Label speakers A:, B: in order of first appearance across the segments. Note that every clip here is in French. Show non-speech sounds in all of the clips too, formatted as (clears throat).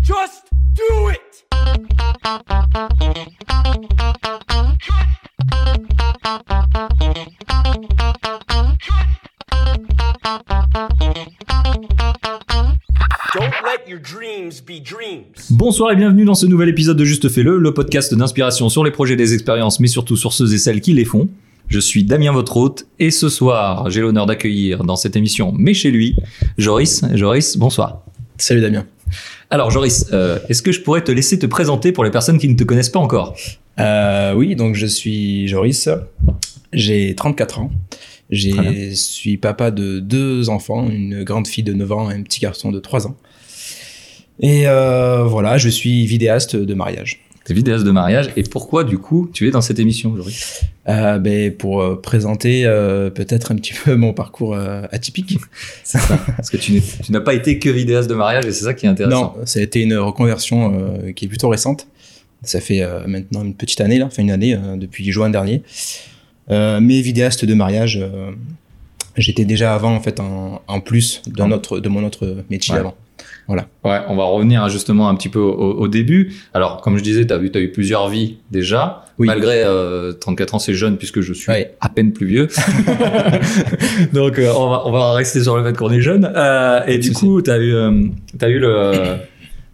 A: Just do it! Don't let your dreams be dreams.
B: Bonsoir et bienvenue dans ce nouvel épisode de Juste Fais-le, le podcast d'inspiration sur les projets des expériences, mais surtout sur ceux et celles qui les font. Je suis Damien, votre hôte, et ce soir, j'ai l'honneur d'accueillir dans cette émission, mais chez lui, Joris. Joris, bonsoir.
C: Salut Damien.
B: Alors Joris, euh, est-ce que je pourrais te laisser te présenter pour les personnes qui ne te connaissent pas encore
C: Euh, oui, donc je suis Joris, j'ai 34 ans,
B: Très
C: je suis papa de deux enfants, une grande fille de 9 ans et un petit garçon de 3 ans. Et euh, voilà, je suis vidéaste de mariage.
B: T'es vidéaste de mariage, et pourquoi du coup tu es dans cette émission, Joris
C: Euh, ben, pour euh, présenter euh, peut-être un petit peu mon parcours euh, atypique.
B: Parce que tu n'es- tu n'as pas été que vidéaste de mariage, et c'est ça qui est intéressant.
C: Non, ça a été une reconversion euh, qui est plutôt récente. Ça fait euh, maintenant une petite année, là, enfin une année, euh, depuis juin dernier. Euh, mais vidéaste de mariage, euh, j'étais déjà avant, en fait, en, en plus de, notre, de mon autre métier
B: Ah. Ouais.
C: avant.
B: Ouais, on va revenir hein, justement un petit peu au, au début. Alors, comme je disais, tu as, vu, t'as eu plusieurs vies déjà.
C: Oui.
B: Malgré euh, 34 ans, c'est jeune puisque je suis
C: Ouais.
B: à peine plus
C: (laughs)
B: vieux. Donc, euh, on, va, on va rester sur le fait qu'on est jeune. Euh, et du
C: Souci.
B: coup, tu as eu, euh, t'as eu le...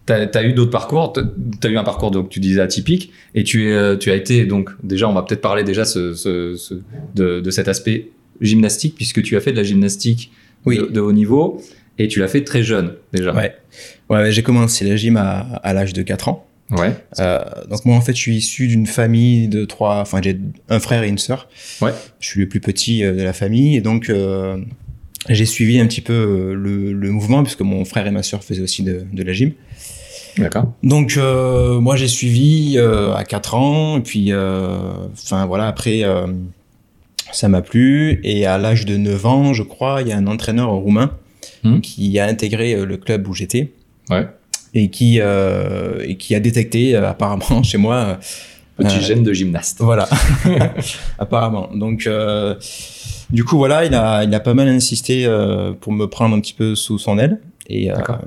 B: T'as as eu d'autres parcours, t'as- t'as eu un parcours donc tu disais atypique et tu es euh, tu as été donc déjà on va peut-être parler déjà ce, ce- ce- de, de cet aspect gymnastique puisque tu as fait de la gymnastique
C: Oui.
B: de, de haut niveau et tu l'as fait très jeune déjà.
C: Ouais. Ouais, ouais, j'ai commencé la gym à, à l'âge de 4 ans.
B: Ouais.
C: Euh, donc moi en fait je suis issu d'une famille de trois, enfin j'ai un frère et une sœur.
B: Ouais.
C: Je suis le plus petit euh, de la famille et donc euh, j'ai suivi un petit peu euh, le, le mouvement puisque mon frère et ma sœur faisaient aussi de, de la gym.
B: D'accord.
C: Donc euh, moi j'ai suivi euh, à 4 ans et puis euh, enfin voilà après euh, ça m'a plu et à l'âge de 9 ans je crois il y a un entraîneur roumain
B: Mhm.
C: qui a intégré euh, le club où j'étais
B: Ouais.
C: et qui euh, et qui a détecté euh, apparemment (laughs) chez moi euh,
B: Petit
C: Euh,
B: gène de gymnaste.
C: voilà (laughs) apparemment donc euh, du coup voilà il a il a pas mal insisté euh, pour me prendre un petit peu sous son aile et euh,
B: D'accord.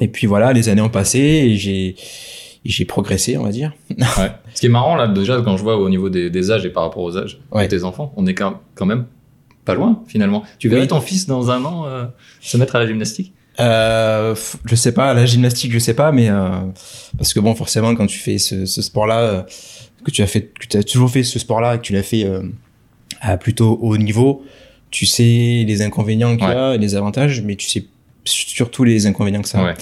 C: et puis voilà les années ont passé et j'ai j'ai progressé on va dire
B: Ouais. Ce qui est marrant, là, déjà, quand je vois au niveau des, des âges et par rapport aux âges
C: Ouais.
B: de tes enfants, on est quand, quand même pas loin, finalement. Tu verrais
C: Oui.
B: ton fils dans un an euh, se mettre à la
C: (laughs)
B: gymnastique
C: Euh, f- je sais pas, la gymnastique, je sais pas, mais euh, parce que bon, forcément, quand tu fais ce, ce sport-là, euh, que tu as fait, que tu as toujours fait ce sport-là, et que tu l'as fait euh, à plutôt haut niveau, tu sais les inconvénients qu'il y a, et les avantages, mais tu sais surtout les inconvénients que ça. a.
B: Ouais.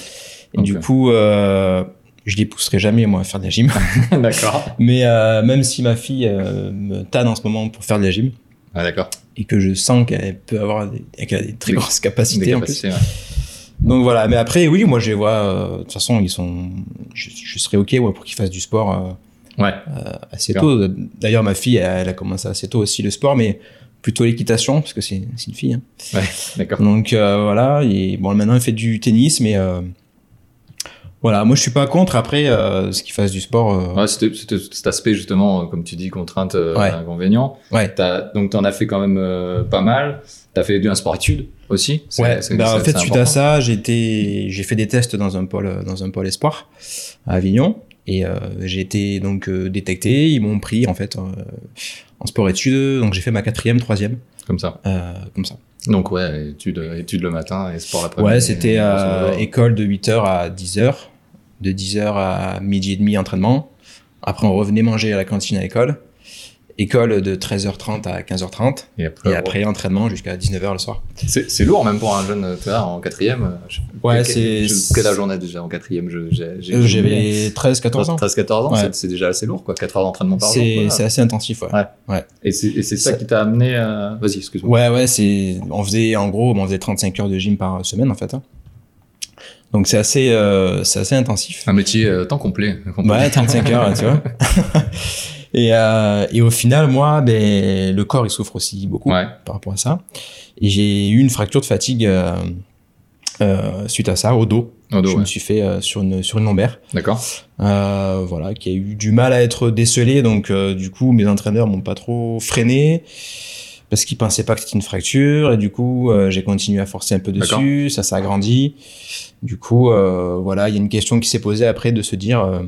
C: Et
B: Donc,
C: du
B: euh,
C: coup, euh, je les pousserai jamais moi à faire de la gym.
B: Ah. D'accord.
C: (laughs) mais euh, même si ma fille euh, me tanne en ce moment pour faire de la gym
B: Ah, d'accord.
C: et que je sens qu'elle peut avoir des, qu'elle a des très
B: Des-
C: grosses capacités,
B: Des
C: en plus.
B: capacités, ouais.
C: Donc voilà, mais après, oui, moi je les vois. euh, De toute façon, ils sont. Je, je serais OK moi, pour qu'ils fassent du sport
B: Ouais.
C: euh, assez tôt. D'ailleurs, ma fille, elle, elle a commencé assez tôt aussi le sport, mais plutôt l'équitation, parce que c'est c'est une fille. hein.
B: D'accord.
C: Donc euh, voilà, et bon, maintenant elle fait du tennis, mais euh, voilà, moi je suis pas contre après euh, ce qu'ils fassent du sport. euh,
B: Ouais, c'était, c'était cet aspect, justement, euh, comme tu dis, contrainte, euh,
C: Ouais.
B: inconvénient.
C: Ouais.
B: T'as- donc, t'en as fait quand même euh, pas mal. T'as fait un sport-études aussi. C'est-
C: ouais,
B: c'est-
C: bah, en
B: c'est-
C: fait,
B: c'est
C: suite
B: important.
C: à ça, j'ai été- j'ai fait des tests dans un pôle, dans un pôle espoir à Avignon. Et euh, j'ai été donc euh, détecté. Ils m'ont pris en fait euh, en sport études. Donc j'ai fait ma quatrième, troisième,
B: Comme ça.
C: euh, comme ça.
B: Donc, ouais, études, euh, études le matin et sport l'après-midi.
C: Ouais, c'était
B: Grosso
C: euh,
B: modo.
C: école de 8h à 10h, de 10h à midi et demi entraînement. Après, on revenait manger à la cantine à l'école. École de 13h30 à 15h30.
B: Et après,
C: Et après, entraînement jusqu'à 19h le soir.
B: C'est c'est lourd même pour un jeune euh, tu vois, en quatrième. euh, je-
C: Ouais,
B: quel-
C: c'est-
B: je- Quelle âge on a déjà en quatrième je- j'ai- j'ai-
C: Euh, J'avais 13-14 ans.
B: 13-14 ans,
C: Ouais.
B: c'est- c'est déjà assez lourd, quoi. 4 heures d'entraînement par jour.
C: C'est
B: voilà.
C: c'est assez intensif, ouais.
B: Et c'est et c'est ça
C: ça-
B: qui t'a amené. euh, Vas-y, excuse-moi.
C: Ouais, ouais, c'est, on faisait, en gros, on faisait 35 heures de gym par semaine, en fait. hein. Donc, c'est assez, euh, c'est assez intensif.
B: Un métier euh, temps complet. qu'on peut
C: Ouais,
B: dire.
C: 35 heures, tu vois. (laughs) et, euh, et au final, moi, ben, le corps, il souffre aussi beaucoup
B: Ouais,
C: par rapport à ça. Et j'ai eu une fracture de fatigue euh, euh, suite à ça, au dos.
B: au dos,
C: Je
B: ouais.
C: me suis fait euh, sur, une, sur une lombaire.
B: D'accord.
C: Euh, voilà, qui a eu du mal à être décelé. Donc, euh, du coup, mes entraîneurs m'ont pas trop freiné. parce qu'ils pensaient pas que c'était une fracture et du coup euh, j'ai continué à forcer un peu dessus, ça s'est agrandi. Du coup euh, voilà, il y a une question qui s'est posée après de se dire euh,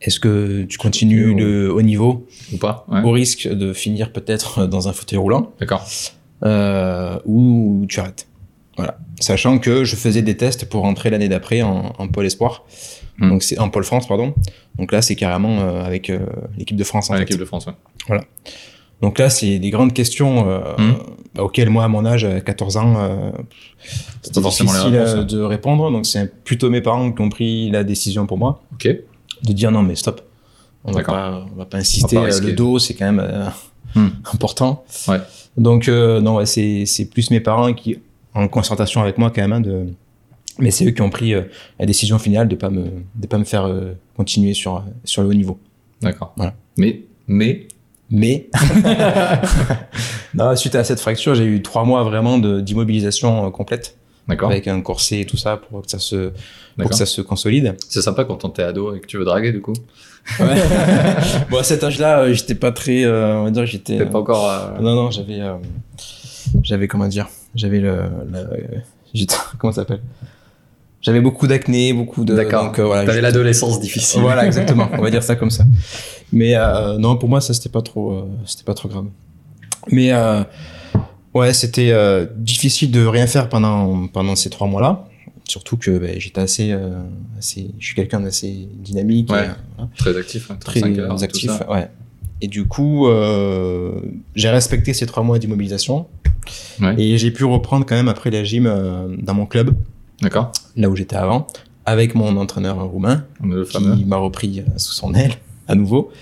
C: est-ce que tu continues
B: Continuer
C: le haut niveau
B: ou pas Ouais.
C: au risque de finir peut-être dans un fauteuil roulant
B: D'accord.
C: euh, ou tu arrêtes. Voilà. Sachant que je faisais des tests pour rentrer l'année d'après en, en pôle espoir.
B: Hmm.
C: Donc c'est en pôle France pardon. Donc là c'est carrément euh, avec euh, l'équipe de France en
B: Ouais,
C: fait.
B: L'équipe de France. ouais.
C: Donc là, c'est des grandes questions euh,
B: Mhm.
C: bah, auxquelles moi, à mon âge, à 14 ans, euh, c'était
B: forcément les
C: difficile
B: réponses,
C: euh,
B: hein.
C: de répondre. Donc c'est plutôt mes parents qui ont pris la décision pour moi
B: Ok.
C: de dire non, mais stop. On va
B: D'accord.
C: pas, on va pas insister.
B: On va pas
C: euh,
B: risquer.
C: le dos, c'est quand même euh,
B: Mhm.
C: (laughs) important.
B: Ouais.
C: Donc euh, non, ouais, c'est c'est plus mes parents qui, en concertation avec moi, quand même, hein, de. Mais c'est eux qui ont pris euh, la décision finale de pas me de pas me faire euh, continuer sur sur le haut niveau.
B: D'accord.
C: Voilà.
B: Mais, mais,
C: Mais (laughs) non, suite à cette fracture, j'ai eu trois mois vraiment de- d'immobilisation euh, complète
B: d'accord.
C: avec un corset et tout ça pour que ça se, pour que
B: d'accord.
C: ça Euh, se consolide.
B: C'est sympa quand on t'es ado et que tu veux draguer du coup.
C: (laughs) bon, à cet âge-là, euh, j'étais pas très, euh, on va dire, j'étais.
B: T'es pas
C: euh,
B: encore. euh,
C: Non, non, j'avais, euh, j'avais comment dire, j'avais le, le- euh, j'étais- (laughs) comment ça s'appelle J'avais beaucoup d'acné, beaucoup de.
B: D'accord.
C: donc, euh, voilà,
B: T'avais
C: j'étais-
B: l'adolescence difficile.
C: Voilà,
B: (laughs)
C: exactement. On va dire ça comme ça. Mais euh, non, pour moi, ça c'était pas trop, euh, c'était pas trop grave. Mais euh, ouais, c'était euh, difficile de rien faire pendant pendant ces trois mois-là. Surtout que ben, j'étais assez, euh, assez, je suis quelqu'un d'assez dynamique, et,
B: Ouais.
C: euh, voilà,
B: Très actif. hein,
C: très
B: 35 heures, tout
C: actif.
B: ça.
C: Ouais. Et du coup, euh, j'ai respecté ces trois mois d'immobilisation
B: Ouais.
C: et j'ai pu reprendre quand même après la gym euh, dans mon club,
B: D'accord.
C: là où j'étais avant, avec mon entraîneur roumain
B: Le fameux.
C: qui m'a repris euh, sous son aile à nouveau.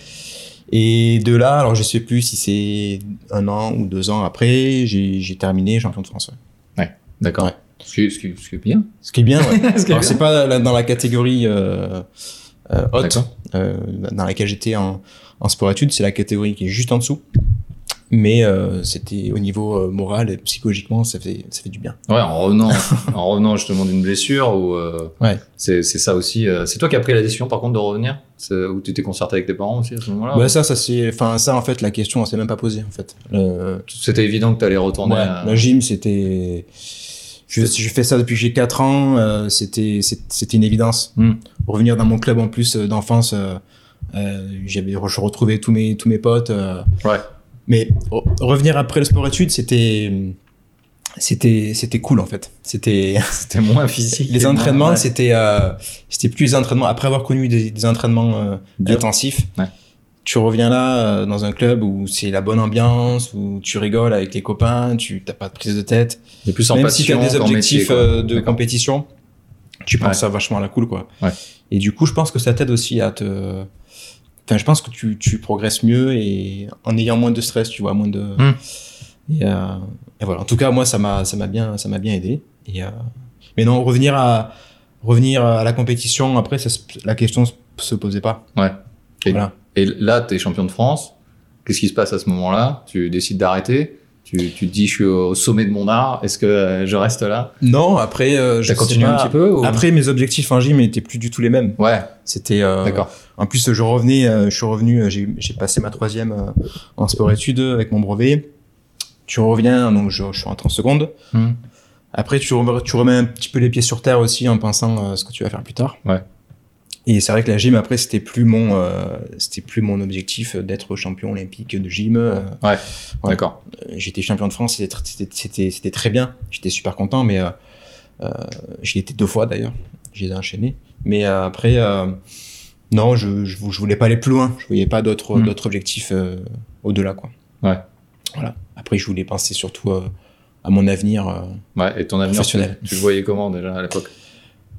C: Et de là, alors je sais plus si c'est un an ou deux ans après, j'ai j'ai terminé champion de France. ouais.
B: D'accord.
C: Ouais.
B: Ce, qui, ce, qui, ce qui est bien.
C: Ce qui est bien,
B: (laughs)
C: ouais.
B: Ce qui est
C: Alors,
B: bien.
C: c'est pas la- dans la catégorie euh, euh, haute
B: D'accord.
C: euh, dans laquelle j'étais en, en sport-études, c'est la catégorie qui est juste en dessous. Mais euh, c'était au niveau euh, moral et psychologiquement, ça fait, ça fait du bien.
B: Ouais, en
C: (laughs)
B: revenant, en revenant justement d'une blessure ou. euh,
C: Ouais.
B: C'est c'est ça aussi. euh, c'est toi qui as pris la décision par contre de revenir C'est- Ou tu t'es concerté avec tes parents aussi à ce moment-là
C: Bah, ça, ça c'est, enfin ça en fait, la question, on s'est même pas posée en fait. Le-
B: C'était évident que t'allais retourner.
C: Ouais, bah,
B: à-
C: La gym, c'était. Je, je fais ça depuis que j'ai 4 ans, euh, c'était c'est- c'était une évidence.
B: Hmm.
C: Revenir dans mon club en plus euh, d'enfance, euh, euh, j'avais re- je retrouvais tous mes, tous mes potes. euh.
B: Ouais.
C: Mais re- revenir après le sport études, c'était. C'était c'était cool en fait. C'était
B: C'était moins (laughs) physique.
C: les
B: et moins-
C: entraînements,
B: ouais.
C: c'était euh, c'était plus les entraînements après avoir connu des, des entraînements euh,
B: Dur.
C: intensifs.
B: Ouais.
C: Tu reviens là euh, dans un club où c'est la bonne ambiance, où tu rigoles avec les copains, tu t'as pas de prise de tête.
B: Et plus en
C: Même si tu
B: passion
C: as des
B: qu'en
C: objectifs
B: métier, quoi.
C: euh, de
B: D'accord.
C: compétition, tu penses à vachement à la cool quoi.
B: Ouais.
C: Et du coup, je pense que ça t'aide aussi à te Enfin, je pense que tu, tu progresses mieux et en ayant moins de stress, tu vois, moins de.
B: Hmm.
C: Et, euh, et voilà. En tout cas, moi, ça m'a, ça m'a bien, ça m'a bien aidé. Et, euh, mais non, revenir à, revenir à la compétition après, ça, se- la question se- se posait pas.
B: Ouais. Et-
C: Voilà.
B: Et là, t'es champion de France. Qu'est-ce qui se passe à ce moment-là Tu décides d'arrêter tu, tu te dis, je suis au sommet de mon art. Est-ce que euh, je reste là
C: Non, après, euh, je
B: T'as
C: sais
B: continué un
C: pas.
B: petit peu ou-
C: Après, mes objectifs en gym n'étaient plus du tout les mêmes.
B: Ouais,
C: C'était. euh,
B: d'accord.
C: En plus, je revenais, euh, je suis revenu, euh, j'ai j'ai passé ma troisième euh, en sport-études avec mon brevet. Tu reviens, donc je, je suis rentré en seconde.
B: Hmm.
C: Après, tu, re- tu remets un petit peu les pieds sur terre aussi en pensant euh, ce que tu vas faire plus tard.
B: Ouais.
C: Et c'est vrai que la gym, après, c'était plus mon, euh, c'était plus mon objectif euh, d'être champion olympique de gym. euh, Ouais.
B: D'accord.
C: euh, J'étais champion de France, c'était tr- c'était- c'était c'était très bien. J'étais super content, mais euh, euh, j'y étais deux fois d'ailleurs. J'ai enchaîné. Mais euh, après, euh, non, je, je, vou- je voulais pas aller plus loin. Je voyais pas d'autres
B: Mm.
C: d'autres objectifs euh, au-delà, quoi.
B: Ouais.
C: Voilà. Après, je voulais penser surtout euh, à mon avenir. euh,
B: Ouais, et ton avenir, tu,
C: Professionnel.
B: tu le voyais comment déjà à l'époque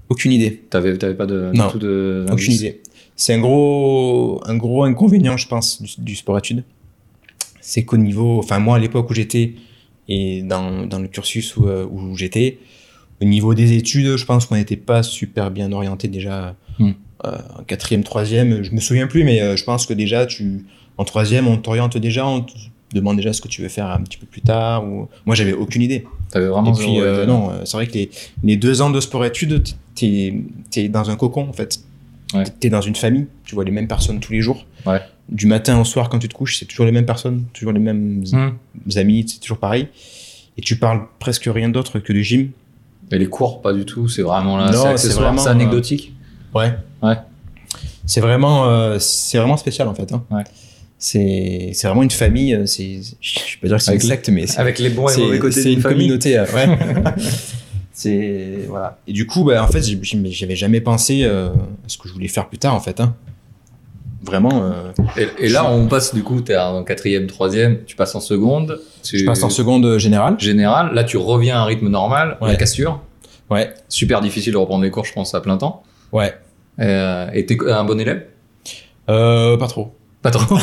C: aucune idée.
B: T'avais t'avais pas de, du
C: Non.
B: tout de.
C: Aucune
B: d'indice
C: idée. C'est un gros, un gros inconvénient, je pense, du, du sport-études. C'est qu'au niveau, enfin, moi, à l'époque où j'étais et dans, dans le cursus où, euh, où j'étais, au niveau des études, je pense qu'on n'était pas super bien orienté déjà
B: Hmm.
C: euh, en quatrième, troisième. Je me souviens plus, mais euh, je pense que déjà, tu, en troisième, on t'oriente déjà, on te demande déjà ce que tu veux faire un petit peu plus tard. Ou... Moi, j'avais aucune idée.
B: T'avais
C: Et
B: vraiment.
C: puis,
B: zéro
C: euh,
B: idée.
C: non, euh, c'est vrai que les, les deux ans de sport-études, t'es, t'es dans un cocon, en fait.
B: Ouais.
C: T'es- T'es dans une famille, tu vois les mêmes personnes tous les jours.
B: Ouais.
C: Du matin au soir, quand tu te couches, c'est toujours les mêmes personnes, toujours les mêmes
B: Hum.
C: amis, c'est toujours pareil. Et tu parles presque rien d'autre que de gym.
B: Et les cours, pas du tout. C'est vraiment là.
C: Non,
B: c'est euh,
C: c'est
B: accessoire,
C: vraiment,
B: c'est anecdotique.
C: Ouais.
B: Ouais.
C: C'est vraiment, euh, c'est vraiment spécial en fait. hein.
B: Ouais.
C: C'est, c'est vraiment une famille. euh, C'est, je je peux pas dire que c'est
B: Avec
C: exact, mais c'est,
B: Avec les bons et
C: c'est-
B: mauvais côtés
C: c'est
B: d'une
C: une
B: famille.
C: communauté. euh, ouais.
B: (laughs)
C: (laughs) c'est voilà. Et du coup, bah, en fait, j'ai- j'ai- mais j'avais jamais pensé euh, à ce que je voulais faire plus tard en fait. hein. Vraiment, euh,
B: Et, et là, on passe du coup, t'es en quatrième, troisième, tu passes en seconde. Tu
C: je passe en seconde générale.
B: générale. Là, tu reviens à un rythme normal, la
C: Ouais.
B: cassure.
C: Ouais,
B: Super difficile de reprendre les cours, je pense, à plein temps.
C: ouais.
B: Euh, et t'es un bon élève
C: Euh, pas trop.
B: Pas trop.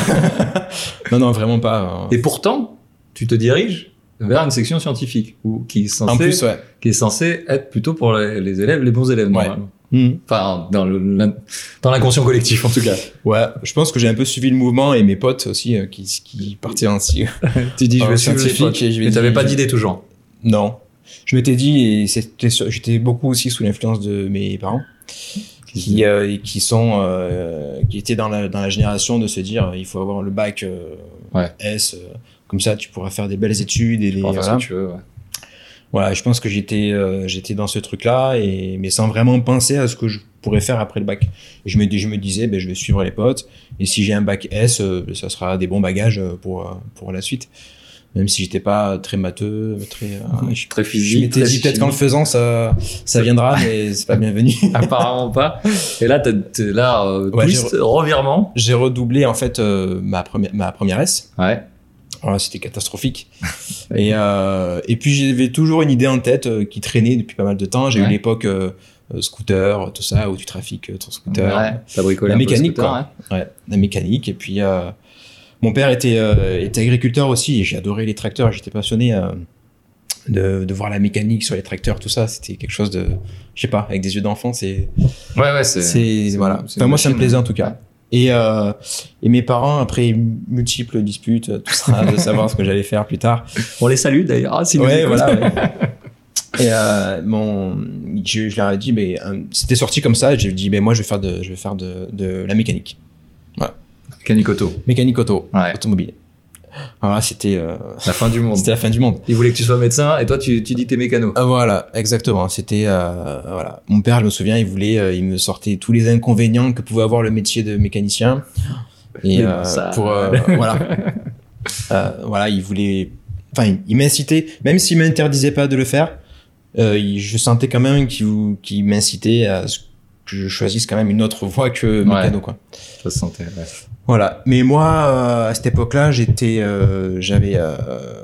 C: Non, non, vraiment pas. euh.
B: Et pourtant, tu te diriges vers une section scientifique ou qui est censée,
C: En plus, ouais.
B: qui est censée être plutôt pour les, les élèves, les bons élèves,
C: Ouais.
B: normalement.
C: Mhm.
B: Enfin, dans le- l'in- dans l'inconscient collectif, en tout cas.
C: Ouais, je pense que j'ai un peu suivi le mouvement et mes potes aussi euh, qui, qui partaient ainsi.
B: tu dis, je
C: Alors,
B: vais suivre les
C: scientifique,
B: potes,
C: et je vais
B: mais t'avais
C: dire-
B: pas d'idée toujours.
C: Non. Je m'étais dit, et c'était sur- j'étais beaucoup aussi sous l'influence de mes parents, qui, euh, et qui sont, euh, qui étaient dans la, dans la génération de se dire, il faut avoir le bac euh,
B: Ouais.
C: S, euh, comme ça tu pourras faire des belles études et des,
B: Pour faire ce
C: voilà.
B: que tu veux, ouais.
C: Voilà, je pense que j'étais, euh, j'étais dans ce truc-là, et mais sans vraiment penser à ce que je pourrais faire après le bac. Et je me, dis- je me disais, ben, je vais suivre les potes, et si j'ai un bac S, euh, ça sera des bons bagages euh, pour, euh, pour la suite. Même si j'étais pas très matheux, très,
B: (laughs)
C: euh, je-
B: Très
C: je
B: physique.
C: m'étais
B: très
C: dit peut-être
B: chimique.
C: qu'en le faisant, ça, ça viendra, mais c'est pas bienvenu.
B: (laughs) (laughs) Apparemment pas. Et là, t'es t'es là, euh,
C: Ouais,
B: twist, revirement.
C: J'ai redoublé en fait euh, ma, première, ma première S.
B: Ouais.
C: Voilà,
B: (laughs)
C: C'était catastrophique. et, euh, et puis j'avais toujours une idée en tête euh, qui traînait depuis pas mal de temps. J'ai
B: Ouais.
C: eu l'époque euh, euh, scooter, tout ça, où tu trafiques euh, ton scooter,
B: Ouais, t'as bricolé
C: La
B: un peu le
C: mécanique,
B: scooter,
C: quoi.
B: ouais.
C: Ouais, la mécanique. Et puis euh, mon père était, euh, était agriculteur aussi, et j'ai adoré les tracteurs. J'étais passionné euh, de, de voir la mécanique sur les tracteurs, tout ça. C'était quelque chose de, je sais pas, avec des yeux d'enfant, c'est
B: Ouais, ouais, c'est.
C: C'est voilà.
B: c'est
C: Enfin,
B: une
C: moi, ça me
B: machine,
C: plaisait
B: hein.
C: en tout cas. Et, euh, et mes parents, après multiples disputes, euh, tout ça, de savoir ce que j'allais faire plus tard.
B: On les salue d'ailleurs. Ah, s'ils nous
C: Ouais,
B: écoutent. (laughs)
C: voilà. ouais. Et euh, mon, je, je leur ai dit, mais euh, c'était sorti comme ça. J'ai dit, mais moi, je vais faire de, je vais faire de, de la mécanique,
B: Mécanique auto.
C: mécanique auto,
B: Ouais.
C: automobile. Alors là, c'était, euh,
B: La fin du monde.
C: c'était la fin du monde.
B: Ils voulaient que tu sois médecin et toi, tu, tu dis t'es mécano.
C: Ah, Voilà, exactement. C'était euh, voilà. Mon père, je me souviens, il voulait, euh, il me sortait tous les inconvénients que pouvait avoir le métier de mécanicien. Et
B: Oui,
C: euh,
B: ça-
C: pour euh,
B: (laughs)
C: voilà, Euh, voilà, il voulait, enfin, il- il m'incitait, même s'il m'interdisait pas de le faire, euh, il- je sentais quand même qu'il vou- qu'il m'incitait à ce que je choisisse quand même une autre voie que
B: Ouais.
C: mécano quoi.
B: Ça se sentait. ouais.
C: Voilà. Mais moi, euh, à cette époque-là, j'étais, euh, j'avais, euh,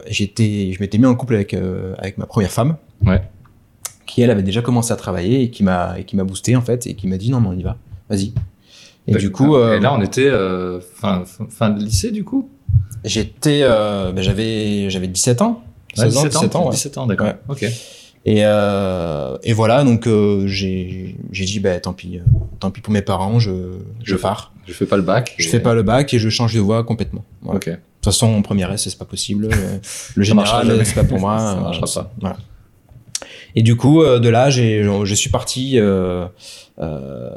C: j'étais, je m'étais mis en couple avec euh, avec ma première femme.
B: Ouais.
C: Qui elle avait déjà commencé à travailler et qui m'a et qui m'a boosté en fait et qui m'a dit non mais on y va, vas-y. Et du coup, euh,
B: Bah, Ah, Et là, on était euh, fin, fin- fin de lycée, du coup
C: j'étais, euh, ben, j'avais j'avais 17 ans.
B: Ouais,
C: 16 ans, 17 ans, ouais.
B: 17 ans, d'accord.
C: Ouais.
B: Ok.
C: Et, euh, et voilà, donc euh, j'ai j'ai dit, bah, tant pis, euh, tant pis pour mes parents, je,
B: Je-
C: je, pars.
B: Je fais pas le bac.
C: Je
B: et-
C: fais pas le bac et je change de voie complètement. Voilà.
B: Ok.
C: De toute façon, en première S, c'est pas possible. euh, Le
B: (laughs) Ça marchera
C: général,
B: jamais.
C: c'est pas pour
B: (laughs)
C: moi.
B: Ça
C: euh,
B: marchera
C: c'est-
B: pas.
C: voilà. Et du coup, euh, de là, j'ai- je je suis parti. euh, euh,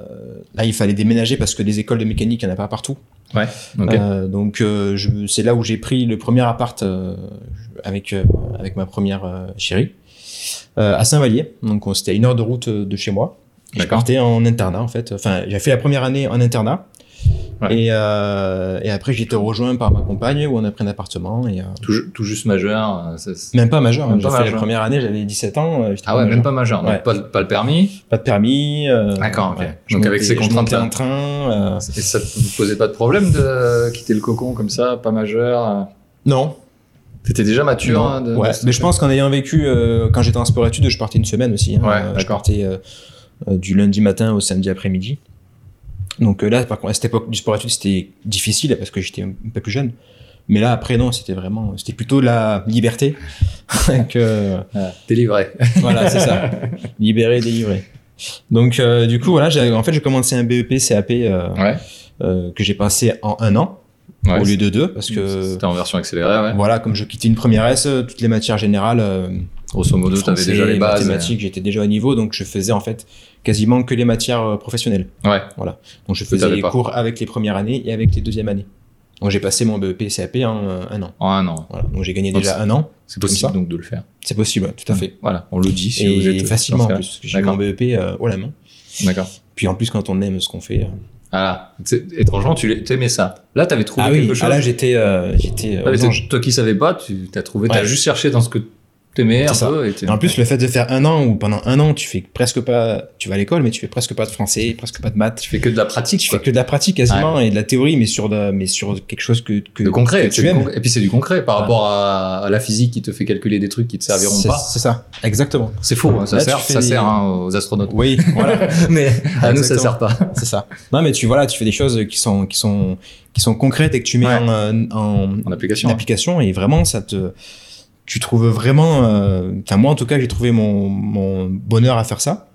C: là, il fallait déménager parce que des écoles de mécanique, il n'y en a pas partout.
B: Ok.
C: Euh, donc, euh, je- c'est là où j'ai pris le premier appart euh, avec, euh, avec ma première euh, chérie euh, à Saint-Vallier. Donc, on- c'était à une heure de route euh, de chez moi. Et Je
B: D'accord.
C: partais en internat, en fait. Enfin, j'ai fait la première année en internat.
B: Ouais.
C: Et, euh, et après, j'ai été rejoint par ma compagne où on a pris un appartement. Et, euh,
B: Tout, ju- tout juste majeur. euh, c'est- c'est-
C: même pas majeur.
B: Même
C: hein.
B: pas
C: J'ai fait la
B: majeur.
C: première année, j'avais 17 ans. euh, j'étais
B: Ah ouais, même
C: majeur.
B: pas majeur. donc
C: Ouais.
B: pas, pas le permis.
C: Pas de permis. euh,
B: D'accord, ok.
C: Je
B: Donc, avec ces
C: je montais
B: contraintes-là.
C: en train. euh,
B: Et ça te vous posait pas de problème de quitter le cocon comme ça, pas majeur euh.
C: Non,
B: T'étais déjà mature.
C: Non,
B: hein, de-
C: ouais.
B: de ce
C: mais je
B: fait.
C: pense qu'en ayant vécu, euh, quand j'étais en sport études, je partais une semaine aussi. hein.
B: Ouais,
C: Euh, je
B: d'accord.
C: partais euh, euh, du lundi matin au samedi après-midi. Donc euh, là, par contre, à cette époque du sport études, c'était difficile parce que j'étais un peu plus jeune. Mais là, après, non, c'était vraiment, c'était plutôt la liberté. (laughs) que,
B: Ouais, T'es livré.
C: voilà, c'est ça. Libéré, délivré. Donc, euh, du coup, voilà, j'ai- en fait, j'ai commencé un BEP, CAP euh,
B: Ouais.
C: euh, que j'ai passé en un an
B: Ouais,
C: au lieu de deux parce que
B: C'était en version accélérée, ouais.
C: voilà, comme je quittais une première S, euh, toutes les matières générales, euh,
B: Grosso modo, tu avais
C: Français,
B: déjà les bases. euh.
C: mathématiques, j'étais déjà au niveau, donc je faisais en fait quasiment que les matières euh, professionnelles.
B: Ouais.
C: Voilà. Donc je
B: Que
C: faisais
B: t'avais
C: les
B: pas.
C: cours avec les premières années et avec les deuxièmes années. Donc j'ai passé mon E BEP CAP en euh, un an.
B: En un an.
C: Voilà. Donc j'ai gagné
B: Donc,
C: déjà un an.
B: C'est
C: Comme
B: possible
C: ça.
B: donc de le faire.
C: C'est possible, ouais, tout à fait.
B: Voilà, on le dit si vous
C: et
B: êtes
C: facilement en
B: dans ce
C: plus. parce que J'ai eu
B: D'accord.
C: mon BEP euh, haut la main.
B: cas-là. D'accord.
C: Puis en plus, quand on aime ce qu'on fait. euh,
B: Ah, c'est- étrangement, tu l'ai- t'aimais ça. Là, t'avais trouvé
C: Ah
B: quelque
C: oui,
B: chose.
C: ah là j'étais. euh, j'étais
B: Ah,
C: euh,
B: mais
C: aux
B: t'es-
C: anges.
B: toi qui savais pas, tu t'as trouvé, t'as
C: Ouais.
B: juste cherché dans ce que t'aimais un
C: C'est ça.
B: peu. Et t'es-
C: Et en plus, le fait de faire un an ou pendant un an, tu fais presque pas, tu vas à l'école, mais tu fais presque pas de français, presque pas de maths.
B: tu fais que de la pratique,
C: Tu
B: quoi.
C: fais que de la pratique quasiment et de la théorie, mais sur, de- mais sur quelque chose que, que,
B: de concret.
C: que
B: c'est
C: tu
B: du
C: aimes.
B: concret. Et puis c'est du concret par
C: Ouais.
B: rapport à, à la physique qui te fait calculer des trucs qui te serviront
C: C'est-
B: pas.
C: C'est ça, exactement.
B: C'est faux, hein, ça
C: Là, tu
B: sert,
C: fais
B: ça
C: des-
B: sert hein, aux astronautes.
C: Oui, voilà,
B: (laughs) Mais à nous, ça
C: Exactement.
B: sert pas.
C: c'est ça. Non, mais tu voilà, tu fais des choses qui sont qui sont qui sont concrètes et que tu mets
B: Ouais.
C: en, euh, en,
B: En application.
C: une
B: hein.
C: application et vraiment ça te tu trouves vraiment euh, enfin moi en tout cas j'ai trouvé mon, mon bonheur à faire ça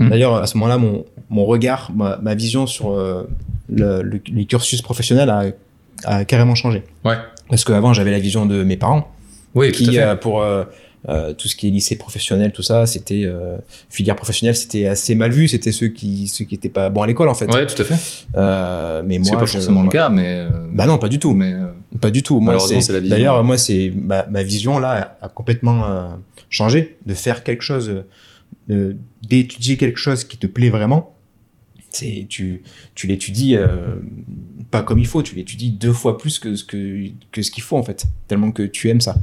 B: Mhm.
C: d'ailleurs à ce moment là mon, mon regard ma, ma vision sur euh, le, le- les cursus professionnels a, a carrément changé
B: Ouais.
C: parce qu'avant j'avais la vision de mes parents
B: Oui, tout à
C: qui
B: fait.
C: euh, pour euh, euh, tout ce qui est lycée professionnel tout ça c'était euh, filière professionnelle c'était assez mal vu c'était ceux qui ceux qui étaient pas bons à l'école en fait
B: Ouais, tout à fait.
C: Euh, mais moi
B: C'est pas
C: je-
B: forcément le cas, mais. euh,
C: bah non pas du tout
B: mais, euh,
C: pas du tout. Moi,
B: Malheureusement, c'est la vision.
C: D'ailleurs, moi, c'est ma, ma vision là a complètement euh, changé de faire quelque chose, euh, de- d'étudier quelque chose qui te plaît vraiment. C'est tu tu l'étudies euh, pas comme il faut. Tu l'étudies deux fois plus que ce que que ce qu'il faut en fait. Tellement que tu aimes ça.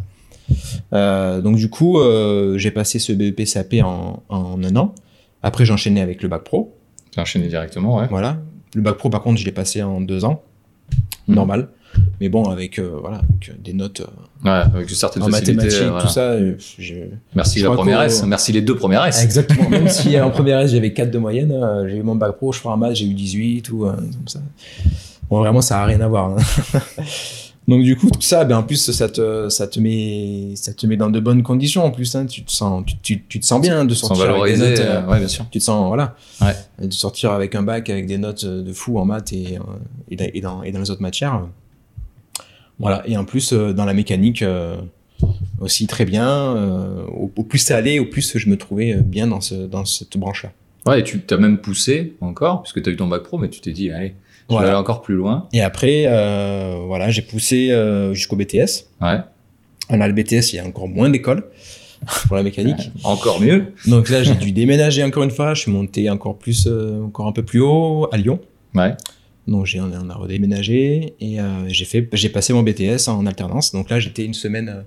C: Euh, donc du coup, euh, j'ai passé ce BEP CAP en, en un an. Après, j'enchaînais avec le bac pro.
B: J'ai enchaîné directement, ouais.
C: Voilà. Le bac pro, par contre, je l'ai passé en deux ans.
B: Mhm.
C: Normal. Mais bon, avec, euh, voilà, avec, euh, des notes euh,
B: Ouais, avec une certaine
C: en
B: facilité.
C: mathématiques,
B: euh, voilà.
C: tout ça. euh, j'ai-
B: Merci
C: Je
B: la
C: crois
B: première
C: qu'au-
B: S, merci les deux premières S.
C: Ah, Exactement. Même si euh, en première S, j'avais 4 de moyenne, euh, j'ai eu mon bac pro, je crois en maths, j'ai eu 18 ou euh, comme ça. Bon, vraiment, ça n'a rien à voir. hein. (laughs) Donc, du coup, tout ça, ben, en plus, ça te, ça, te met, ça te met dans de bonnes conditions. En plus, hein. tu, te sens, tu, tu- tu te sens bien de
B: Sans
C: sortir avec des
B: valoriser,
C: notes, euh,
B: euh, ouais, bien sûr.
C: tu te sens voilà
B: Ouais.
C: Et de sortir avec un bac avec des notes euh, de fou en maths et, euh, et, da- et dans, et dans les autres matières euh. voilà et en plus euh, dans la mécanique euh, aussi très bien euh, au, au plus ça allait au plus je me trouvais euh, bien dans, ce, dans cette branche là
B: Ouais, et tu t'as même poussé encore, puisque t'as eu ton bac pro, mais tu t'es dit, allez, je vais
C: Voilà.
B: aller encore plus loin.
C: et après euh, voilà j'ai poussé euh, jusqu'au BTS
B: Ouais,
C: on a le BTS il y a encore moins d'écoles pour la mécanique
B: encore mieux.
C: donc là j'ai dû déménager encore une fois je suis monté encore plus euh, encore un peu plus haut à Lyon
B: Ouais,
C: Donc j'ai on a- on a redéménagé et euh, j'ai fait j'ai passé mon BTS en alternance. Donc là j'étais une semaine euh,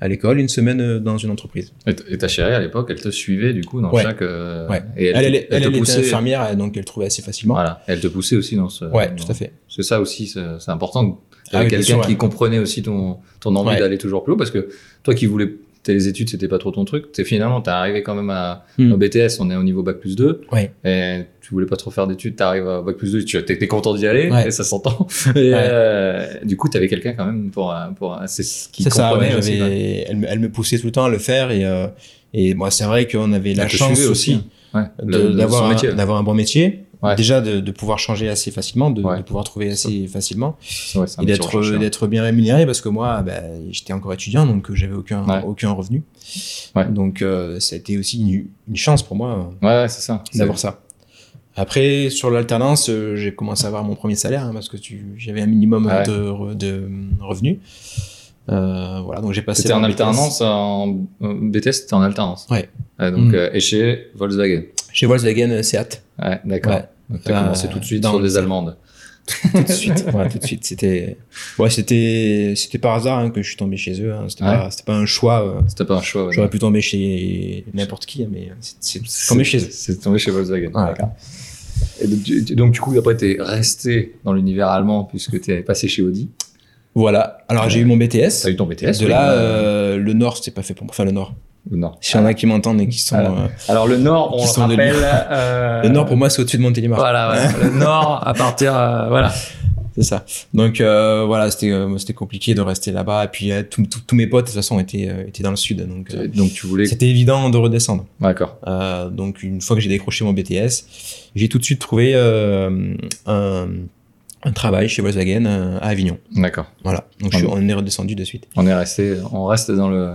C: à l'école, une semaine euh, dans une entreprise.
B: et t- et ta chérie à l'époque, elle te suivait du coup dans
C: Ouais.
B: chaque. euh,
C: Ouais.
B: Et elle,
C: Elle,
B: te-
C: elle, elle,
B: te
C: elle était
B: poussait.
C: infirmière et donc elle trouvait assez facilement.
B: Voilà, elle te poussait aussi dans ce.
C: Ouais,
B: dans-
C: tout à fait.
B: C'est ça aussi, c'est c'est important.
C: Ah oui,
B: Avec
C: bien
B: quelqu'un
C: sûr, ouais.
B: qui comprenait aussi ton, ton envie
C: Ouais.
B: d'aller toujours plus haut, parce que toi qui voulais. t'as Les études, c'était pas trop ton truc. T'es finalement, t'es arrivé quand même à,
C: Hmm.
B: au BTS, on est au niveau bac plus 2.
C: Ouais.
B: Et tu voulais pas trop faire d'études, t'arrives à bac plus 2, tu t'es t'es content d'y aller,
C: Ouais.
B: et ça
C: (laughs)
B: s'entend. Et euh, du coup, t'avais quelqu'un quand même pour, euh, pour, euh, c'est ce qui
C: C'est ça, ouais,
B: comprenait aussi, ouais.
C: j'avais- elle, me- elle me poussait tout le temps à le faire et, euh, et moi c'est vrai qu'on avait la
B: Elle te
C: chance
B: suivait aussi. Ouais,
C: de-
B: le- le-
C: d'avoir
B: son métier.
C: un, d'avoir un bon métier,
B: Ouais.
C: déjà de, de pouvoir changer assez facilement, de,
B: Ouais.
C: de pouvoir trouver assez facilement
B: Ouais, c'est un métier
C: et d'être euh,
B: recherché, hein.
C: d'être bien rémunéré parce que moi bah, j'étais encore étudiant donc euh, j'avais aucun
B: Ouais.
C: aucun revenu
B: Ouais.
C: donc euh, ça a été aussi une, une chance pour moi euh,
B: Ouais, ouais, c'est ça. C'est-
C: d'avoir ça après sur l'alternance euh, j'ai commencé à avoir mon premier salaire hein, parce que tu j'avais un minimum
B: Ouais.
C: de, re- de revenus Euh, voilà donc j'ai passé
B: C'était
C: mon
B: en
C: BTS.
B: alternance, en en BTS, c'était en alternance.
C: Ouais.
B: Ah, donc,
C: Mm.
B: euh, et chez Volkswagen.
C: chez Volkswagen
B: (laughs)
C: euh, Seat
B: Ouais, d'accord.
C: Ouais.
B: Donc, t'as
C: Euh,
B: commencé tout de suite
C: dans
B: sur
C: le-
B: les Allemandes.
C: tout de suite voilà tout de suite c'était ouais c'était c'était par hasard hein, que je suis tombé chez eux hein. c'était
B: Ouais.
C: pas c'était pas un choix euh,
B: C'était pas un choix. ouais.
C: J'aurais pu tomber chez n'importe qui, mais c'est- c'est tombé chez eux. Ah,
B: C'est tombé chez Volkswagen.
C: Ouais.
B: D'accord. Et donc, tu- tu- donc, du coup, après, t'es resté dans l'univers allemand puisque t'es passé chez Audi.
C: Voilà. Alors j'ai eu mon BTS.
B: T'as eu ton BTS.
C: de
B: oui,
C: là,
B: euh,
C: euh, le Nord, c'est pas fait pour moi. Enfin, le Nord.
B: ou non.
C: S'il y en a qui m'entendent et qui sont.
B: Alors,
C: euh,
B: Alors le Nord, on
C: Qui
B: le
C: sont de
B: rappelle.
C: Lyon. (laughs)
B: euh,
C: le Nord, pour moi, c'est au-dessus de Montélimar.
B: Voilà,
C: (laughs)
B: voilà. le Nord à partir, euh, voilà.
C: C'est ça. Donc euh, voilà, c'était euh, c'était compliqué de rester là-bas. Et puis euh, tous- tous- tous mes potes, de toute façon, étaient, euh, étaient dans le Sud. Donc euh,
B: Donc tu voulais.
C: c'était évident de redescendre.
B: D'accord.
C: Euh, donc une fois que j'ai décroché mon BTS, j'ai tout de suite trouvé euh, un, un travail chez Volkswagen euh, à Avignon.
B: D'accord.
C: Voilà. Donc je suis-
B: Ah
C: on est redescendu de suite.
B: On est resté, on reste dans le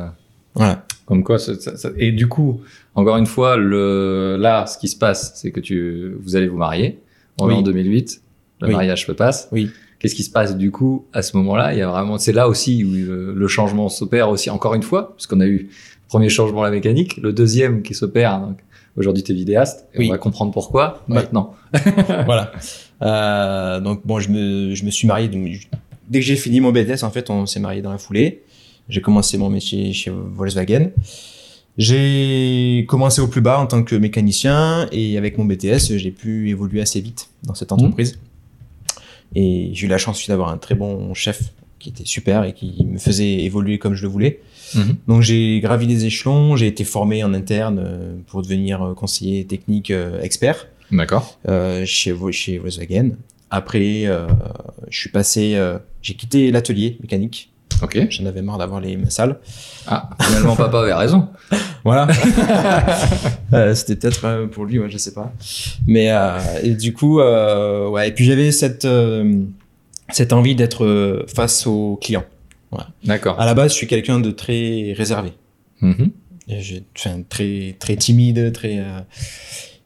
C: Voilà.
B: Comme quoi, ça- ça- ça- et du coup, encore une fois, le, là, ce qui se passe, c'est que tu, vous allez vous marier. On est
C: Oui.
B: en 2008, le
C: Oui.
B: mariage se passe.
C: Oui.
B: Qu'est-ce qui se passe du coup à ce moment-là Il y a vraiment, c'est là aussi où euh, le, le changement s'opère aussi. Encore une fois, puisqu'on a eu le premier changement la mécanique, le deuxième qui s'opère. donc, Aujourd'hui, tu es vidéaste. Et
C: Oui.
B: On va comprendre pourquoi
C: Ouais.
B: maintenant.
C: (laughs) voilà. Euh, donc bon, je me, je me suis marié. donc, je- dès que j'ai fini mon BTS, en fait, on s'est marié dans la foulée. J'ai commencé mon métier chez Volkswagen. J'ai commencé au plus bas en tant que mécanicien et avec mon BTS, j'ai pu évoluer assez vite dans cette entreprise. Et j'ai eu la chance aussi d'avoir un très bon chef qui était super et qui me faisait évoluer comme je le voulais.
B: Mhm.
C: Donc j'ai gravi des échelons, j'ai été formé en interne euh, pour devenir euh, conseiller technique euh, expert
B: D'accord.
C: euh, chez, Vo- chez Volkswagen. Après, euh, je suis passé, euh, j'ai quitté l'atelier mécanique.
B: Ok.
C: J'en avais marre d'avoir les mêmes salles.
B: Ah, finalement, papa avait raison.
C: Ah. Voilà. (laughs) Euh, C'était peut-être euh, pour lui, ouais, je sais pas. Mais euh, et du coup, euh, ouais. Et puis j'avais cette euh, cette envie d'être euh, face aux clients.
B: D'accord.
C: À la base, je suis quelqu'un de très réservé.
B: Mhm.
C: Et j'ai- enfin, très très timide très euh,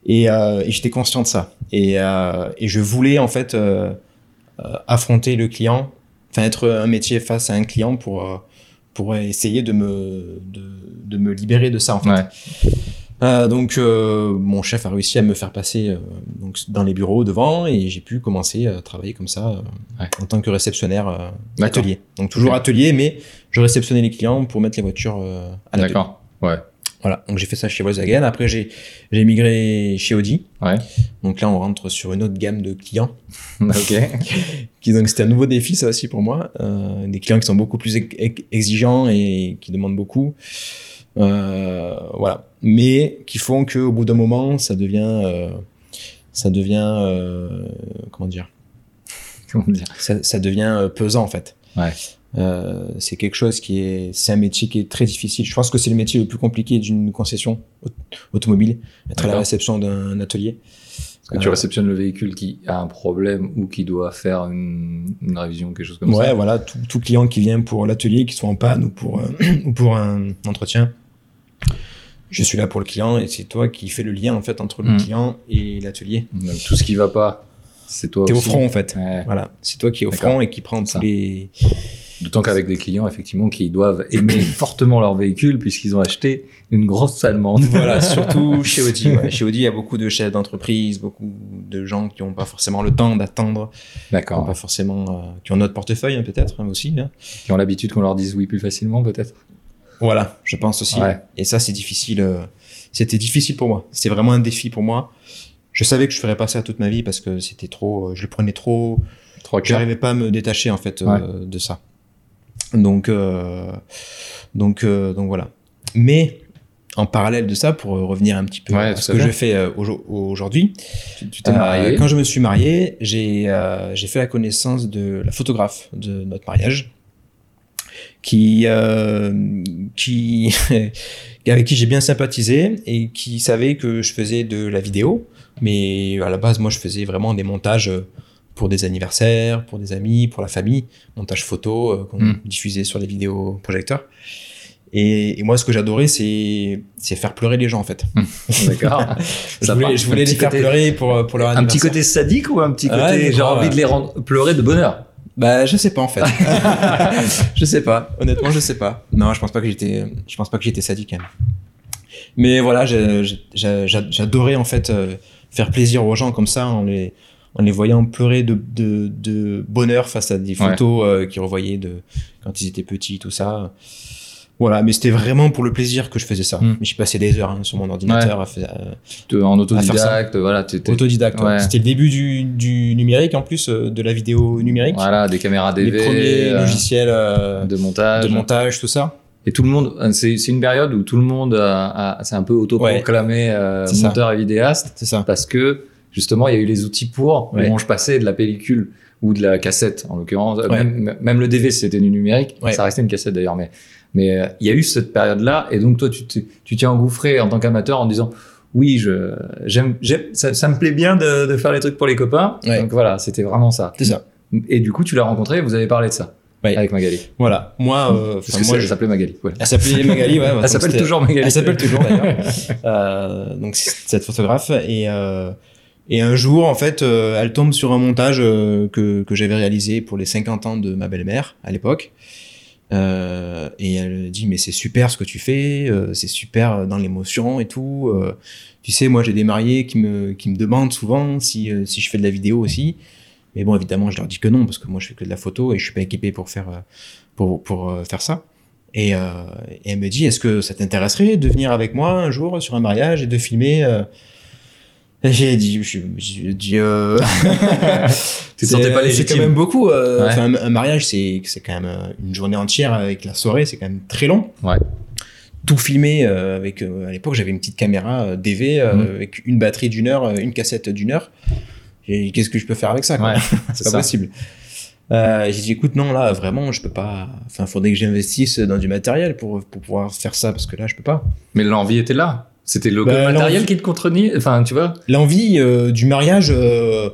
C: et, euh, et j'étais conscient de ça et, euh, et je voulais en fait euh, euh, affronter le client enfin être un métier face à un client pour euh, pour essayer de me de, de me libérer de ça en fait
B: Ouais.
C: Euh, donc euh, mon chef a réussi à me faire passer euh, donc dans les bureaux devant et j'ai pu commencer à travailler comme ça euh,
B: Ouais.
C: en tant que réceptionnaire euh,
B: D'accord.
C: atelier donc toujours
B: Ok.
C: atelier mais je réceptionnais les clients pour mettre les voitures euh, à l'atelier
B: D'accord. (laughs) Ouais.
C: voilà, donc j'ai fait ça chez Volkswagen. Après, j'ai j'ai migré chez Audi.
B: Ouais.
C: Donc là, on rentre sur une autre gamme de clients.
B: ok.
C: Qui, donc c'était un nouveau défi, ça aussi pour moi. Euh, des clients qui sont beaucoup plus ex- ex- exigeants et qui demandent beaucoup. Euh, voilà. Mais qui font qu'au bout d'un moment, ça devient. euh, ça devient. euh, comment dire
B: Comment dire
C: ça, ça devient euh, pesant en fait.
B: Ouais.
C: Euh, c'est quelque chose qui est, c'est un métier qui est très difficile. Je pense que c'est le métier le plus compliqué d'une concession aut- automobile, être à la
B: D'accord.
C: réception d'un atelier.
B: Parce que tu
C: Euh,
B: réceptionnes le véhicule qui a un problème ou qui doit faire une, une révision, quelque chose comme
C: ouais,
B: ça.
C: voilà, tout, tout client qui vient pour l'atelier, qui soit en panne ou pour euh, (clears throat) ou pour un entretien, je suis là pour le client et c'est toi qui fais le lien en fait entre le
B: Mhm.
C: client et l'atelier.
B: Donc tout ce qui va pas, c'est toi
C: T'es au
B: aussi.
C: front en fait.
B: Ouais.
C: Voilà, c'est toi qui es au
B: D'accord.
C: front et qui prend
B: Ça.
C: tous les.
B: D'autant qu'avec des clients, effectivement, qui doivent aimer (coughs) fortement leur véhicule puisqu'ils ont acheté une grosse allemande. (laughs)
C: Voilà, surtout chez Audi. ouais. Chez Audi, il y a beaucoup de chefs d'entreprise, beaucoup de gens qui n'ont pas forcément le temps d'attendre, qui ont
B: D'accord.
C: pas forcément, euh, qui ont notre portefeuille hein, peut-être hein, aussi. hein.
B: Qui ont l'habitude qu'on leur dise oui plus facilement, peut-être.
C: Voilà, je pense aussi.
B: Ouais.
C: Et ça, c'est difficile. euh, C'était difficile pour moi. C'était vraiment un défi pour moi. Je savais que je ferais pas ça toute ma vie parce que c'était trop. euh, Je le prenais trop.
B: Trois quarts.
C: J'arrivais pas à me détacher en fait euh, de ça. Donc, euh, donc, euh, donc voilà. Mais en parallèle de ça, pour euh, revenir un petit peu
B: Ouais,
C: à
B: tout
C: ce
B: à
C: que
B: fait.
C: je fais euh, aujo- aujourd'hui,
B: Tu tu t'es
C: Euh,
B: marié.
C: Quand je me suis marié, j'ai euh, j'ai fait la connaissance de la photographe de notre mariage, qui, euh, qui (laughs) avec qui j'ai bien sympathisé et qui savait que je faisais de la vidéo, mais à la base, moi, je faisais vraiment des montages euh, pour des anniversaires, pour des amis, pour la famille, montage photo euh, qu'on
B: Mm.
C: diffusait sur les vidéoprojecteurs. Et, et moi, ce que j'adorais, c'est c'est faire pleurer les gens, en fait. (laughs)
B: D'accord.
C: Je
B: Ça
C: voulais,
B: part.
C: je
B: Hmm.
C: voulais
B: Un
C: les
B: petit
C: faire
B: côté-
C: pleurer pour, euh, pour leur
B: Un petit
C: anniversaire.
B: côté sadique ou un petit
C: Ouais,
B: côté
C: je
B: j'ai
C: crois,
B: envie
C: ouais.
B: de les rendre pleurer de bonheur
C: Bah, je sais pas en fait. (laughs) je sais pas. Honnêtement, je sais pas. Non, je pense pas que j'étais, je pense pas que j'étais sadique. hein. Mais voilà, j'ai- j'ai- j'ai- j'a- j'adorais en fait euh, faire plaisir aux gens comme ça en les, en les voyant pleurer de, de, de bonheur face à des photos euh, qu'ils revoyaient de quand ils étaient petits, tout ça. Voilà, mais c'était vraiment pour le plaisir que je faisais ça.
B: Mm.
C: Mais J'y passais des heures hein, sur mon ordinateur à faire, euh,
B: Te- En
C: ça.
B: autodidacte, voilà. t'es- t'es-
C: autodidacte. ouais.
B: Ouais.
C: C'était le début du, du numérique en plus, euh, de la vidéo numérique.
B: Voilà, des caméras
C: les
B: DV.
C: premiers
B: euh,
C: logiciels euh,
B: de montage.
C: de montage, tout ça.
B: Et tout le monde, euh, c'est c'est une période où tout le monde a- a- s'est un peu autoproclamé euh,
C: C'est ça.
B: monteur et vidéaste
C: C'est ça.
B: parce que justement il y a eu les outils pour.
C: Ouais.
B: Où je passais de la pellicule ou de la cassette en l'occurrence, Euh,
C: Ouais.
B: même, même le DV c'était du numérique,
C: Ouais.
B: ça restait une cassette d'ailleurs, mais mais euh, il y a eu cette période là et donc toi tu t'es- tu t'es engouffré en tant qu'amateur en disant oui je j'aime j'aime- ça, ça me plaît bien de, de faire les trucs pour les copains
C: Ouais.
B: donc voilà c'était vraiment ça
C: C'est ça.
B: et du coup tu l'as rencontré et vous avez parlé de ça
C: Ouais.
B: avec Magali.
C: Voilà. Moi, euh,
B: Parce
C: enfin,
B: que
C: moi,
B: c'est-
C: je-
B: elle s'appelait Magali. ouais. (laughs)
C: elle s'appelait Magali. Ouais, donc
B: Elle s'appelle
C: c'était-
B: toujours Magali.
C: Elle s'appelle toujours d'ailleurs. Euh, donc c'est cette photographe et euh, et un jour en fait euh, elle tombe sur un montage euh, que que j'avais réalisé pour les 50 ans de ma belle-mère à l'époque. Euh, et elle dit mais c'est super ce que tu fais, euh, c'est super dans l'émotion et tout. Euh, tu sais moi j'ai des mariés qui me qui me demandent souvent si euh, si je fais de la vidéo aussi. Mais bon évidemment je leur dis que non parce que moi je fais que de la photo et je suis pas équipé pour faire euh, pour pour euh, faire ça. Et, euh, et elle me dit, est-ce que ça t'intéresserait de venir avec moi un jour sur un mariage et de filmer euh Et J'ai dit, je, je dis,
B: (laughs)
C: euh,
B: Tu te
C: c'est-
B: sentais pas
C: C'est
B: légitime.
C: quand même beaucoup. euh,
B: Ouais.
C: enfin, Un, un mariage, c'est c'est quand même euh, une journée entière avec la soirée, c'est quand même très long.
B: Ouais.
C: Tout filmé euh, avec. euh, à l'époque, j'avais une petite caméra euh, DV euh,
B: Mhm.
C: avec une batterie d'une heure, euh, une cassette d'une heure. J'ai dit, qu'est-ce que je peux faire avec ça quoi (laughs)
B: Ouais,
C: Bah c'est
B: c'est
C: pas
B: ça.
C: possible. Euh, j'ai dit écoute non là vraiment je peux pas enfin faudrait que j'investisse dans du matériel pour, pour pouvoir faire ça parce que là je peux pas
B: Mais l'envie était là. C'était le
C: Bah,
B: matériel
C: l'envie-
B: qui te contredit. Enfin, tu vois.
C: l'envie euh, du mariage euh,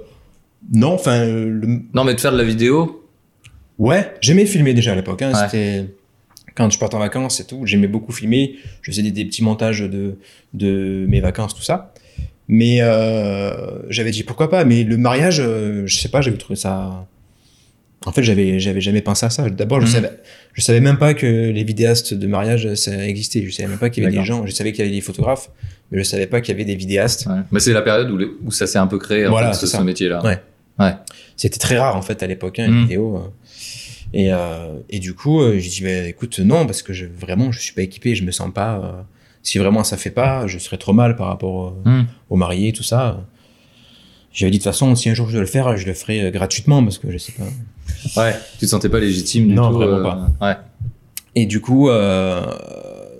C: non enfin euh, le-
B: Non, mais de faire de la vidéo.
C: ouais j'aimais filmer déjà à l'époque hein,
B: Ouais.
C: c'était quand je partais en vacances et tout j'aimais beaucoup filmer je faisais des, des petits montages de de mes vacances tout ça mais euh, j'avais dit pourquoi pas mais le mariage euh, je sais pas j'avais trouvé ça En fait, j'avais j'avais jamais pensé à ça. D'abord, je
B: Mhm.
C: savais je savais même pas que les vidéastes de mariage euh, ça existait. Je savais même pas qu'il y avait des gens. Je savais qu'il y avait des photographes, mais je savais pas qu'il y avait des vidéastes.
B: Mais c'est la période où, les- où ça s'est un peu créé en
C: Voilà,
B: fait, ce,
C: c'est
B: ce
C: ça.
B: métier-là.
C: Ouais. C'était très rare en fait à l'époque hein,
B: Mhm.
C: les vidéos. euh. Et euh, et du coup, euh, j'ai dit bah, écoute non parce que je, vraiment je suis pas équipé, je me sens pas. euh, si vraiment ça fait pas, je serais trop mal par rapport euh,
B: Mhm.
C: aux mariés tout ça. J'avais dit de toute façon si un jour je dois le faire, je le ferai euh, gratuitement parce que je sais pas.
B: Ouais. Tu te sentais pas légitime du
C: Non,
B: tout,
C: vraiment
B: pas. Ouais.
C: Et du coup, euh,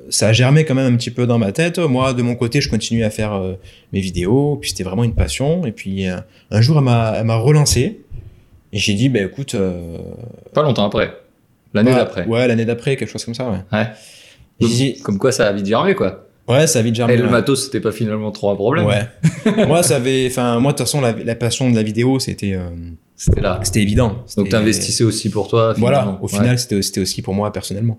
C: ça a germé quand même un petit peu dans ma tête. Moi, de mon côté, je continuais à faire euh, mes vidéos. Puis c'était vraiment une passion. Et puis euh, un jour, elle m'a elle m'a relancé. Et j'ai dit, bah, écoute. euh,
B: Pas longtemps après. L'année
C: ouais,
B: d'après.
C: Bah, Ouais, l'année d'après, quelque chose comme ça, ouais.
B: Ouais.
C: J'ai dit,
B: Comme quoi, ça a vite germé, quoi.
C: ouais, ça a vite germé.
B: Et le
C: ouais.
B: matos, c'était pas finalement trop un problème. (laughs)
C: Ouais. moi, ça avait. Enfin, moi, de toute façon, la, la passion de la vidéo, c'était euh,
B: C'était là.
C: c'était évident.
B: Donc,
C: C'était-
B: t'investissais aussi pour toi.
C: Voilà,
B: finalement.
C: au
B: Ouais.
C: final, c'était c'était aussi pour moi personnellement.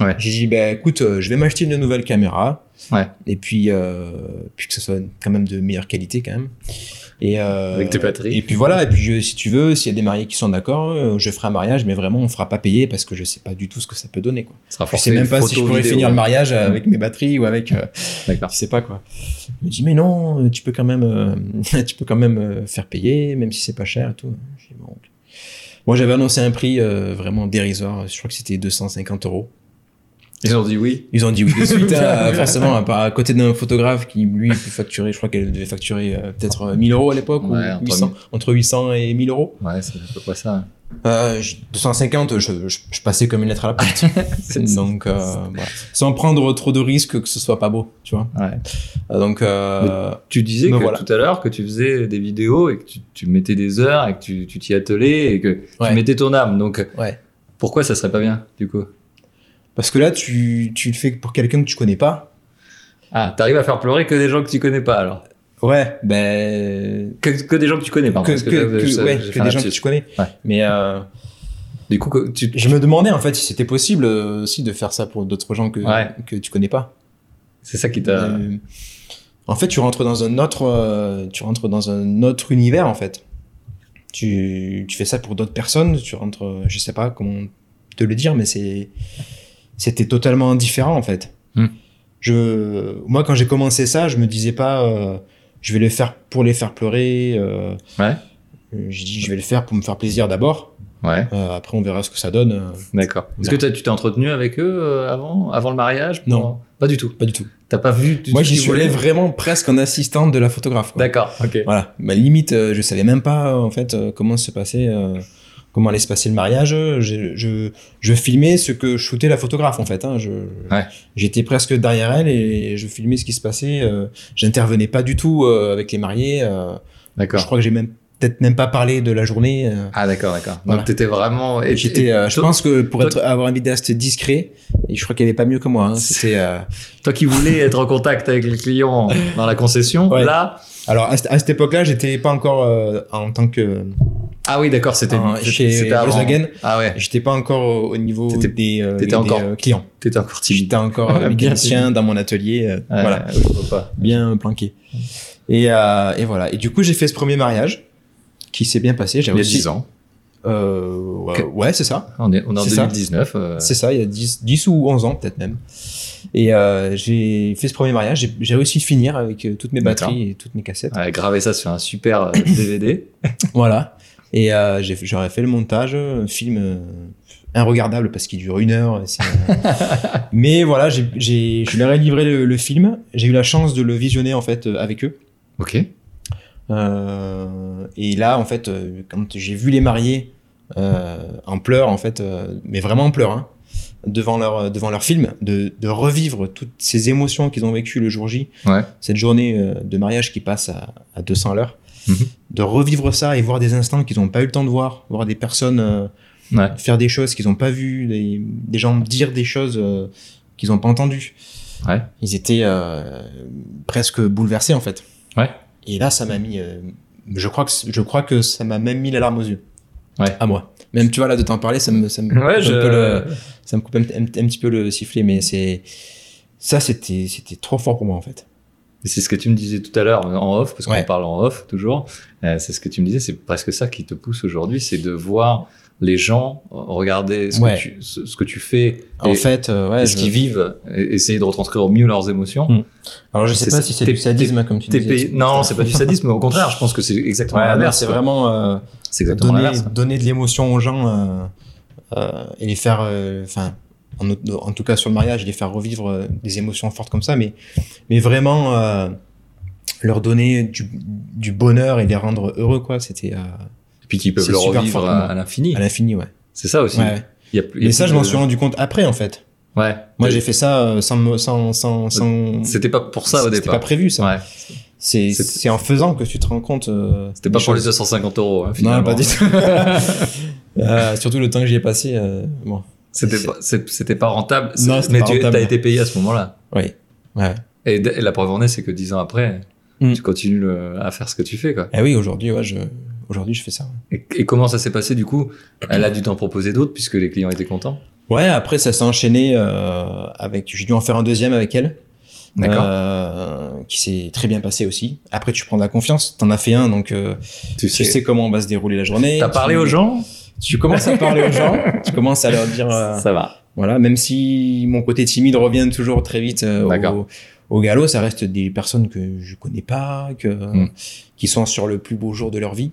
B: Ouais.
C: J'ai dit, bah, écoute, euh, je vais m'acheter une nouvelle caméra.
B: Ouais.
C: Et puis, euh, puis que ce soit quand même de meilleure qualité quand même. Et, euh,
B: Avec tes batteries.
C: Et puis voilà, et puis je- si tu veux, s'il y a des mariés qui sont d'accord, euh, je ferai un mariage, mais vraiment, on fera pas payer parce que je sais pas du tout ce que ça peut donner. Quoi.
B: Ça sera
C: Je sais
B: forcément
C: même pas si je
B: photo,
C: pourrais
B: vidéo.
C: finir le mariage avec mes batteries ou avec. euh,
B: D'accord.
C: je sais pas quoi. Il me dit mais non, euh, tu peux quand même, euh, (laughs) tu peux quand même euh, faire payer, même si c'est pas cher et tout. J'ai dit, bon, ok. Moi j'avais annoncé un prix euh, vraiment dérisoire. Je crois que c'était 250 euros.
B: Ils ont dit oui.
C: Ils ont dit oui
B: (laughs)
C: de suite, hein, forcément à, part- à côté d'un photographe qui lui peut facturer. Je crois qu'elle devait facturer euh, peut-être euh, 1000 euros à l'époque
B: Ouais,
C: ou
B: entre
C: 800, entre 800 et 1000 euros.
B: Ouais, c'est à peu près ça.
C: Euh, je- 250, je, je- je passais comme une lettre à la (laughs) poste. Donc euh, voilà. sans prendre trop de risques que ce soit pas beau, tu vois.
B: Ouais.
C: Euh, Donc euh,
B: Tu disais
C: Me
B: que
C: voilà.
B: tout à l'heure que tu faisais des vidéos et que tu, tu mettais des heures et que tu tu t'y attelais et que
C: Ouais.
B: tu mettais ton âme. Donc,
C: Ouais.
B: pourquoi ça serait pas bien, du coup
C: Parce que là, tu, tu le fais pour quelqu'un que tu connais pas.
B: Ah, t'arrives à faire pleurer que des gens que tu connais pas, alors.
C: Ouais, ben.
B: Que, que des gens que tu connais, pardon.
C: que,
B: parce
C: que,
B: ça-
C: que-
B: ça-
C: ouais,
B: j'ai
C: que
B: fait un
C: des gens que
B: lapsus.
C: tu connais.
B: Ouais.
C: Mais euh,
B: Du coup, que tu...
C: je me demandais en fait si c'était possible euh, aussi de faire ça pour d'autres gens que,
B: Ouais.
C: que tu connais pas.
B: c'est ça qui t'a...
C: Euh, en fait, tu rentres dans un autre, euh, tu rentres dans un autre univers en fait. Tu, tu fais ça pour d'autres personnes. Tu rentres, euh, je sais pas comment te le dire, mais c'est c'était totalement différent en fait.
B: Hmm.
C: Je, moi, quand j'ai commencé ça, je me disais pas, euh, je vais le faire pour les faire pleurer. euh,
B: Ouais.
C: euh, J'ai dit, je vais le faire pour me faire plaisir d'abord.
B: Ouais,
C: Euh, après, on verra ce que ça donne. Euh,
B: d'accord. Est-ce que t'as- tu t'es entretenu avec eux euh, avant, avant le mariage pour-
C: Non.
B: Pas du tout.
C: Pas du tout.
B: T'as pas vu du
C: Moi,
B: tout ce
C: j'y
B: qu'ils
C: suis allé
B: voulaient
C: vraiment presque en assistante de la photographe. quoi.
B: D'accord, ok.
C: Voilà, bah, limite, euh, je savais même pas euh, en fait euh, comment se passait, euh, comment allait se passer le mariage. Je, je, je filmais ce que shootait la photographe en fait. Hein. Je,
B: Ouais.
C: J'étais presque derrière elle et je filmais ce qui se passait. euh, J'intervenais pas du tout euh, avec les mariés. euh, je
B: D'accord.
C: crois que j'ai même peut-être même pas parlé de la journée. euh.
B: Ah, d'accord, d'accord.
C: Voilà.
B: Donc, t'étais vraiment... et-
C: J'étais,
B: et-
C: euh, je
B: toi-
C: pense que pour
B: toi-
C: être, avoir un vidéaste discret, et je crois qu'il n'y avait pas mieux que moi. hein, C'était, euh,
B: Toi qui voulais être en contact avec le client dans la concession,
C: Ouais.
B: là,
C: Alors, à, cette- à cette époque-là, j'étais pas encore euh, en tant que.
B: Ah oui, d'accord, c'était
C: Ah,
B: c'était-
C: chez
B: c'était avant.
C: Volkswagen.
B: Ah ouais,
C: J'étais pas encore au, au niveau
B: T'étais-
C: des, euh,
B: t'étais
C: des,
B: encore-
C: euh, clients.
B: t'étais encore timide. (laughs)
C: J'étais encore euh,
B: Bien
C: mécanicien dans mon atelier. euh,
B: Ouais,
C: Voilà.
B: ouais, je vois pas.
C: bien planqué. Et, euh, et voilà. Et du coup, j'ai fait ce premier mariage qui s'est bien passé.
B: Il y a
C: J'avais aussi-
B: 10 ans.
C: Euh, ouais,
B: Que-
C: ouais, c'est ça.
B: On est, on est en
C: C'est ça.
B: 2019. euh,
C: C'est ça, il y a 10, 10 ou 11 ans peut-être même. Et euh, j'ai fait ce premier mariage. J'ai- J'ai réussi à finir avec euh, toutes mes
B: D'accord.
C: batteries et toutes mes cassettes.
B: ouais, graver ça sur un super euh, (coughs) DVD.
C: Voilà. Et euh, j'ai- j'aurais fait le montage, un film euh, inregardable parce qu'il dure une heure. et c'est- Mais voilà, j'ai- j'ai- je leur ai livré le, le film. J'ai eu la chance de le visionner en fait euh, avec eux.
B: Ok.
C: Euh, et là, en fait, euh, quand j'ai vu les mariés euh, en pleurs, en fait, euh, mais vraiment en pleurs, hein, devant leur euh, devant leur film, de, de revivre toutes ces émotions qu'ils ont vécues le jour J,
B: Ouais.
C: cette journée euh, de mariage qui passe à, à 200 à l'heure,
B: Mhm.
C: de revivre ça et voir des instants qu'ils n'ont pas eu le temps de voir, voir des personnes euh,
B: Ouais.
C: faire des choses qu'ils n'ont pas vues, des, des gens dire des choses euh, qu'ils n'ont pas entendues.
B: Ouais.
C: Ils étaient euh, presque bouleversés en fait.
B: Ouais.
C: Et là, ça m'a mis. euh, je crois que c- je crois que ça m'a même mis la larme aux yeux.
B: Ouais.
C: À moi. Même tu vois là de t'en parler, ça me ça me coupe un
B: Ouais, je...
C: peu le- ça me coupe un, un- un petit peu le sifflet, mais c'est ça c'était c'était trop fort pour moi en fait.
B: C'est ce que tu me disais tout à l'heure euh, en off, parce qu'on
C: Ouais.
B: parle en off toujours. Euh, c'est ce que tu me disais, c'est presque ça qui te pousse aujourd'hui, c'est de voir les gens regarder ce,
C: Ouais.
B: que, tu, ce, ce que tu fais
C: En
B: et,
C: fait, euh, ouais.
B: et ce
C: je-
B: qu'ils vivent, et essayer de retranscrire au mieux leurs émotions.
C: Mm. Alors je sais
B: c'est
C: pas
B: ça.
C: si c'est
B: T'es-
C: du sadisme comme tu
B: T'es
C: disais.
B: payé- Non, c'est pas du sadisme, au contraire, je pense que c'est exactement
C: Ouais, non,
B: l'inverse.
C: c'est
B: quoi.
C: vraiment. euh,
B: C'est hein. exactement
C: donner,
B: l'inverse.
C: donner de l'émotion aux gens euh, euh, et les faire, euh, enfin, en, au- en tout cas sur le mariage, les faire revivre euh, des émotions fortes comme ça, mais, mais vraiment euh, leur donner du, du bonheur et les rendre heureux, quoi. C'était euh,
B: Et puis qu'ils peuvent
C: c'est
B: le
C: super
B: revivre
C: fort,
B: à,
C: moi.
B: à l'infini.
C: à l'infini, ouais.
B: C'est ça aussi.
C: ouais. ouais.
B: Il y a plus- il y a
C: Mais ça,
B: plus
C: je m'en
B: de-
C: suis rendu compte après, en fait.
B: Ouais.
C: Moi, j'ai fait ça euh, sans, me- sans, sans, sans-
B: C'était pas pour ça au
C: C'était pas
B: départ.
C: prévu, ça.
B: Ouais.
C: C'est
B: C'était-
C: c'est en faisant que tu te rends compte. euh,
B: C'était pas
C: des
B: pour les
C: choses.
B: 250 euros. hein,
C: Non,
B: finalement.
C: pas du tout. (laughs) Euh, surtout le temps que j'y ai passé. euh, bon.
B: C'était
C: C'est-
B: pas, c'est- c'était pas rentable.
C: Non,
B: C'est-
C: c'était
B: mais
C: pas
B: tu
C: rentable.
B: as été payé à ce moment-là.
C: Oui. Ouais.
B: Et, d- et la preuve en est, c'est que 10 ans après,
C: Mm.
B: tu continues le- à faire ce que tu fais. Quoi.
C: Eh oui, aujourd'hui, ouais, je, aujourd'hui, je fais ça.
B: Et, et comment ça s'est passé du coup Elle a dû t'en proposer d'autres puisque les clients étaient contents.
C: Ouais, après, ça s'est enchaîné euh, avec. J'ai dû en faire un deuxième avec elle.
B: D'accord.
C: euh, qui s'est très bien passé aussi. Après, tu prends de la confiance. T'en as fait un, donc euh,
B: tu
C: tu sais comment va se dérouler la journée.
B: T'as
C: Tu-
B: parlé aux gens
C: Tu commences à parler aux gens. Tu commences à leur dire. euh,
B: Ça va.
C: voilà, même si mon côté timide revient toujours très vite euh,
B: D'accord.
C: au, au galop, ça reste des personnes que je connais pas, que,
B: Mm.
C: qui sont sur le plus beau jour de leur vie.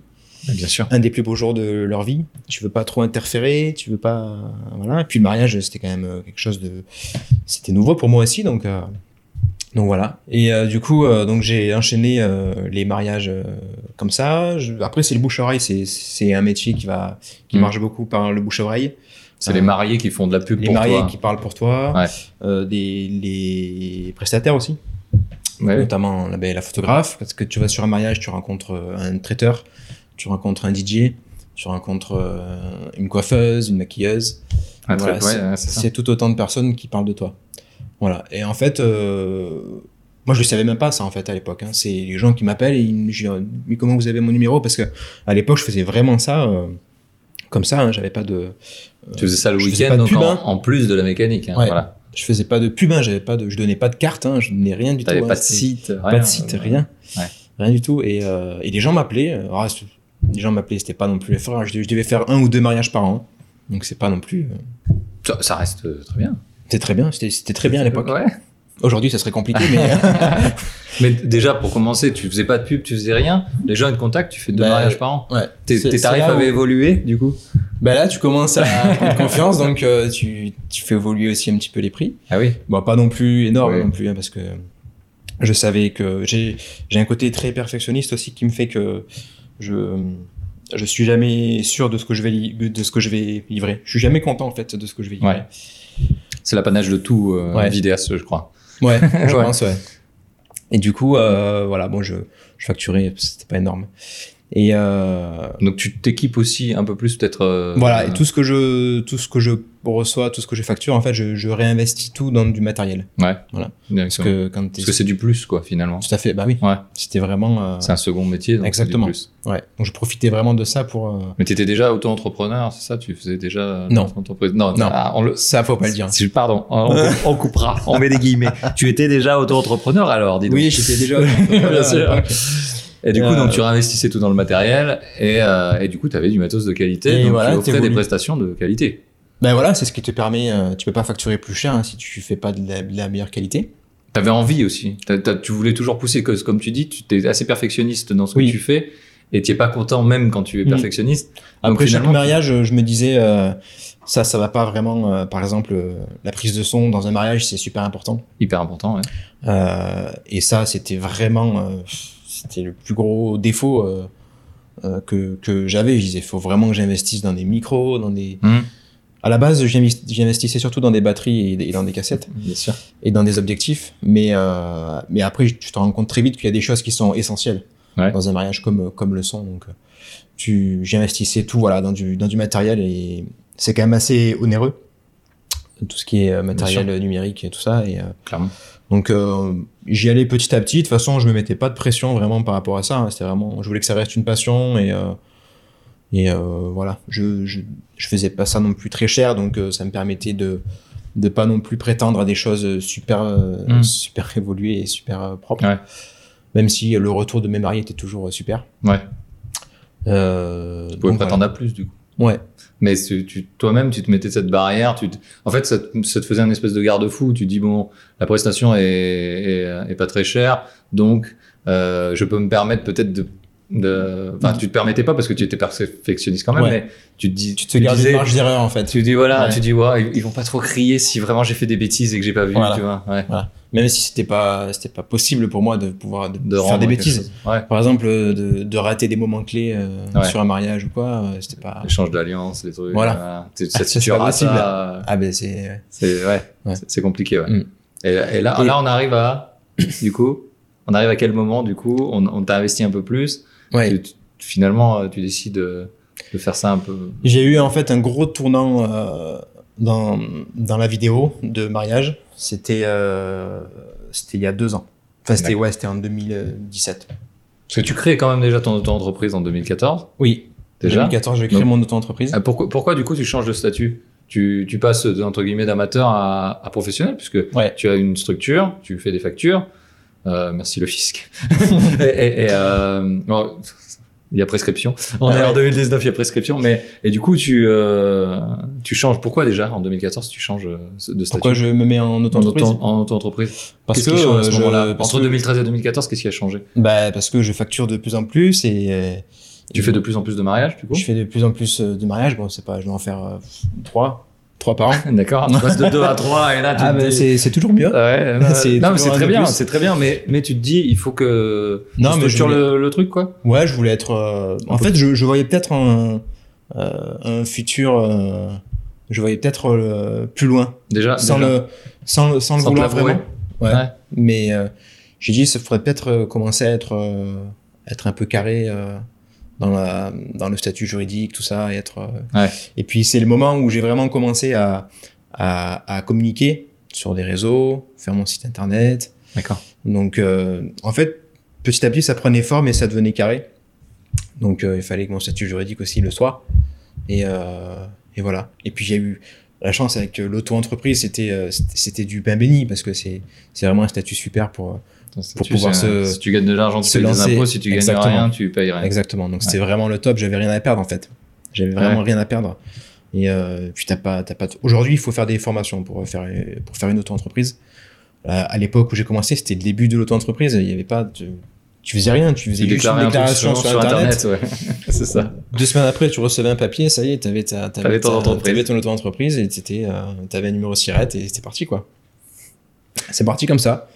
B: Bien sûr.
C: un des plus beaux jours de leur vie. Tu veux pas trop interférer, tu veux pas, voilà. Et puis le mariage, c'était quand même euh, quelque chose de, c'était nouveau pour moi aussi, donc euh, donc voilà. Et euh, du coup, euh, donc j'ai enchaîné euh, les mariages euh, comme ça. Je- Après, c'est le bouche à oreille, c'est c'est un métier qui va qui
B: Mm.
C: marche beaucoup par le Euh, bouche à oreille.
B: C'est les mariés qui font de la pub
C: Les
B: pour
C: mariés
B: toi.
C: qui parlent pour toi,
B: Ouais.
C: euh, des les prestataires aussi
B: Ouais.
C: notamment la, ben, la photographe, parce que tu vas sur un mariage, tu rencontres euh, un traiteur, tu rencontres un DJ, tu rencontres euh, une coiffeuse, une maquilleuse.
B: Un
C: Voilà,
B: truc, ouais, ouais, c'est ça.
C: C'est tout autant de personnes qui parlent de toi. Voilà. Et en fait, euh, moi je ne savais même pas ça en fait à l'époque. hein. C'est les gens qui m'appellent et ils me disent mais comment vous avez mon numéro Parce que à l'époque je faisais vraiment ça. euh, comme ça, hein, j'avais pas de,
B: Tu faisais ça le
C: Je faisais pas
B: week-end,
C: de
B: donc
C: pub,
B: en,
C: hein.
B: en plus de la mécanique. hein,
C: Ouais.
B: voilà.
C: je faisais pas de pub, hein, j'avais pas de, je donnais pas de carte, hein, je donnais rien du tout.
B: T'avais
C: hein,
B: pas de
C: c'était-
B: site, euh,
C: pas de site, rien.
B: Ouais.
C: Rien du tout. Et, euh, et les gens m'appelaient. Alors, ah, c'est- les gens m'appelaient, c'était pas non plus les frères. Je, devais- je devais faire un ou deux mariages par an. Donc c'est pas non plus. euh,
B: Ça, ça reste euh, très bien.
C: C'était très bien. C'était- C'était très bien à l'époque.
B: Ouais.
C: Aujourd'hui, ça serait compliqué,
B: (laughs)
C: mais. euh,
B: Mais déjà, pour commencer, tu faisais pas de pub, tu faisais rien. Les gens, ils te contactent, tu fais deux
C: Bah,
B: mariages par an.
C: ouais.
B: Tes,
C: C'est-
B: tes
C: c'est
B: tarifs
C: là où-
B: avaient évolué, du coup
C: Bah là, tu commences à prendre confiance, donc euh, tu, tu fais évoluer aussi un petit peu les prix.
B: Ah oui.
C: Bon, Bah, pas non plus énorme
B: Oui.
C: non plus, hein, parce que je savais que j'ai j'ai un côté très perfectionniste aussi qui me fait que je je suis jamais sûr de ce que je vais li- de ce que je vais livrer. Je suis jamais content en fait de ce que je vais livrer.
B: Ouais. C'est l'apanage de tout euh,
C: Ouais.
B: vidéaste, je crois.
C: Ouais,
B: (laughs)
C: je
B: Ouais.
C: pense, ouais. Et du coup, euh, voilà, bon, je, je facturais, c'était pas énorme. Et euh,
B: Donc tu t'équipes aussi un peu plus peut-être. euh,
C: voilà,
B: euh,
C: et tout ce que je tout ce que je reçois, tout ce que je facture, en fait, je, je réinvestis tout dans du matériel.
B: Ouais.
C: Voilà.
B: Bien
C: Parce
B: sûr.
C: que quand t'es-
B: Parce que c'est du plus quoi finalement.
C: tout à fait, bah oui.
B: Ouais.
C: C'était vraiment. euh,
B: C'est un second métier. Donc c'est du
C: Exactement.
B: plus.
C: ouais. Donc je profitais vraiment de ça pour. euh,
B: Mais tu étais déjà auto-entrepreneur, c'est ça Tu faisais déjà
C: Non.
B: ton entreprise Non,
C: Non.
B: ah, on le...
C: Ça, faut pas le dire.
B: Si- Pardon, on,
C: (laughs)
B: on coupera, on met des guillemets. tu étais déjà auto-entrepreneur alors, dis donc.
C: Oui, j'étais
B: (laughs)
C: déjà. (laughs)
B: Bien sûr.
C: Ok.
B: Et du coup,
C: Euh,
B: donc, tu réinvestissais tout dans le matériel et, euh, et du coup, tu avais du matos de qualité.
C: Et
B: donc,
C: voilà,
B: tu offrais des
C: t'évolues.
B: prestations de qualité.
C: Ben voilà, c'est ce qui te permet. euh, tu peux pas facturer plus cher hein, si tu fais pas de la, de la meilleure qualité.
B: Tu avais envie aussi. T'as- t'as- tu voulais toujours pousser. que- Comme tu dis, tu es assez perfectionniste dans ce que
C: Oui.
B: tu fais et tu n'es pas content même quand tu es
C: Mm.
B: perfectionniste. Donc,
C: Après chaque
B: finalement,
C: mariage, euh, je me disais euh, ça, ça va pas vraiment. euh, par exemple, euh, la prise de son dans un mariage, c'est super important.
B: Hyper important, ouais.
C: Euh, et ça, c'était vraiment, euh, c'était le plus gros défaut euh, euh, que, que j'avais. Je disais, faut vraiment que j'investisse dans des micros, dans des.
B: Mm.
C: À la base, j'invest- j'investissais surtout dans des batteries et, et dans des cassettes
B: Bien sûr.
C: et dans des objectifs. Mais euh, mais après, tu te rends compte très vite qu'il y a des choses qui sont essentielles
B: Ouais.
C: dans un mariage comme comme le son. Donc, euh, tu j'investissais tout voilà dans du dans du matériel et c'est quand même assez onéreux tout ce qui est euh, matériel numérique et tout ça et euh,
B: Clairement.
C: donc euh, j'y allais petit à petit. De toute façon, je me mettais pas de pression vraiment par rapport à ça. hein. C'était vraiment, je voulais que ça reste une passion et euh, et euh, voilà. Je, je je faisais pas ça non plus très cher, donc euh, ça me permettait de de pas non plus prétendre à des choses super euh,
B: Mm.
C: super évoluées et super euh, propres.
B: Ouais.
C: Même si le retour de mes mariés était toujours euh, super.
B: Ouais.
C: Euh,
B: Tu pouvais
C: donc,
B: prétendre à plus, du coup.
C: voilà. Ouais.
B: Mais tu, tu- toi-même, tu te mettais cette barrière. Tu te- En fait, ça, te- ça te faisait un espèce de garde-fou. Tu dis, bon, la prestation est, est, est pas très chère, donc euh, je peux me permettre peut-être de... de- Enfin, tu te permettais pas parce que tu étais perfectionniste quand même,
C: Ouais.
B: mais tu te dis...
C: Tu te gardes
B: disais-
C: une marge d'erreur en fait.
B: Tu dis, voilà,
C: Ouais.
B: tu dis, ouais, ils- ils vont pas trop crier si vraiment j'ai fait des bêtises et que j'ai pas vu,
C: Voilà.
B: tu vois. Ouais.
C: Même si c'était pas c'était pas possible pour moi de pouvoir de
B: De
C: faire
B: rendre
C: des
B: quelque
C: bêtises.
B: chose. Ouais.
C: Par exemple, euh, de, de rater des moments clés euh,
B: Ouais.
C: sur un mariage ou quoi, euh, c'était pas.
B: Échange d'alliance, les trucs.
C: Voilà.
B: Tu-
C: Ah,
B: Ça
C: ça,
B: te
C: c'est
B: situera
C: pas possible.
B: ça. euh,
C: Ah ben c'est.
B: C'est ouais,
C: Ouais.
B: c'est- c'est compliqué. Ouais.
C: Mm.
B: Et, et là,
C: Et-
B: là, on arrive à du coup, on arrive à quel moment du coup on, on t'a investi un peu plus.
C: Ouais.
B: Tu- tu- finalement, euh, tu décides euh, de faire ça un peu.
C: J'ai eu en fait un gros tournant euh, dans, dans la vidéo de mariage. C'était euh, c'était il y a deux ans. Enfin c'était
B: D'accord.
C: ouais c'était en 2017.
B: Parce que tu crées quand même déjà ton auto-entreprise en 2014
C: Oui.
B: déjà.
C: 2014, j'ai créé
B: Donc-
C: mon auto-entreprise.
B: Ah, Pourquoi, pourquoi du coup tu changes de statut tu, tu passes de, entre guillemets d'amateur à, à professionnel puisque
C: Ouais.
B: tu as une structure, tu fais des factures. Euh, merci le
C: (laughs)
B: fisc. et, et- et, euh, bon, il y a prescription. On
C: Ah
B: est en
C: ouais.
B: 2019, il y a prescription. Mais et du coup tu euh, tu changes. Pourquoi déjà en 2014 tu changes euh, de statut
C: Pourquoi je me mets en
B: en
C: auto-entreprise
B: auto- en auto-entreprise
C: Parce
B: Qu'est-ce
C: que
B: qui change à ce
C: euh, je-
B: moment-là
C: parce
B: Entre
C: que-
B: 2013 et 2014, qu'est-ce qui a changé
C: bah, parce que je facture de plus en plus et. euh,
B: Tu
C: et-
B: fais de plus en plus de mariages, du coup
C: Je fais de plus en plus euh, de mariages. Bon c'est pas je vais en faire euh, trois trois par
B: (laughs)
C: an.
B: D'accord. Tu
C: (laughs)
B: passes de 2 à 3 et là tu
C: Ah
B: te
C: ben
B: dis-
C: c'est c'est toujours mieux.
B: Ouais, euh, non,
C: (laughs) C'est
B: mais c'est
C: toujours un
B: très
C: de
B: bien,
C: plus.
B: c'est très bien, mais, mais tu te dis, il faut que
C: Non,
B: tu
C: mais je
B: structures
C: voulais-
B: le, le truc, quoi.
C: Ouais, je voulais être. euh,
B: Un
C: En
B: peu
C: fait, je, je voyais peut-être un, euh, un futur. euh, je voyais peut-être euh, plus loin,
B: Déjà,
C: sans,
B: déjà.
C: le, sans le sans le
B: Ah, Sans te
C: vouloir
B: l'avouer.
C: vraiment. Ouais.
B: Ouais.
C: Mais euh, j'ai dit, ça faudrait peut-être euh, commencer à être euh, être un peu carré euh, dans la dans le statut juridique, tout ça, et être. euh,
B: Ouais.
C: Et puis c'est le moment où j'ai vraiment commencé à, à à communiquer sur des réseaux, faire mon site internet.
B: D'accord.
C: Donc, euh, en fait, petit à petit, ça prenait forme et ça devenait carré. Donc, euh, il fallait que mon statut juridique aussi le soit. Et, euh, et voilà. Et puis, j'ai eu la chance avec euh, l'auto-entreprise, c'était euh, c'était c'était du pain béni parce que c'est c'est vraiment un statut super pour. euh,
B: Statut,
C: pouvoir
B: c'est-
C: se-
B: Si tu gagnes de l'argent, tu
C: se
B: payes des
C: lancer.
B: impôts. Si tu gagnes
C: Exactement.
B: rien, tu payes rien.
C: Exactement. Donc, c'était vraiment le top. J'avais rien à perdre en fait. J'avais vraiment rien à perdre. Et euh, puis, t'as pas, t'as pas. Aujourd'hui, il faut faire des formations pour euh, faire pour faire une auto-entreprise. Euh, à l'époque où j'ai commencé, c'était le début de l'auto-entreprise. Il y avait pas. de- tu faisais rien. Tu faisais
B: Tu
C: juste
B: déclares
C: une
B: un truc
C: déclaration
B: sur, sur
C: internet
B: Internet, ouais. (laughs) c'est ça.
C: Deux semaines après, tu recevais un papier, ça y est, t'avais ta,
B: T'avais ton
C: ta-
B: entreprise.
C: t'avais ton auto-entreprise et t'étais, euh, t'avais un numéro SIRET et c'était parti, quoi. C'est parti comme ça.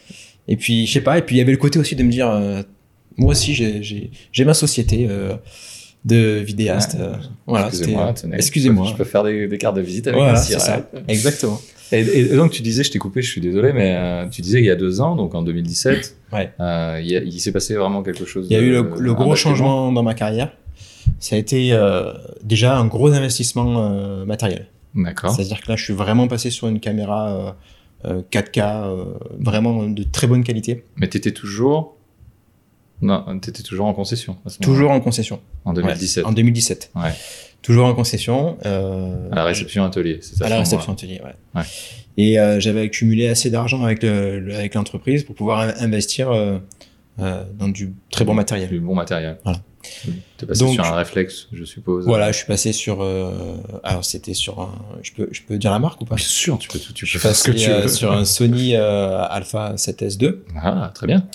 C: Et puis, je sais pas, et puis il y avait le côté aussi de me dire, euh, moi aussi, j'ai- j'ai j'ai ma société euh, de vidéaste.
B: Ouais.
C: euh, voilà,
B: Excusez-moi,
C: c'était-
B: tenez,
C: excusez-moi.
B: Je peux faire des, des cartes de visite avec
C: Voilà,
B: un
C: c'est
B: CIRAD.
C: ça. Exactement.
B: Et, et donc tu disais, je t'ai coupé, je suis désolé, mais euh, tu disais il y a deux ans, donc en 2017,
C: Ouais.
B: euh, il, y a- il s'est passé vraiment quelque chose.
C: Il y a
B: de-
C: eu le, le
B: un
C: gros
B: basculement.
C: changement dans ma carrière. Ça a été euh, déjà un gros investissement euh, matériel.
B: D'accord.
C: C'est-à-dire que là, je suis vraiment passé sur une caméra euh, euh, 4K, euh, vraiment de très bonne qualité,
B: Mais t'étais toujours. Non, t'étais toujours en concession. à ce moment-là,
C: toujours en concession.
B: En 2017.
C: Ouais, en 2017.
B: Ouais.
C: Toujours en concession. euh,
B: À la réception atelier, c'est ça
C: à la
B: ce moment-là.
C: réception atelier, ouais.
B: Ouais.
C: Et euh, j'avais accumulé assez d'argent avec le- le- avec l'entreprise pour pouvoir in- investir euh, euh, dans du très bon matériel.
B: Du bon matériel.
C: Voilà.
B: T'es passé
C: Donc-
B: sur un réflexe, je suppose.
C: Voilà, je suis passé sur. euh, alors, c'était sur un. Je peux, je peux dire la marque ou pas
B: Bien sûr, tu peux tout, tu
C: Je
B: peux
C: suis
B: faire ce
C: passé
B: que tu
C: euh,
B: veux.
C: sur un Sony euh, Alpha 7S2.
B: Ah, très bien.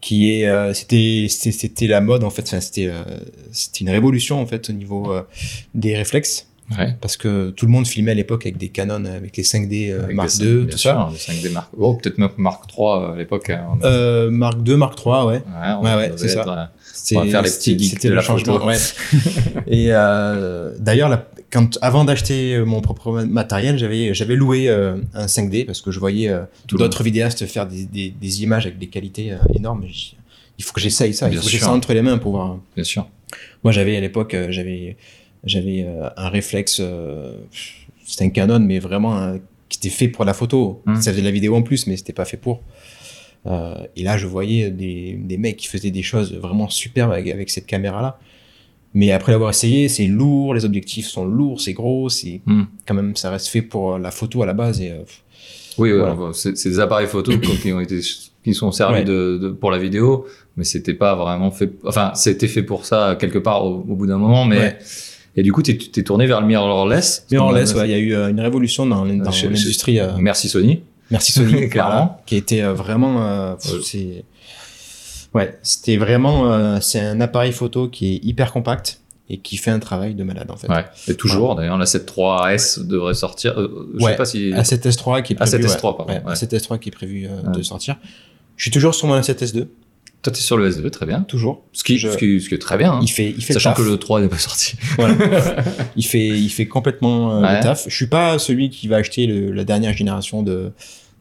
C: qui est euh, c'était c'était c'était la mode en fait enfin, c'était euh, c'était une révolution en fait au niveau euh, des réflexes
B: Ouais.
C: parce que tout le monde filmait à l'époque avec des Canon avec les 5D euh,
B: Avec
C: Mark
B: des-
C: II
B: bien
C: tout
B: sûr,
C: ça
B: le 5D Mark. Oh, peut-être même Mark 3 à l'époque. hein, on-
C: euh, Mark II Mark III ouais
B: Ouais, on
C: ouais, ouais,
B: devait
C: c'est ça.
B: être, euh,
C: c'est
B: On va faire les petits geeks
C: c'était
B: de
C: le
B: la
C: changement
B: photo.
C: ouais. et euh, d'ailleurs la- quand avant d'acheter euh, mon propre ma- matériel j'avais j'avais loué euh, un 5D parce que je voyais euh,
B: Tout le
C: d'autres vidéastes faire des, des, des images avec des qualités euh, énormes J'ai dit, il faut que j'essaye ça il
B: Bien
C: faut que j'ai
B: sûr.
C: ça entre les mains pour voir
B: Bien sûr.
C: Moi, j'avais à l'époque, euh, j'avais, j'avais euh, un réflexe. euh, c'était un Canon, mais vraiment euh, qui était fait pour la photo.
B: Mm.
C: Ça faisait de la vidéo en plus, mais c'était pas fait pour. Euh, et là, je voyais des, des mecs qui faisaient des choses vraiment superbes avec, avec cette caméra-là. Mais après l'avoir essayé, c'est lourd, les objectifs sont lourds, c'est gros, c'est
B: Mm.
C: quand même ça reste fait pour la photo à la base. Et, euh, pff,
B: Oui, oui,
C: Voilà.
B: enfin, c'est c'est des appareils photo quoi, qui ont été qui sont servis
C: Ouais.
B: de, de- pour la vidéo, mais c'était pas vraiment fait. Enfin, c'était fait pour ça quelque part au, au bout d'un moment, mais
C: Ouais.
B: et du coup, t'es t'es tourné vers le mirrorless.
C: mirrorless, ouais, il y a eu euh, une révolution dans, dans
B: chez-
C: l'industrie. euh,
B: Merci Sony. (laughs)
C: Merci
B: Clairement.
C: Sony, clairement, qui était euh, vraiment, euh, pff,
B: Ouais.
C: c'est, ouais, c'était vraiment, euh, c'est un appareil photo qui est hyper compact et qui fait un travail de malade en fait.
B: Ouais. Et toujours, d'ailleurs, la E 7.3S devrait sortir. euh, je
C: Ouais.
B: sais pas si. Ah,
C: A7S3 qui est prévu.
B: A7S3,
C: ouais.
B: E pardon,
C: Ouais,
B: ouais.
C: A7S3 qui est prévu euh,
B: Ouais.
C: de sortir. Je suis toujours sur mon A7S2,
B: Toi, t'es sur le S2, très bien.
C: toujours.
B: Ce qui,
C: Je-
B: ce qui, ce qui est très bien. hein.
C: Il fait, il fait
B: Sachant
C: le
B: que
C: taf.
B: le 3 n'est pas
C: (laughs)
B: sorti.
C: Voilà. il fait, il fait complètement euh,
B: Ouais.
C: le taf. Je suis pas celui qui va acheter le- la dernière génération de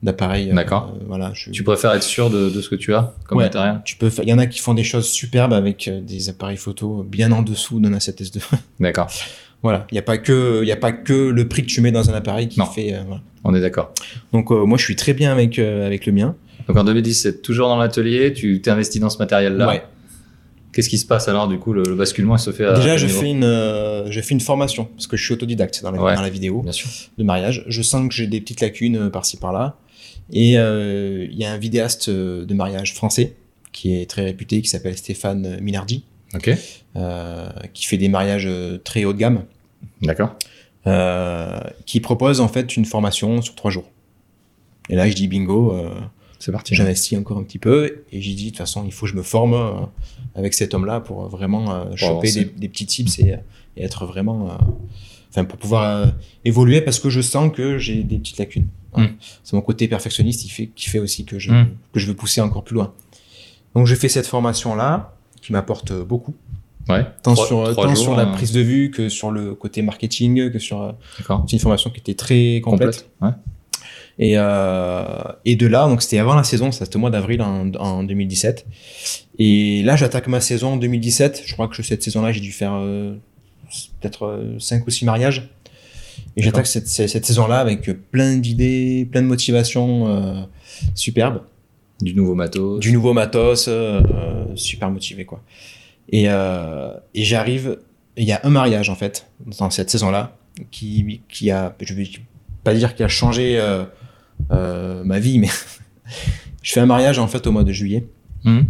C: d'appareils. euh,
B: D'accord.
C: euh, voilà. Je,
B: Tu préfères être sûr de, de ce que tu as comme
C: Ouais.
B: matériel.
C: tu peux faire- Il y en a qui font des choses superbes avec euh, des appareils photo bien en dessous d'un A7S2.
B: D'accord.
C: Voilà, il n'y a pas que il y a pas que le prix que tu mets dans un appareil qui
B: Non.
C: fait. euh, voilà.
B: On est d'accord.
C: Donc euh, moi je suis très bien avec euh, avec le mien.
B: Donc en 2017, toujours dans l'atelier, tu t'investis dans ce matériel-là.
C: Ouais.
B: Qu'est-ce qui se passe alors du coup le, le basculement il se fait à
C: Déjà
B: quel
C: je
B: niveau
C: fais une euh, je fais une formation parce que je suis autodidacte dans la,
B: Ouais.
C: dans la vidéo
B: Bien sûr.
C: de mariage. Je sens que j'ai des petites lacunes euh, par-ci par-là et euh, il y a un vidéaste euh, de mariage français qui est très réputé qui s'appelle Stéphane Minardi
B: Ok.
C: euh, qui fait des mariages euh, très haut de gamme
B: D'accord.
C: euh, qui propose en fait une formation sur trois jours. Et là je dis bingo. euh,
B: C'est parti. hein.
C: J'investis encore un petit peu et j'ai dit de toute façon, il faut que je me forme euh, avec cet homme-là pour euh, vraiment euh, choper
B: avancer.
C: des, des petits tips et, euh, et être vraiment. euh, Enfin, pour pouvoir euh, évoluer parce que je sens que j'ai des petites lacunes. Voilà.
B: Mm.
C: C'est mon côté perfectionniste qui fait, qui fait aussi que je,
B: Mm.
C: que je veux pousser encore plus loin. Donc, j'ai fait cette formation-là qui m'apporte euh, beaucoup,
B: Ouais.
C: tant,
B: Trois-
C: sur,
B: trois
C: tant
B: jours,
C: sur la
B: euh,
C: prise de vue que sur le côté marketing, que sur. euh,
B: D'accord.
C: C'est une formation qui était très complète.
B: Complète. Ouais.
C: Et, euh, et de là, donc c'était avant la saison, ça c'était au mois d'avril en, en 2017. Et là, j'attaque ma saison en 2017. Je crois que cette saison-là, j'ai dû faire euh, peut-être 5 ou 6 mariages. Et
B: D'accord.
C: j'attaque cette, cette- cette saison-là avec plein d'idées, plein de motivations euh, superbes.
B: Du nouveau matos.
C: Du nouveau matos, euh, euh, super motivé, quoi. Et, euh, et j'arrive, il y a un mariage, en fait, dans cette saison-là, qui, qui a, je vais pas dire qu'il a changé euh, euh, ma vie, mais (laughs) je fais un mariage, en fait, au mois de juillet,
B: Hum.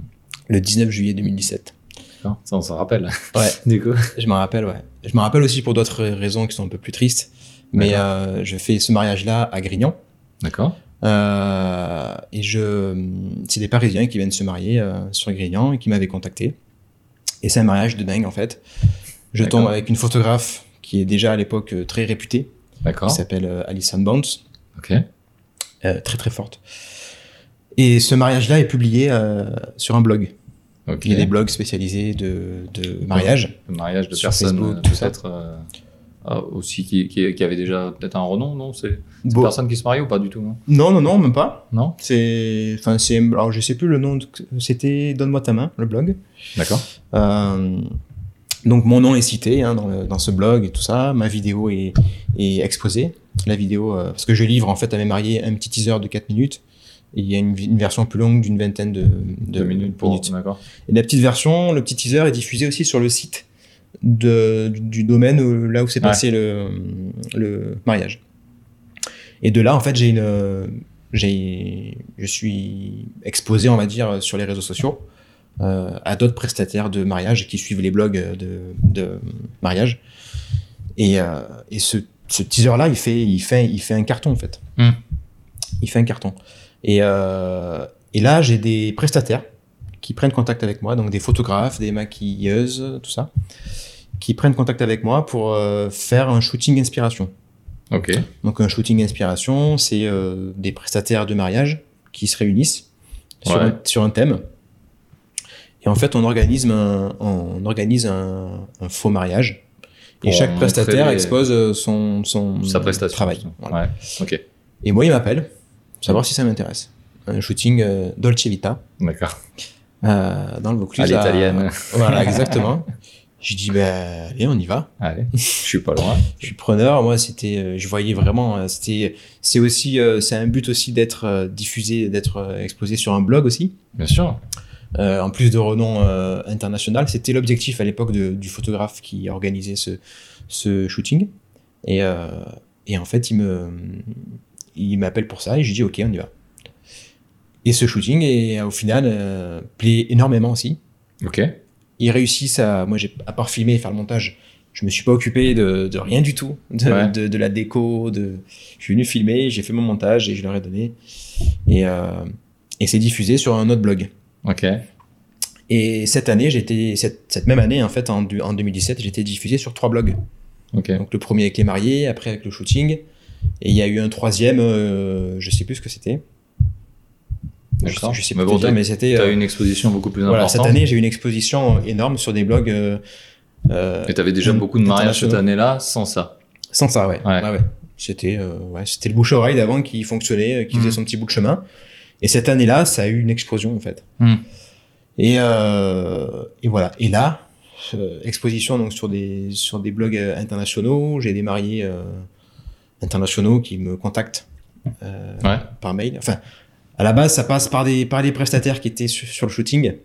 C: le 19 juillet 2017.
B: D'accord. Ça on s'en rappelle.
C: Ouais.
B: (laughs) du coup.
C: Je m'en rappelle, ouais. Je m'en rappelle aussi pour d'autres raisons qui sont un peu plus tristes, mais euh, je fais ce mariage-là à Grignan.
B: D'accord.
C: Euh, et je, c'est des Parisiens qui viennent se marier euh, sur Grignan et qui m'avaient contacté. Et c'est un mariage de dingue en fait. Je
B: D'accord.
C: tombe avec une photographe qui est déjà à l'époque euh, très réputée, qui
B: D'accord.
C: s'appelle euh, Alison Bounce,
B: Ok.
C: euh, très très forte. Et ce mariage-là est publié euh, sur un blog.
B: Ok.
C: Il y a des blogs spécialisés de, de mariage.
B: Le mariage de
C: Sur
B: personnes
C: Facebook,
B: euh,
C: tout ça.
B: peut-être. euh, ah, aussi qui, qui, qui avait déjà peut-être un renom, non C'est c'est
C: Bon.
B: personne qui se marie ou pas du tout hein
C: Non, non, non, même pas.
B: Non
C: C'est, enfin, c'est, alors je sais plus le nom. de- C'était Donne-moi ta main, le blog.
B: D'accord.
C: Euh, donc mon nom est cité hein, dans, le- dans ce blog et tout ça. Ma vidéo est, est exposée. La vidéo, euh, parce que je livre en fait à mes mariés un petit teaser de 4 minutes. Et il y a une, vi- une version plus longue d'une vingtaine de, de
B: Deux minutes pour.
C: minutes.
B: D'accord.
C: Et la petite version, le petit teaser est diffusé aussi sur le site de, du, du domaine où- là où s'est
B: Ouais.
C: passé le, le mariage. Et de là, en fait, j'ai une, euh, j'ai, je suis exposé, on va dire, sur les réseaux sociaux euh, à d'autres prestataires de mariage qui suivent les blogs de, de mariage. Et, euh, et ce, ce teaser-là, il fait, il, fait, il fait un carton, en fait.
B: Hmm.
C: Il fait un carton. Et, euh, et là, j'ai des prestataires qui prennent contact avec moi, donc des photographes, des maquilleuses, tout ça, qui prennent contact avec moi pour euh, faire un shooting inspiration.
B: Ok.
C: Donc un shooting inspiration, c'est euh, des prestataires de mariage qui se réunissent sur,
B: Ouais.
C: un, sur un thème. Et en fait, on organise un, on organise un, un faux mariage. Et
B: Pour
C: chaque
B: montrer
C: prestataire
B: les-
C: expose euh, son, son
B: Sa prestation.
C: travail.
B: justement.
C: Voilà.
B: Mmh, Ouais. Ok.
C: Et moi, il m'appelle, pour savoir si ça m'intéresse. Un shooting euh, Dolce Vita
B: D'accord.
C: euh, dans le Vaucluse.
B: À l'italienne.
C: Voilà, exactement. J'ai dit, ben, allez, on y va.
B: (laughs) Allez. Je suis pas loin.
C: Je suis preneur. Moi, c'était, euh, je voyais vraiment, euh, c'était, c'est aussi, euh, c'est un but aussi d'être euh, diffusé, d'être euh, exposé sur un blog aussi.
B: Bien sûr.
C: Euh, en plus de renom euh, international, c'était l'objectif à l'époque de- du photographe qui organisait ce, ce shooting. Et, euh, et en fait, il me, il m'appelle pour ça et je lui dis, ok, on y va. Et ce shooting, et, au final, euh, plaît énormément aussi
B: Ok.
C: ils réussissent à. Moi, j'ai, à part filmer et faire le montage, je me suis pas occupé de, de rien du tout, de,
B: Ouais.
C: de- de la déco. De... Je suis venu filmer, j'ai fait mon montage et je leur ai donné. Et, euh, et c'est diffusé sur un autre blog.
B: Ok.
C: Et cette année, j'étais cette, cette même année en fait en, du- en 2017, j'étais diffusé sur trois blogs.
B: Ok.
C: Donc le premier avec les mariés, après avec le shooting, et il y a eu un troisième, euh, je sais plus ce que c'était. Je sais,
B: D'accord.
C: je sais
B: Mais
C: plus
B: bon,
C: te dire,
B: t'as-
C: mais c'était.
B: T'as
C: euh,
B: eu une exposition beaucoup plus
C: voilà,
B: importante.
C: cette année, j'ai eu une exposition énorme sur des blogs. euh, euh,
B: Et t'avais déjà
C: Euh,
B: beaucoup de mariages cette
C: internationaux.
B: année-là sans ça.
C: Sans ça, ouais.
B: Ouais.
C: Ouais, ouais. C'était euh, ouais, c'était le bouche à oreille d'avant qui fonctionnait, euh, qui faisait
B: Mhm.
C: son petit bout de chemin. Et cette année-là, ça a eu une explosion en fait.
B: Mhm.
C: Et, euh, et voilà. Et là, euh, exposition donc sur des sur des blogs euh, internationaux. J'ai des mariés euh, internationaux qui me contactent euh,
B: Ouais.
C: par mail. Enfin, à la base, ça passe par des par les prestataires qui étaient sur, sur le shooting,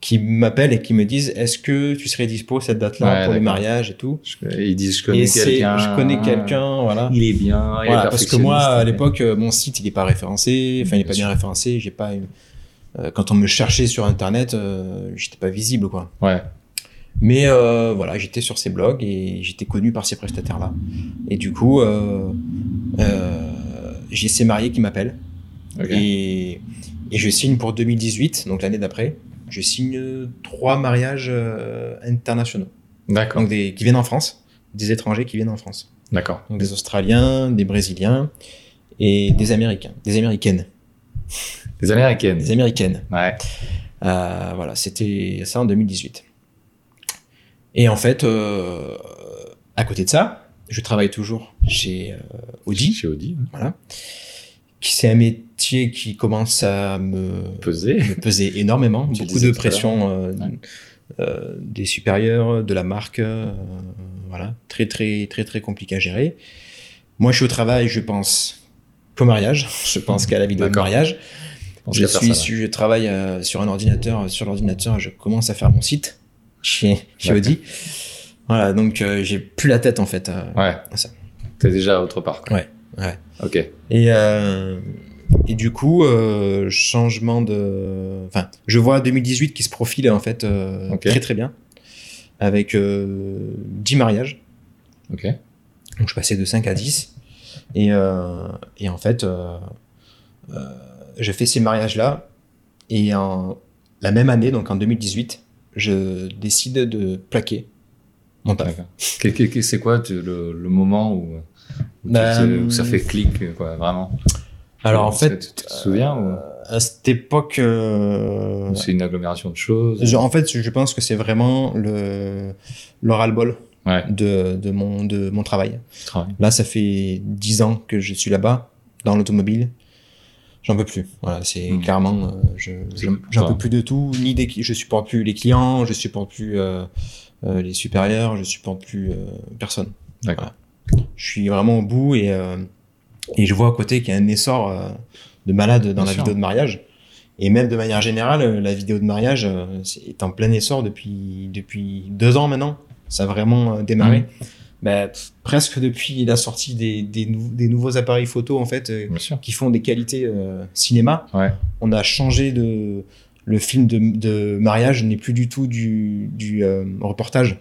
C: qui m'appellent et qui me disent Est-ce que tu serais dispo cette date-là
B: Ouais,
C: pour le
B: d'accord.
C: mariage et tout
B: Je- Ils disent je
C: et
B: connais
C: c'est
B: quelqu'un.
C: je connais quelqu'un voilà,
B: Il est bien. Il
C: Voilà,
B: est
C: parce que moi à
B: perfectionniste.
C: l'époque euh, mon site il est pas référencé enfin il est
B: Bien
C: pas
B: sûr.
C: bien référencé j'ai pas eu- euh, quand on me cherchait sur internet euh, j'étais pas visible quoi
B: Ouais.
C: mais euh, voilà j'étais sur ces blogs et j'étais connu par ces prestataires là et du coup euh, euh, j'ai ces mariés qui m'appellent
B: Ok.
C: et, et je signe pour 2018 donc l'année d'après je signe euh, trois mariages euh, internationaux
B: D'accord.
C: donc des qui viennent en France des étrangers qui viennent en France
B: D'accord.
C: donc des Australiens, des Brésiliens et des Américains, des Américaines,
B: Des Américaines.
C: des Américaines.
B: Ouais.
C: Euh, voilà, c'était ça en 2018. Et en fait, euh, à côté de ça, je travaille toujours chez euh, Audi,
B: Chez Audi. hein.
C: qui c'est un métier qui commence à me,
B: Pesé.
C: me peser énormément,
B: Tu le
C: beaucoup
B: disais
C: de
B: tout à l'heure.
C: pression euh,
B: Ouais.
C: euh, des supérieurs, de la marque, euh, voilà, très très très très compliqué à gérer. Moi, je suis au travail, je pense qu'au mariage, (laughs) je pense qu'à la vidéo de
B: D'accord.
C: mariage.
B: pense
C: Je
B: qu'à
C: suis,
B: personne.
C: je travaille euh, sur un ordinateur, sur l'ordinateur, je commence à faire mon site chez, chez
B: D'accord.
C: Audi. Voilà, donc euh, j'ai plus la tête en fait. euh,
B: Ouais.
C: Ça.
B: T'es déjà autre part. quoi.
C: Ouais, ouais.
B: Ok.
C: Et, euh, et du coup, euh, changement de. Enfin, je vois 2018 qui se profile en fait euh,
B: Ok.
C: très très bien. Avec euh, 10 mariages.
B: Ok.
C: Donc je passais de 5 à 10. Et, euh, et en fait, euh, euh, j'ai fait ces mariages-là. Et en, la même année, donc en 2018, je décide de plaquer mon taf.
B: D'accord. Qu'est- qu'est- qu'est- C'est quoi tu- le, le moment où, où tu-
C: Ben,
B: où ça fait clic, quoi, vraiment
C: Alors en
B: Tu-
C: fait, euh,
B: tu, tu te souviens ou-
C: à cette époque. euh,
B: euh. ou c'est une agglomération de choses
C: Je- en fait, je pense que c'est vraiment le, le ras-le-bol
B: Ouais.
C: de, de mon, de mon travail.
B: Tu travailles.
C: Là, ça fait 10 ans que je suis là-bas, dans l'automobile. J'en peux plus. Voilà, c'est
B: Mm.
C: clairement, euh, je,
B: Je
C: je-
B: comprends
C: j'en peux
B: pas.
C: plus de tout. Ni des, je supporte plus les clients, je supporte plus euh, euh, les supérieurs, je supporte plus euh, personne.
B: D'accord.
C: Je suis vraiment au bout et, euh, et je vois à côté qu'il y a un essor euh, de malade dans
B: Bien
C: la
B: sûr.
C: vidéo de mariage. Et même de manière générale, euh, la vidéo de mariage euh, c'est- est en plein essor depuis, depuis deux ans maintenant. Ça a vraiment euh, démarré.
B: Mhm.
C: Bah, pff, presque depuis la sortie des, des, nou- des nouveaux appareils photo, en fait, euh,
B: Bien sûr.
C: qui font des qualités euh, cinéma.
B: Ouais.
C: On a changé de. Le film de, de mariage n'est plus du tout du, du euh, reportage.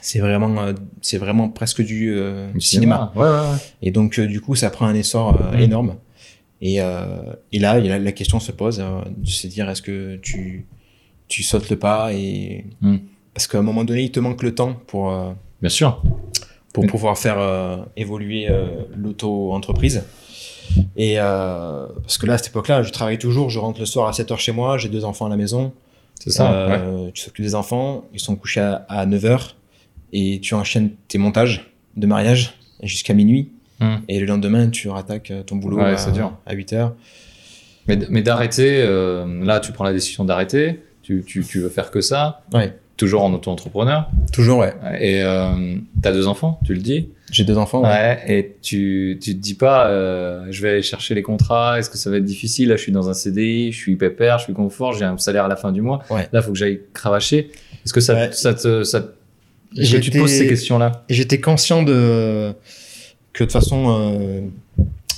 C: C'est vraiment, euh, c'est vraiment presque du euh,
B: Le
C: cinéma.
B: Ouais, ouais, ouais.
C: Et donc, euh, du coup, ça prend un essor euh,
B: Mhm.
C: énorme. Et, euh, et là, il y a- la question se pose euh, de se dire est-ce que tu, tu sautes le pas et...
B: Mhm.
C: Parce qu'à un moment donné, il te manque le temps pour, euh,
B: Bien sûr.
C: pour
B: Mhm.
C: pouvoir faire euh, évoluer euh, l'auto-entreprise. Et euh, parce que là, à cette époque-là, je travaille toujours, je rentre le soir à 7 h chez moi, j'ai deux enfants à la maison.
B: C'est ça. ouais.
C: Euh, Tu s'occupes des enfants, ils sont couchés à, 9 h et tu enchaînes tes montages de mariage jusqu'à minuit.
B: Hmm.
C: Et le lendemain, tu rattaques euh, ton boulot
B: Ouais,
C: à,
B: c'est dur.
C: à 8 h
B: Mais, mais d'arrêter, euh, là, tu prends la décision d'arrêter. Tu, tu, tu veux faire que ça.
C: Ouais.
B: Toujours en auto-entrepreneur.
C: Toujours, ouais.
B: Et euh, t'as deux enfants, tu le dis.
C: J'ai deux enfants. ouais.
B: Ouais, et tu, tu te dis pas, euh, je vais aller chercher les contrats, est-ce que ça va être difficile Là, je suis dans un CDI, je suis pépère, je suis confort, j'ai un salaire à la fin du mois.
C: Ouais.
B: Là, il faut que j'aille cravacher. Est-ce que ça,
C: Ouais.
B: ça te. Ça, te- est-ce que tu te
C: J'étais-
B: poses ces questions-là
C: Et j'étais conscient de que de toute façon, euh,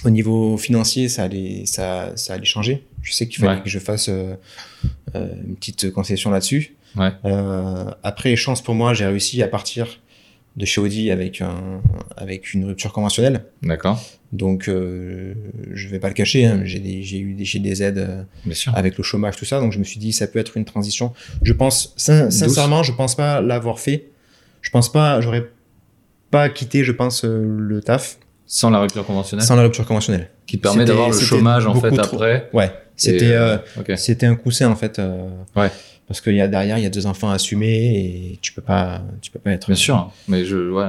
C: au niveau financier, ça allait, ça, ça allait changer. Je sais qu'il fallait
B: Ouais.
C: que je fasse euh, euh, une petite concession là-dessus.
B: Ouais.
C: Euh, après, chance pour moi, j'ai réussi à partir de chez Audi avec, un, avec une rupture conventionnelle.
B: D'accord,
C: Donc, euh, je vais pas le cacher, hein, j'ai des- j'ai eu des, j'ai des aides euh,
B: bien sûr.
C: avec le chômage, tout ça. Donc, je me suis dit, ça peut être une transition. Je pense, sin-
B: Douce.
C: sincèrement, je pense pas l'avoir fait. Je pense pas, j'aurais pas quitté, je pense, euh, le taf
B: Sans la rupture conventionnelle,
C: sans la rupture conventionnelle.
B: qui te permet
C: c'était-
B: d'avoir le
C: c'était
B: chômage, en
C: beaucoup
B: fait,
C: trop.
B: après.
C: Ouais, c'était
B: Et,
C: euh,
B: Ok.
C: c'était un coussin en fait. euh,
B: Ouais.
C: Parce qu'il y a derrière, il y a deux enfants à assumer et tu peux pas, tu peux pas être.
B: Bien sûr, mais je. Ouais.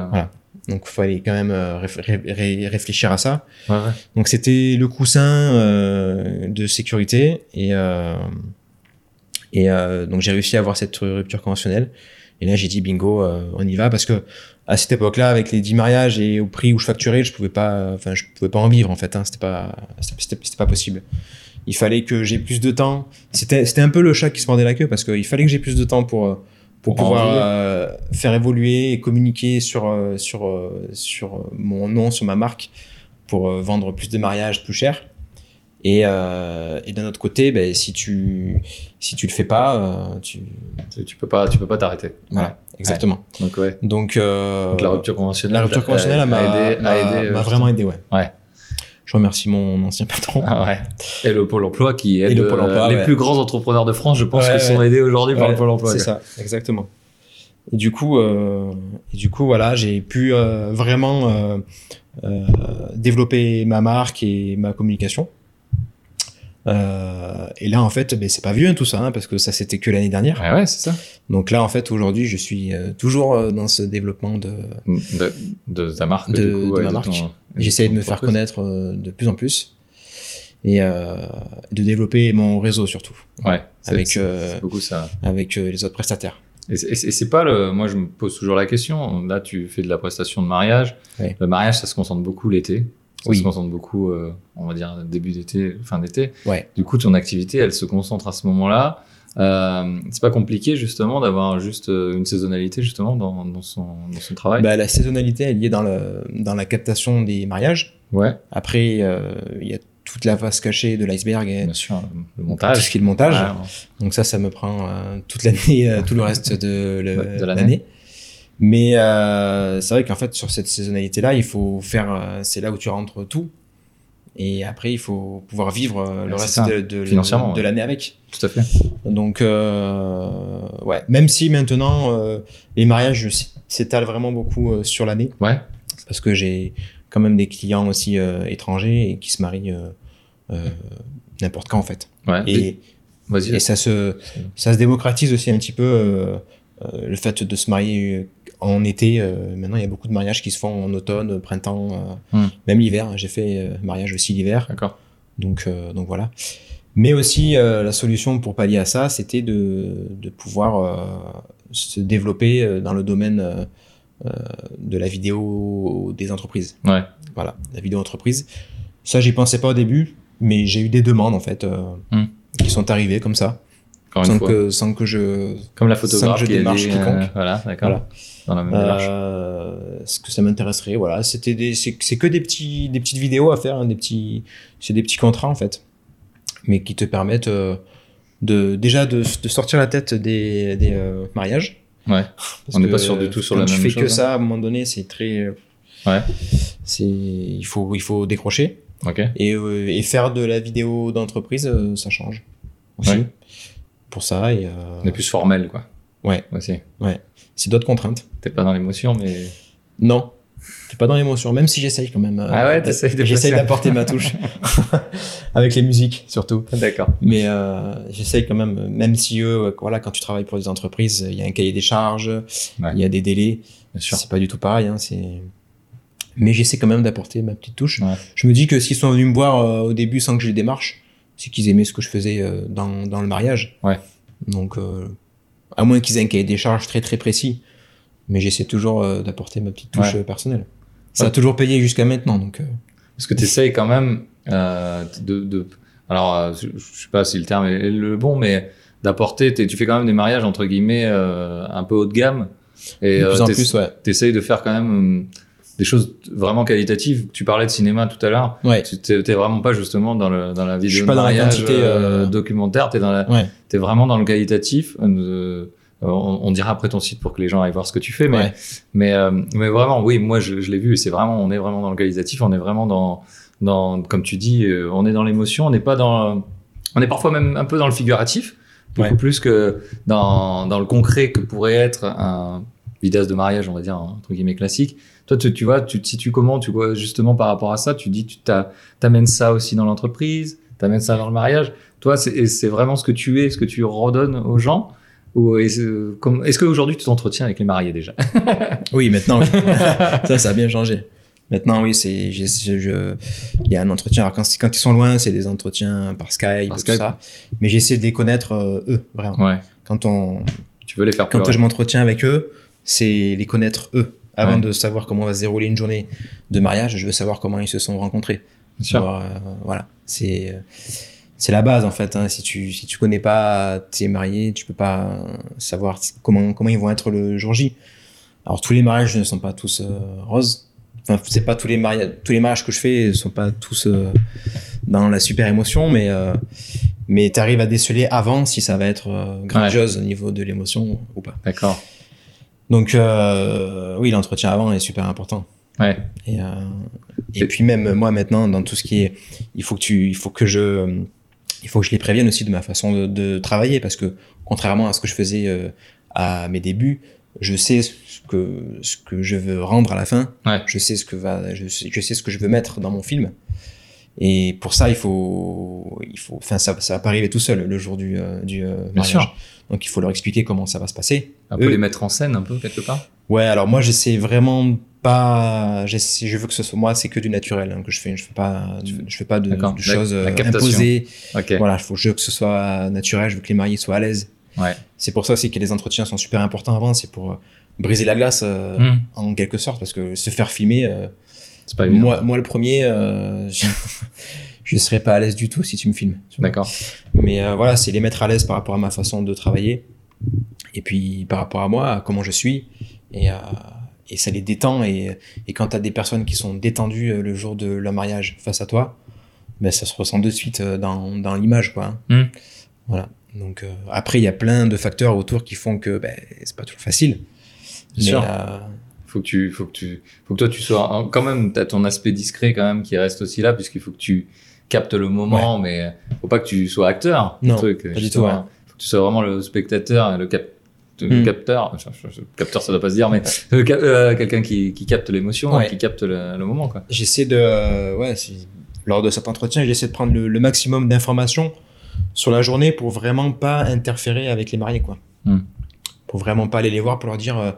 C: Donc, il fallait quand même euh, réf- ré- ré- réfléchir à ça.
B: Ouais, ouais.
C: Donc c'était le coussin euh, de sécurité et euh, et euh, donc j'ai réussi à avoir cette rupture conventionnelle et là j'ai dit bingo euh, on y va parce que à cette époque-là avec les 10 mariages et au prix où je facturais je pouvais pas enfin je pouvais pas en vivre en fait hein, c'était pas c'était- c'était c'était pas possible il fallait que j'ai plus de temps c'était c'était un peu le chat qui se mordait la queue parce qu'il fallait que j'ai plus de temps pour euh, pour
B: Pour en
C: pouvoir
B: vivre.
C: euh, faire évoluer et communiquer sur euh, sur euh, sur euh, mon nom sur ma marque pour euh, vendre plus de mariages plus cher. Et, euh, et d'un autre côté, ben, si tu si tu le fais pas, euh, tu
B: Tu, tu peux pas tu peux pas t'arrêter.
C: voilà exactement.
B: Donc, ouais.
C: Donc, euh,
B: Donc, la rupture conventionnelle.
C: la rupture conventionnelle elle m'a
B: aidé-
C: m'a-
B: aidé, euh,
C: m'a vraiment aidé ouais.
B: Ouais.
C: Je remercie mon ancien patron.
B: Ah ouais. Et le Pôle emploi qui aide
C: Et le Pôle
B: euh,
C: emploi,
B: les
C: ouais.
B: plus grands entrepreneurs de France, je pense,
C: Ouais,
B: qu'ils
C: ouais.
B: sont aidés aujourd'hui par
C: Ouais,
B: le Pôle emploi.
C: C'est
B: quoi.
C: ça, exactement. Et du coup, euh, et du coup, voilà, j'ai pu euh, vraiment euh, euh, développer ma marque et ma communication. Euh, et là, en fait, ben, c'est pas vieux hein, tout ça, hein, parce que ça c'était que l'année dernière.
B: Ouais, ouais, c'est ça.
C: Donc là, en fait, aujourd'hui, je suis euh, toujours euh, dans ce développement de.
B: De, de ta marque.
C: De-
B: du coup,
C: de
B: ouais,
C: ma marque.
B: ton-
C: J'essaie de
B: ton
C: me faire
B: entreprise.
C: connaître euh, de plus en plus et euh, de développer mon réseau surtout
B: Ouais, c'est-
C: avec
B: c'est-
C: euh,
B: c'est beaucoup ça.
C: avec euh, les autres prestataires.
B: Et c'est- et c'est et c'est pas le. Moi, je me pose toujours la question. Là, tu fais de la prestation de mariage.
C: Ouais.
B: Le mariage, ça se concentre beaucoup l'été. Ça
C: Oui.
B: se concentre beaucoup, euh, on va dire, début d'été, fin d'été.
C: Ouais.
B: Du coup, ton activité, elle se concentre à ce moment-là. Euh, c'est pas compliqué, justement, d'avoir juste euh, une saisonnalité, justement, dans, dans son, dans son travail.
C: Bah, la saisonnalité elle est liée dans le dans la captation des mariages.
B: ouais,
C: Après, euh, il y a toute la face cachée de l'iceberg et
B: bien sûr. le- Le
C: tout ce
B: montage.
C: qui est le montage.
B: Ouais,
C: Donc ça, ça me prend euh, toute l'année, euh, tout le reste de le-
B: De l'année.
C: l'année. Mais euh, c'est vrai qu'en fait, sur cette saisonnalité-là, il faut faire. euh, c'est là où tu rentres tout. Et après, il faut pouvoir vivre euh, le
B: Ouais, c'est
C: reste
B: ça.
C: de, de-
B: Financièrement,
C: de
B: ouais.
C: l'année avec.
B: Tout à fait.
C: Donc, euh, ouais. Même si maintenant, euh, les mariages s- s'étalent vraiment beaucoup euh, sur l'année.
B: Ouais.
C: parce que j'ai quand même des clients aussi euh, étrangers et qui se marient euh, euh, n'importe quand en fait.
B: Ouais. Et,
C: Et,
B: vas-y.
C: et ça se ça se démocratise aussi un petit peu euh, euh, le fait de se marier euh, en été. euh, maintenant, il y a beaucoup de mariages qui se font en automne, printemps, euh,
B: Hmm.
C: même l'hiver. J'ai fait euh, mariage aussi l'hiver.
B: D'accord.
C: Donc, euh, donc voilà. Mais aussi, euh, la solution pour pallier à ça, c'était de, de pouvoir euh, se développer euh, dans le domaine euh, euh, de la vidéo des entreprises.
B: Ouais.
C: Voilà, la vidéo entreprise. Ça, j'y pensais pas au début, mais j'ai eu des demandes, en fait, euh,
B: Hmm.
C: qui sont arrivées comme ça,
B: Encore une
C: sans
B: fois.
C: que, sans que je...
B: Comme la
C: sans que
B: photographe
C: je
B: qui a
C: démarche
B: dit, euh,
C: quiconque.
B: voilà, d'accord.
C: Voilà.
B: Dans la même démarche.
C: Euh, ce que ça m'intéresserait, voilà. C'était des, c'est, c'est que des petits, des petites vidéos à faire, hein, des petits, c'est des petits contrats en fait, mais qui te permettent euh, de déjà de, de sortir la tête des, des euh, mariages.
B: Ouais.
C: Parce
B: On n'est
C: que
B: pas sûr du tout sur
C: quand
B: la
C: tu
B: même
C: fais que
B: chose, hein.
C: ça, à un moment donné, c'est très. euh,
B: Ouais.
C: C'est, il faut, il faut décrocher
B: Ok.
C: et, euh, et faire de la vidéo d'entreprise, euh, ça change aussi.
B: Ouais.
C: Pour ça, et, euh,
B: On est plus formel, quoi.
C: Ouais.
B: Aussi.
C: c'est d'autres contraintes.
B: T'es pas dans l'émotion, mais.
C: Non. T'es pas dans l'émotion, même si j'essaye quand même. euh,
B: Ah ouais, t'essayes de
C: J'essaye
B: placer.
C: d'apporter
B: (laughs)
C: ma touche. (laughs) Avec les musiques, surtout.
B: D'accord.
C: Mais euh, j'essaye quand même, euh, même si eux, euh, voilà, quand tu travailles pour des entreprises, euh, il y a un cahier des charges, il y a des délais.
B: Bien sûr.
C: C'est pas du tout pareil. hein, c'est... Mais j'essaie quand même d'apporter ma petite touche.
B: Ouais.
C: Je me dis que s'ils sont venus me voir euh, au début sans que je les démarche, c'est qu'ils aimaient ce que je faisais euh, dans, dans le mariage.
B: Ouais.
C: Donc, euh, à moins qu'ils aient un cahier des charges très très précis. Mais j'essaie toujours euh, d'apporter ma petite touche
B: Ouais.
C: euh, personnelle. Ça
B: Ouais.
C: a toujours payé jusqu'à maintenant. Donc, euh,
B: Parce que tu essayes quand même euh, de, de- Alors, euh, je je sais pas si le terme est le bon, mais d'apporter. t'es- Tu fais quand même des mariages, entre guillemets, euh, un peu haut de gamme. Et
C: de
B: euh,
C: plus en
B: t'es-
C: plus, ouais.
B: t'essayes de faire quand même euh, des choses vraiment qualitatives. Tu parlais de cinéma tout à l'heure.
C: Ouais.
B: Tu t'es t'es vraiment pas justement dans, le, dans la vidéo
C: suis
B: de
C: pas dans la
B: mariage,
C: quantité,
B: euh,
C: euh,
B: documentaire. T'es dans la-
C: Ouais.
B: t'es vraiment dans le qualitatif. Euh, on, on dira après ton site pour que les gens aillent voir ce que tu fais, mais
C: Ouais.
B: mais euh, mais vraiment, oui, moi je, je l'ai vu. et C'est vraiment, on est vraiment dans le qualitatif. On est vraiment dans dans comme tu dis, euh, on est dans l'émotion. On n'est pas dans on est parfois même un peu dans le figuratif, beaucoup
C: Ouais.
B: plus que dans, dans le concret que pourrait être un vidéaste de mariage, on va dire, entre guillemets classique. Toi, tu, tu vois, tu te situes comment Tu vois, justement, par rapport à ça, tu dis, tu t'a- t'amènes ça aussi dans l'entreprise, t'amènes ça dans le mariage. Toi, c'est et c'est vraiment ce que tu es, ce que tu redonnes aux gens ou est-ce euh, comme- est-ce qu'aujourd'hui tu t'entretiens avec les mariés déjà
C: Oui,
B: (laughs)
C: maintenant, oui. ça, ça a bien changé. Maintenant, oui, c'est, j'ai- je- je- il y a un entretien. Alors, quand, c'est- quand ils sont loin, c'est des entretiens par Skype,
B: Par
C: tout
B: Skype.
C: ça. Mais j'essaie de les connaître, euh, eux, vraiment.
B: Ouais.
C: Quand on,
B: Tu veux les faire
C: quand
B: pleurer.
C: je m'entretiens avec eux, c'est les connaître eux. Avant
B: Ouais.
C: de savoir comment va se dérouler une journée de mariage, je veux savoir comment ils se sont rencontrés.
B: Bien sûr.
C: Voir, euh, voilà, c'est euh, c'est la base en fait. hein. Si tu si tu connais pas tes mariés, tu peux pas euh, savoir si- comment comment ils vont être le jour J. Alors tous les mariages ne sont pas tous euh, roses. Enfin, c'est pas tous les mariages tous les mariages que je fais sont pas tous euh, dans la super émotion, mais euh, mais t'arrives à déceler avant si ça va être euh, grandiose au niveau de l'émotion ou pas.
B: D'accord.
C: Donc euh, oui, l'entretien avant est super important.
B: Ouais.
C: Et, euh,
B: Et-
C: et puis même moi maintenant dans tout ce qui est, il faut que tu, il faut que je, euh, il faut que je les prévienne aussi de ma façon de, de travailler parce que contrairement à ce que je faisais euh, à mes débuts, je sais ce que ce que je veux rendre à la fin.
B: Ouais.
C: Je sais ce que va, je sais, je sais ce que je veux mettre dans mon film. Et pour ça, il faut, il faut, enfin ça, ça va pas arriver tout seul le jour du euh, du euh,
B: Bien
C: mariage.
B: sûr.
C: Donc il faut leur expliquer comment ça va se passer.
B: Un peu
C: Eux-
B: les mettre en scène, un peu quelque part.
C: Ouais, alors moi j'essaie vraiment pas. j'essaie- Je veux que ce soit moi, c'est que du naturel hein, que je fais. Je fais pas, je fais pas de,
B: D'accord.
C: de
B: La-
C: choses
B: la
C: euh,
B: captation.
C: imposées.
B: Ok.
C: Voilà, faut, je veux que ce soit naturel. Je veux que les mariés soient à l'aise.
B: Ouais.
C: C'est pour ça aussi que les entretiens sont super importants avant. C'est pour euh, briser la glace euh,
B: Hmm.
C: en quelque sorte parce que se faire filmer. euh,
B: C'est pas évident.
C: moi, moi le premier, euh, (laughs) je... je serais pas à l'aise du tout si tu me filmes. tu vois.
B: D'accord.
C: Mais euh, voilà, c'est les mettre à l'aise par rapport à ma façon de travailler et puis par rapport à moi, à comment je suis. Et, euh, et ça les détend. Et, et quand tu as des personnes qui sont détendues euh, le jour de leur mariage face à toi, ben, ça se ressent de suite euh, dans, dans l'image. quoi. hein.
B: Mm.
C: Voilà. Donc euh, après, il y a plein de facteurs autour qui font que ben, c'est pas toujours facile.
B: Bien
C: Mais,
B: sûr.
C: euh,
B: faut que tu faut que tu faut que toi tu sois en- quand même t'as ton aspect discret quand même qui reste aussi là puisqu'il faut que tu captes le moment mais faut pas que tu sois acteur du
C: Non,
B: truc euh,
C: du
B: justement.
C: tout, ouais.
B: faut que tu sois vraiment le spectateur et le cap- le
C: Hmm.
B: capteur enfin, je- je- capteur ça doit pas se dire mais le cap- euh, quelqu'un qui, qui capte l'émotion
C: Ouais.
B: et qui capte le, le moment quoi
C: j'essaie de euh, ouais si- lors de cet entretien j'essaie de prendre le, le maximum d'informations sur la journée pour vraiment pas interférer avec les mariés quoi
B: Hmm.
C: Pour faut vraiment pas aller les voir pour leur dire euh,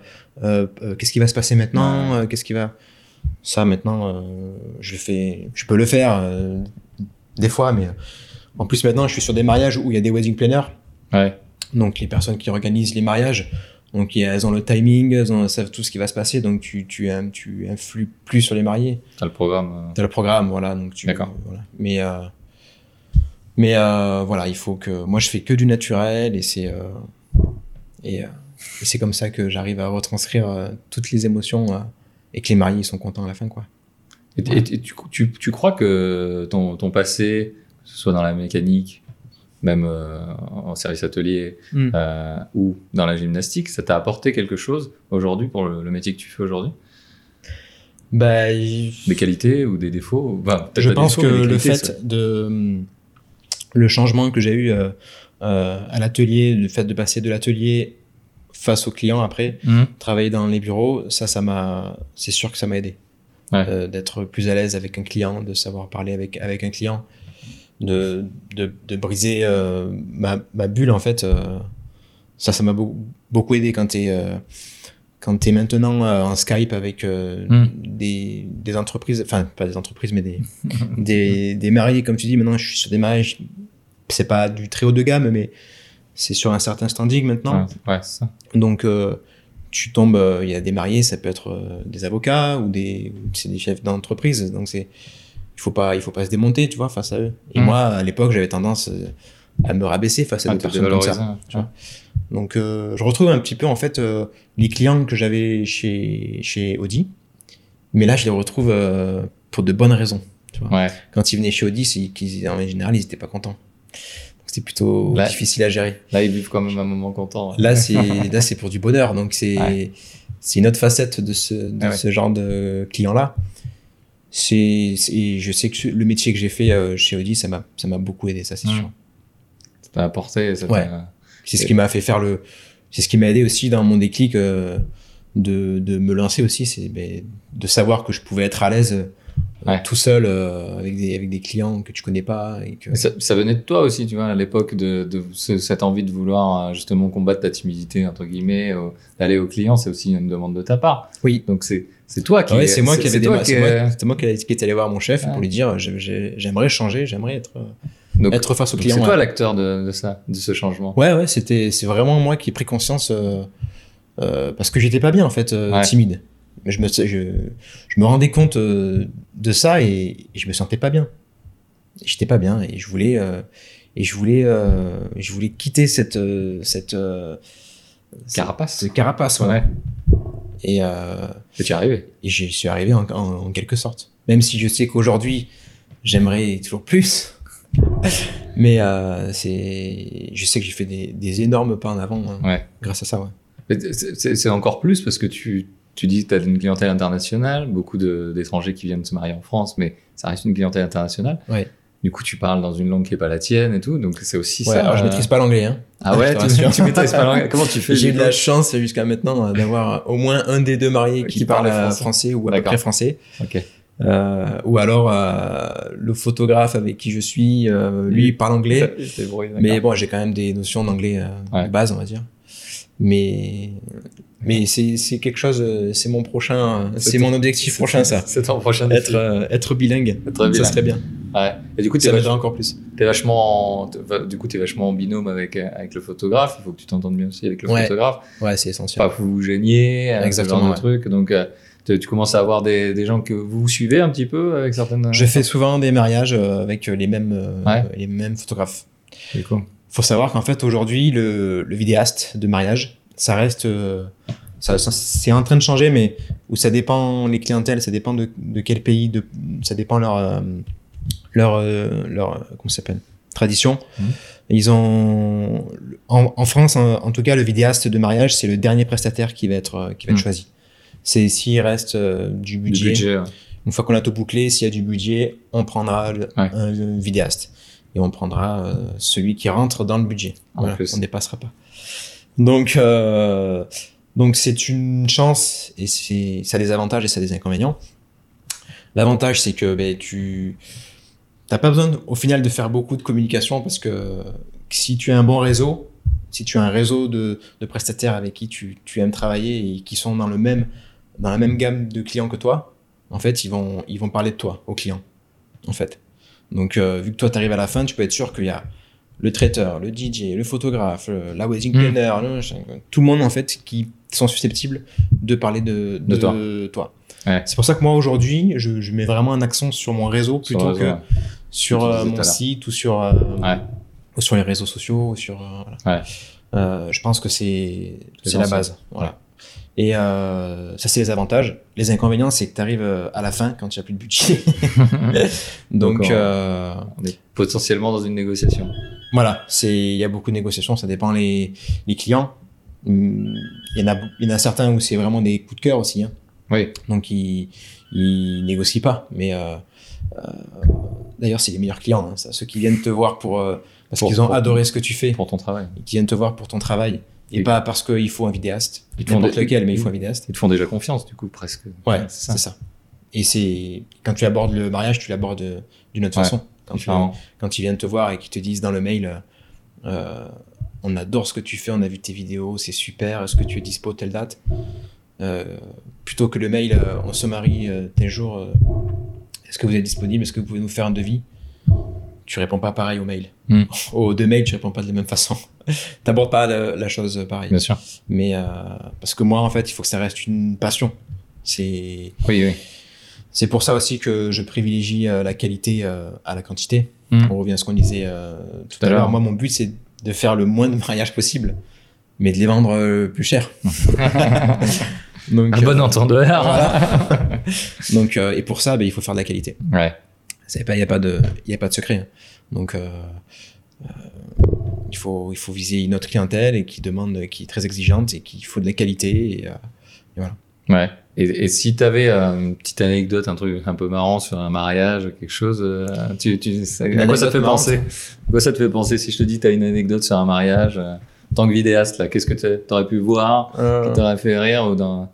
C: euh, euh, qu'est-ce qui va se passer maintenant, euh, qu'est-ce qui va. Ça maintenant, euh, je le fais, je peux le faire euh, des fois, mais euh, en plus maintenant, je suis sur des mariages où il y a des wedding planners,
B: Ouais.
C: donc les personnes qui organisent les mariages, donc y- elles ont le timing, elles, ont- elles savent tout ce qui va se passer, donc tu tu hein, tu influes plus sur les mariés.
B: T'as le programme. euh,
C: T'as le programme, voilà. Donc tu,
B: D'accord.
C: voilà. Mais, euh, mais euh, voilà, il faut que. Moi, je fais que du naturel et c'est. euh, et euh, et c'est comme ça que j'arrive à retranscrire euh, toutes les émotions euh, et que les mariés ils sont contents à la fin, quoi.
B: euh, Et, et- et tu, tu- tu crois que ton, ton passé, que ce soit dans la mécanique, même euh, en service atelier
C: Mm.
B: euh, ou dans la gymnastique, ça t'a apporté quelque chose aujourd'hui pour le, le métier que tu fais aujourd'hui
C: Bah,
B: Des qualités ou des défauts Enfin, peut-être
C: je
B: pas des
C: pense
B: défauts,
C: que
B: mais des
C: le
B: qualités, ça.
C: fait de hum, le changement que j'ai eu euh, euh, à l'atelier, le fait de passer de l'atelier face au client après,
B: Mm.
C: travailler dans les bureaux, ça, ça m'a, c'est sûr que ça m'a aidé.
B: Ouais.
C: Euh, d'être plus à l'aise avec un client, de savoir parler avec, avec un client, de, de, de briser euh, ma, ma bulle, en fait. euh, ça, ça m'a beau- beaucoup aidé quand t'es, euh, quand t'es maintenant euh, en Skype avec euh,
B: Mm.
C: des, des entreprises, enfin, pas des entreprises, mais des, (laughs) des, des mariés, comme tu dis, maintenant, je suis sur des mariages, c'est pas du très haut de gamme, mais c'est sur un certain standing maintenant.
B: Ouais, c'est- ouais, c'est ça.
C: Donc, euh, tu tombes, euh, il y a des mariés, ça peut être euh, des avocats ou des, ou c'est des chefs d'entreprise. Donc, c'est, il faut pas, il faut pas se démonter, tu vois, face à eux. Et
B: Mm.
C: moi, à l'époque, j'avais tendance euh, à me rabaisser face à
B: Ah,
C: des
B: te
C: personnes comme ça.
B: dévaloriser, tu vois.
C: Donc, euh, je retrouve un petit peu, en fait, euh, les clients que j'avais chez, chez Audi. Mais là, je les retrouve euh, pour de bonnes raisons.
B: Ouais.
C: Quand ils venaient chez Audi, c'est qu'ils, en général, ils étaient pas contents. Donc, c'était plutôt
B: Là-
C: difficile à gérer.
B: Là, ils vivent quand même un moment content. hein.
C: Là, c'est là, c'est pour du bonheur. Donc c'est
B: Ouais.
C: c'est une autre facette de ce de
B: Ah ouais.
C: ce genre de client là. C'est c'est- je sais que ce- le métier que j'ai fait euh, chez Audi, ça m'a ça m'a beaucoup aidé, ça c'est
B: Mm.
C: sûr.
B: Ça t'a apporté. Ça t'a-
C: Ouais. C'est ce qui m'a fait faire le c'est ce qui m'a aidé aussi dans mon déclic euh, de de me lancer aussi, c'est ben, de savoir que je pouvais être à l'aise euh,
B: Ouais.
C: tout seul euh, avec des avec des clients que tu connais pas et que
B: Mais Ça, ça venait de toi aussi, tu vois, à l'époque, de, de ce- cette envie de vouloir euh, justement combattre ta timidité, entre guillemets, euh, d'aller au client, c'est aussi une demande de ta part.
C: Oui.
B: Donc c'est c'est toi qui.
C: Ah ouais, c'est moi qui
B: c'est
C: avais des
B: toi
C: ma-
B: qui-
C: c'est moi- C'était moi qui qui était allé voir mon chef
B: Ouais.
C: pour lui dire j'ai- j'ai- j'aimerais changer, j'aimerais être euh,
B: Donc,
C: être face au
B: donc
C: client.
B: c'est
C: ouais.
B: toi l'acteur de, de ça, de ce changement.
C: Ouais, ouais, c'était, c'est vraiment moi qui ai pris conscience euh, euh, parce que j'étais pas bien en fait, euh,
B: Ouais.
C: timide. Mais je me, je, je me rendais compte euh, de ça et, et je me sentais pas bien. J'étais pas bien et je voulais, euh, et je voulais, euh, je voulais quitter cette, euh, cette euh,
B: Carapace.
C: cette carapace, voilà.
B: Ouais.
C: Et, euh,
B: Et tu es arrivé.
C: et j'y suis arrivé en, en- en quelque sorte. Même si je sais qu'aujourd'hui, j'aimerais toujours plus. (laughs) Mais euh, c'est, je sais que j'ai fait des, des énormes pas en avant hein,
B: Ouais.
C: grâce à ça. Ouais.
B: Mais c'est- C'est c'est encore plus parce que tu, tu dis que tu as une clientèle internationale, beaucoup de- d'étrangers qui viennent se marier en France, mais ça reste une clientèle internationale.
C: Ouais.
B: Du coup, tu parles dans une langue qui n'est pas la tienne et tout, donc c'est aussi
C: Ouais,
B: ça.
C: alors je
B: euh,
C: maîtrise pas l'anglais. hein.
B: Ah
C: je
B: ouais,
C: te
B: tu,
C: rassure.
B: tu maîtrises pas l'anglais. Comment tu fais
C: J'ai eu de
B: du
C: la
B: coup
C: chance jusqu'à maintenant euh, d'avoir au moins un des deux mariés qui,
B: Qui parle
C: parle euh,
B: français.
C: français. ou à peu
B: D'accord.
C: près français.
B: Ok.
C: Euh, ou alors euh, le photographe avec qui je suis, euh, lui,
B: Lui.
C: il parle anglais.
B: C'est bruit, d'accord.
C: Mais bon, j'ai quand même des notions d'anglais euh,
B: Ouais.
C: de base, on va dire. Mais, mais c'est c'est quelque chose, euh, c'est mon prochain, euh, c'est
B: C'est-
C: mon objectif prochain, ça.
B: C'est ton prochain
C: Être,
B: défi.
C: euh, être bilingue.
B: Être bilingue.
C: Ça serait bien.
B: Ouais. Et du coup, t'es
C: Ça m'aiderait
B: vachement,
C: encore plus.
B: t'es vachement, en- t'es va- du coup, t'es vachement en binôme avec euh, avec le photographe. Il faut que tu t'entendes bien aussi avec le
C: Ouais.
B: photographe.
C: Ouais, c'est essentiel.
B: Pas que vous vous gêniez, euh,
C: Exactement,
B: ce genre
C: ouais.
B: de truc. Donc, euh, tu, tu commences à avoir des, des gens que vous suivez un petit peu avec certaines.
C: Je fais souvent des mariages euh, avec euh, les mêmes, euh,
B: Ouais.
C: les mêmes photographes.
B: C'est cool.
C: Faut savoir qu'en fait, aujourd'hui, le, le vidéaste de mariage, ça reste. euh, ça, ça- c'est en train de changer, mais où ça dépend les clientèles, ça dépend de, de quel pays, de, ça dépend leur. euh, leur, euh, leur euh, comment ça s'appelle Tradition.
B: Mhm.
C: Ils ont. En, en France, en, en tout cas, le vidéaste de mariage, c'est le dernier prestataire qui va être, euh, qui va être
B: Mhm.
C: choisi. C'est s'il reste euh, du
B: Du
C: budget.
B: budget. hein, ouais.
C: Une fois qu'on a tout bouclé, s'il y a du budget, on prendra le-
B: Ouais.
C: un vidéaste. Et on prendra euh, celui qui rentre dans le budget.
B: En
C: Voilà,
B: plus.
C: on ne dépassera pas. Donc, euh, donc c'est une chance et c'est, ça a des avantages et ça a des inconvénients. L'avantage, c'est que ben, tu n'as pas besoin, au final, de faire beaucoup de communication parce que si tu as un bon réseau, si tu as un réseau de, de prestataires avec qui tu, tu aimes travailler et qui sont dans le même dans la même gamme de clients que toi, en fait, ils vont ils vont parler de toi aux clients, en fait. Donc euh, vu que toi t'arrives à la fin, tu peux être sûr qu'il y a le traiteur, le DJ, le photographe, le- la wedding
B: Mm.
C: planner, le machin, quoi. tout le monde en fait qui sont susceptibles de parler de,
B: De toi.
C: toi.
B: Ouais.
C: C'est pour ça que moi aujourd'hui, je, je mets vraiment un accent sur mon réseau
B: Sur
C: plutôt
B: le
C: que
B: réseau, ouais.
C: sur
B: Tu
C: euh,
B: disais tout à
C: mon
B: l'heure.
C: site ou sur euh,
B: Ouais.
C: ou sur les réseaux sociaux ou sur euh, voilà.
B: Ouais.
C: Euh, je pense que c'est
B: C'est
C: c'est la
B: ça.
C: base voilà et euh, ça c'est les avantages les inconvénients c'est que tu arrives à la fin quand il n'y a plus de budget (laughs) donc
B: D'accord.
C: euh,
B: On est (laughs) potentiellement dans une négociation.
C: voilà c'est il y a beaucoup de négociations ça dépend les, les clients Hum, il y en a il y en a certains où c'est vraiment des coups de cœur aussi hein.
B: Oui.
C: donc ils ils négocient pas mais euh, euh, d'ailleurs c'est les meilleurs clients hein, ça. ceux qui viennent te voir pour euh, parce
B: Pour-
C: qu'ils ont
B: pour-
C: adoré ce que tu fais
B: Pour ton travail.
C: et qui viennent te voir pour ton travail et,
B: Et-
C: pas parce qu'il faut un vidéaste.
B: Ils te font
C: N'importe
B: des-
C: lequel, mais il faut un vidéaste.
B: Ils te font déjà confiance, du coup, presque.
C: Ouais,
B: c'est ça.
C: c'est ça. Et c'est quand tu abordes le mariage, tu l'abordes euh, d'une autre
B: Ouais,
C: façon. Quand, tu-
B: Différent.
C: quand ils viennent te voir et qu'ils te disent dans le mail, euh, euh, on adore ce que tu fais, on a vu tes vidéos, c'est super, est-ce que tu es dispo telle date Euh, Plutôt que le mail, euh, on se marie euh, tel jour, euh, est-ce que vous êtes disponible, est-ce que vous pouvez nous faire un devis Tu réponds pas pareil au mail. (laughs)
B: Hmm.
C: Aux deux mails, tu réponds pas de la même façon. (laughs) T'abordes pas la, la chose pareil.
B: Bien sûr.
C: Mais euh, parce que moi, en fait, il faut que ça reste une passion. C'est
B: Oui, oui.
C: c'est pour ça aussi que je privilégie euh, la qualité euh, à la quantité.
B: Mm.
C: On revient à ce qu'on disait euh, Hmm. tout à
B: à
C: l'heure.
B: l'heure.
C: Moi, mon but, c'est de faire le moins de mariages possible, mais de les vendre euh, plus (laughs) cher. Donc,
B: Un bon
C: euh,
B: entendeur.
C: voilà. (laughs) Donc, euh, et pour ça, ben, il faut faire de la qualité.
B: Ouais.
C: C'est pas, il n'y a pas de, il y a pas de secret. Donc, euh, euh, il faut, il faut viser une autre clientèle et qui demande, qui est très exigeante et qu'il faut de la qualité. Et, euh,
B: Ouais. Et, et si t'avais euh, une petite anecdote, un truc un peu marrant sur un mariage, quelque chose, euh, tu, tu, ça-
C: Une
B: à quoi ça te fait
C: anecdote marrante.
B: penser À quoi ça te fait penser si je te dis t'as une anecdote sur un mariage euh, En tant que vidéaste, là, qu'est-ce que t'a- t'aurais pu voir qui t'aurait fait rire ou d'un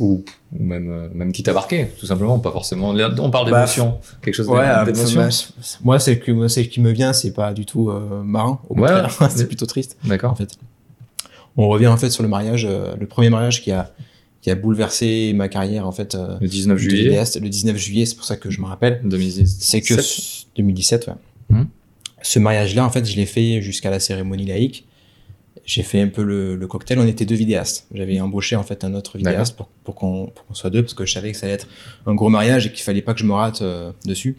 B: ou, ou même euh, même qui t'a marqué tout simplement pas forcément Là, on parle
C: Bah,
B: d'émotion quelque chose d'é-
C: Ouais, euh,
B: d'émotion
C: bah, c- moi, celle qui, me- celle qui me vient, c'est pas du tout euh, marrant. Au
B: Ouais.
C: contraire, (laughs) c'est plutôt triste, en
B: d'accord
C: fait. On revient, en fait, sur le mariage, euh, le premier mariage qui a, qui a bouleversé ma carrière, en fait, euh,
B: le 19
C: de
B: juillet
C: vidéaste, le 19 juillet, c'est pour ça que je me rappelle.
B: 2010
C: C'est que ce- 2017, ouais.
B: Mhm.
C: Ce mariage-là, en fait, je l'ai fait jusqu'à la cérémonie laïque. J'ai fait un peu le, le cocktail. On était deux vidéastes. J'avais embauché, en fait, un autre vidéaste pour, pour qu'on pour qu'on soit deux, parce que je savais que ça allait être un gros mariage et qu'il fallait pas que je me rate euh, dessus.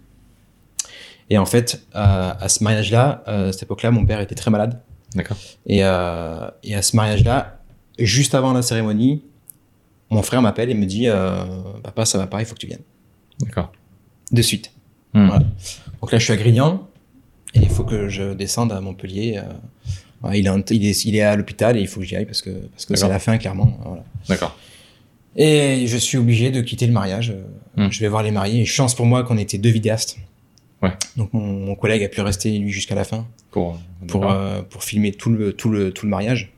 C: Et en fait, à- à ce mariage-là, euh, à cette époque-là, mon père était très malade.
B: D'accord.
C: Et, euh, et à ce mariage-là, juste avant la cérémonie, mon frère m'appelle et me dit euh, Papa, ça va pas, il faut que tu viennes.
B: d'accord
C: De suite.
B: Hmm.
C: Voilà. Donc là, je suis à Grignan et il faut que je descende à Montpellier. euh, voilà, il, est en- il, est, il est à l'hôpital et il faut que j'y aille parce que parce que c'est
B: D'accord.
C: la fin, clairement. voilà.
B: d'accord
C: Et je suis obligé de quitter le mariage. euh,
B: Hmm.
C: Je vais voir les mariés. Et chance pour moi qu'on était deux vidéastes.
B: Ouais.
C: Donc mon, mon collègue a pu rester lui jusqu'à la fin
B: pour,
C: pour, euh, pour filmer tout le, tout, le, tout le mariage.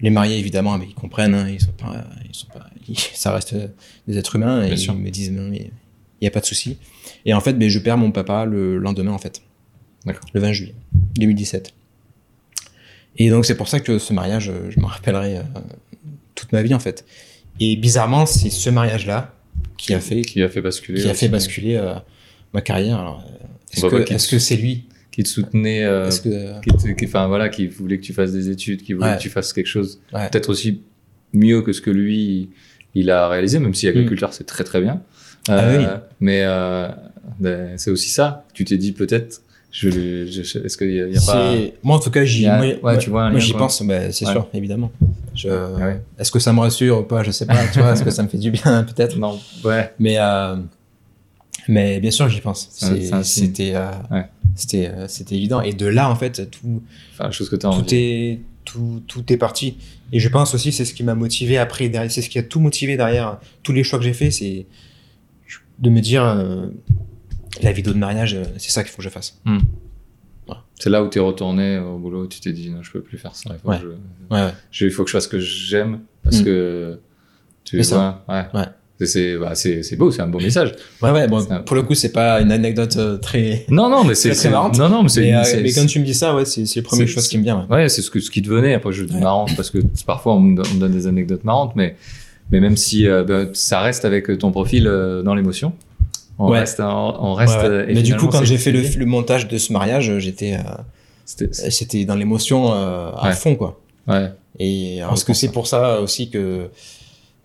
C: Les mariés, évidemment, mais ils comprennent, hein, ils sont pas, ils sont pas, ils- (laughs) ça reste euh, des êtres humains, et
B: Bien
C: ils
B: sûr.
C: me disent, non, mais il n'y a pas de souci. Et en fait, ben, je perds mon papa le lendemain, en fait.
B: D'accord.
C: Le 20 juillet 2017. Et donc, c'est pour ça que ce mariage, euh, je m'en rappellerai euh, toute ma vie, en fait. Et bizarrement, c'est ce mariage-là qui a fait,
B: qui a fait basculer
C: qui a fait
B: aussi.
C: basculer euh, ma carrière. Alors, euh, Est-ce
B: On va
C: que
B: pas qu'il-
C: est-ce que c'est lui
B: qui te soutenait euh,
C: Est-ce que...
B: qui, te- qui- enfin voilà qui voulait que tu fasses des études qui voulait
C: Ouais.
B: que tu fasses quelque chose
C: Ouais.
B: peut-être aussi mieux que ce que lui il a réalisé même si agriculteur c'est très très bien Euh,
C: Mm. Ah oui.
B: mais euh, ben, c'est aussi ça tu t'es dit peut-être je, je- je- est-ce qu'il y a, il y a pas
C: C'est- Moi, en tout cas, j'y
B: Il y a-
C: moi-
B: ouais,
C: moi-
B: tu vois un
C: moi,
B: lien,
C: j'y
B: quoi.
C: pense, euh, bah, c'est
B: Ouais. Ah
C: sûr, évidemment. Je-
B: ouais.
C: Est-ce que ça me rassure ou pas Je sais pas. Tu vois, est-ce que ça me fait du bien (laughs) peut-être
B: non ouais
C: Mais euh, mais bien sûr, j'y pense.
B: C'est un-
C: C'est-
B: c'est un signe.
C: C'était euh,
B: Ouais.
C: c'était euh, c'était évident. Et de là, en fait, tout
B: enfin la chose que tu as
C: tout
B: envie
C: est tout tout est parti. Et je pense aussi, c'est ce qui m'a motivé après. derrière- C'est ce qui a tout motivé derrière tous les choix que j'ai faits. C'est de me dire euh, la vidéo de mariage, euh, c'est ça qu'il faut que je fasse.
B: c'est là où tu es retourné au boulot tu t'es dit non je peux plus faire ça il faut,
C: Ouais.
B: que, je,
C: Ouais. ouais.
B: je- il faut que je fasse ce que j'aime parce
C: Mm.
B: que tu
C: C'est
B: vois ouais.
C: Ouais.
B: C'est- C'est bah, c'est- c'est beau, c'est un beau message.
C: Ouais, ouais, bon,
B: C'est un-
C: pour le coup, c'est pas une anecdote euh, très.
B: Non, non, mais c'est
C: C'est très marrant.
B: Non, non, mais (laughs) c'est
C: Mais, euh,
B: c'est-
C: mais quand tu me dis ça, ouais, c'est c'est les premières
B: c'est-
C: choses qui me viennent. ouais.
B: Ouais, c'est ce, que, ce qui devenait. Après, je dis
C: Ouais.
B: marrant parce que parfois on me, don- on me donne des anecdotes marrantes, mais, mais même si euh, bah, ça reste avec ton profil euh, dans l'émotion, on
C: Ouais.
B: reste. en- On reste
C: Ouais, ouais.
B: euh, et
C: Mais du
B: finalement,
C: coup, quand
B: c'est-
C: j'ai fait le, le montage de ce mariage, euh, j'étais, euh,
B: c'était-
C: c'était dans l'émotion euh, à
B: Ouais.
C: fond, quoi.
B: Ouais,
C: Et
B: On
C: parce que
B: ressent
C: c'est
B: ça.
C: pour ça aussi que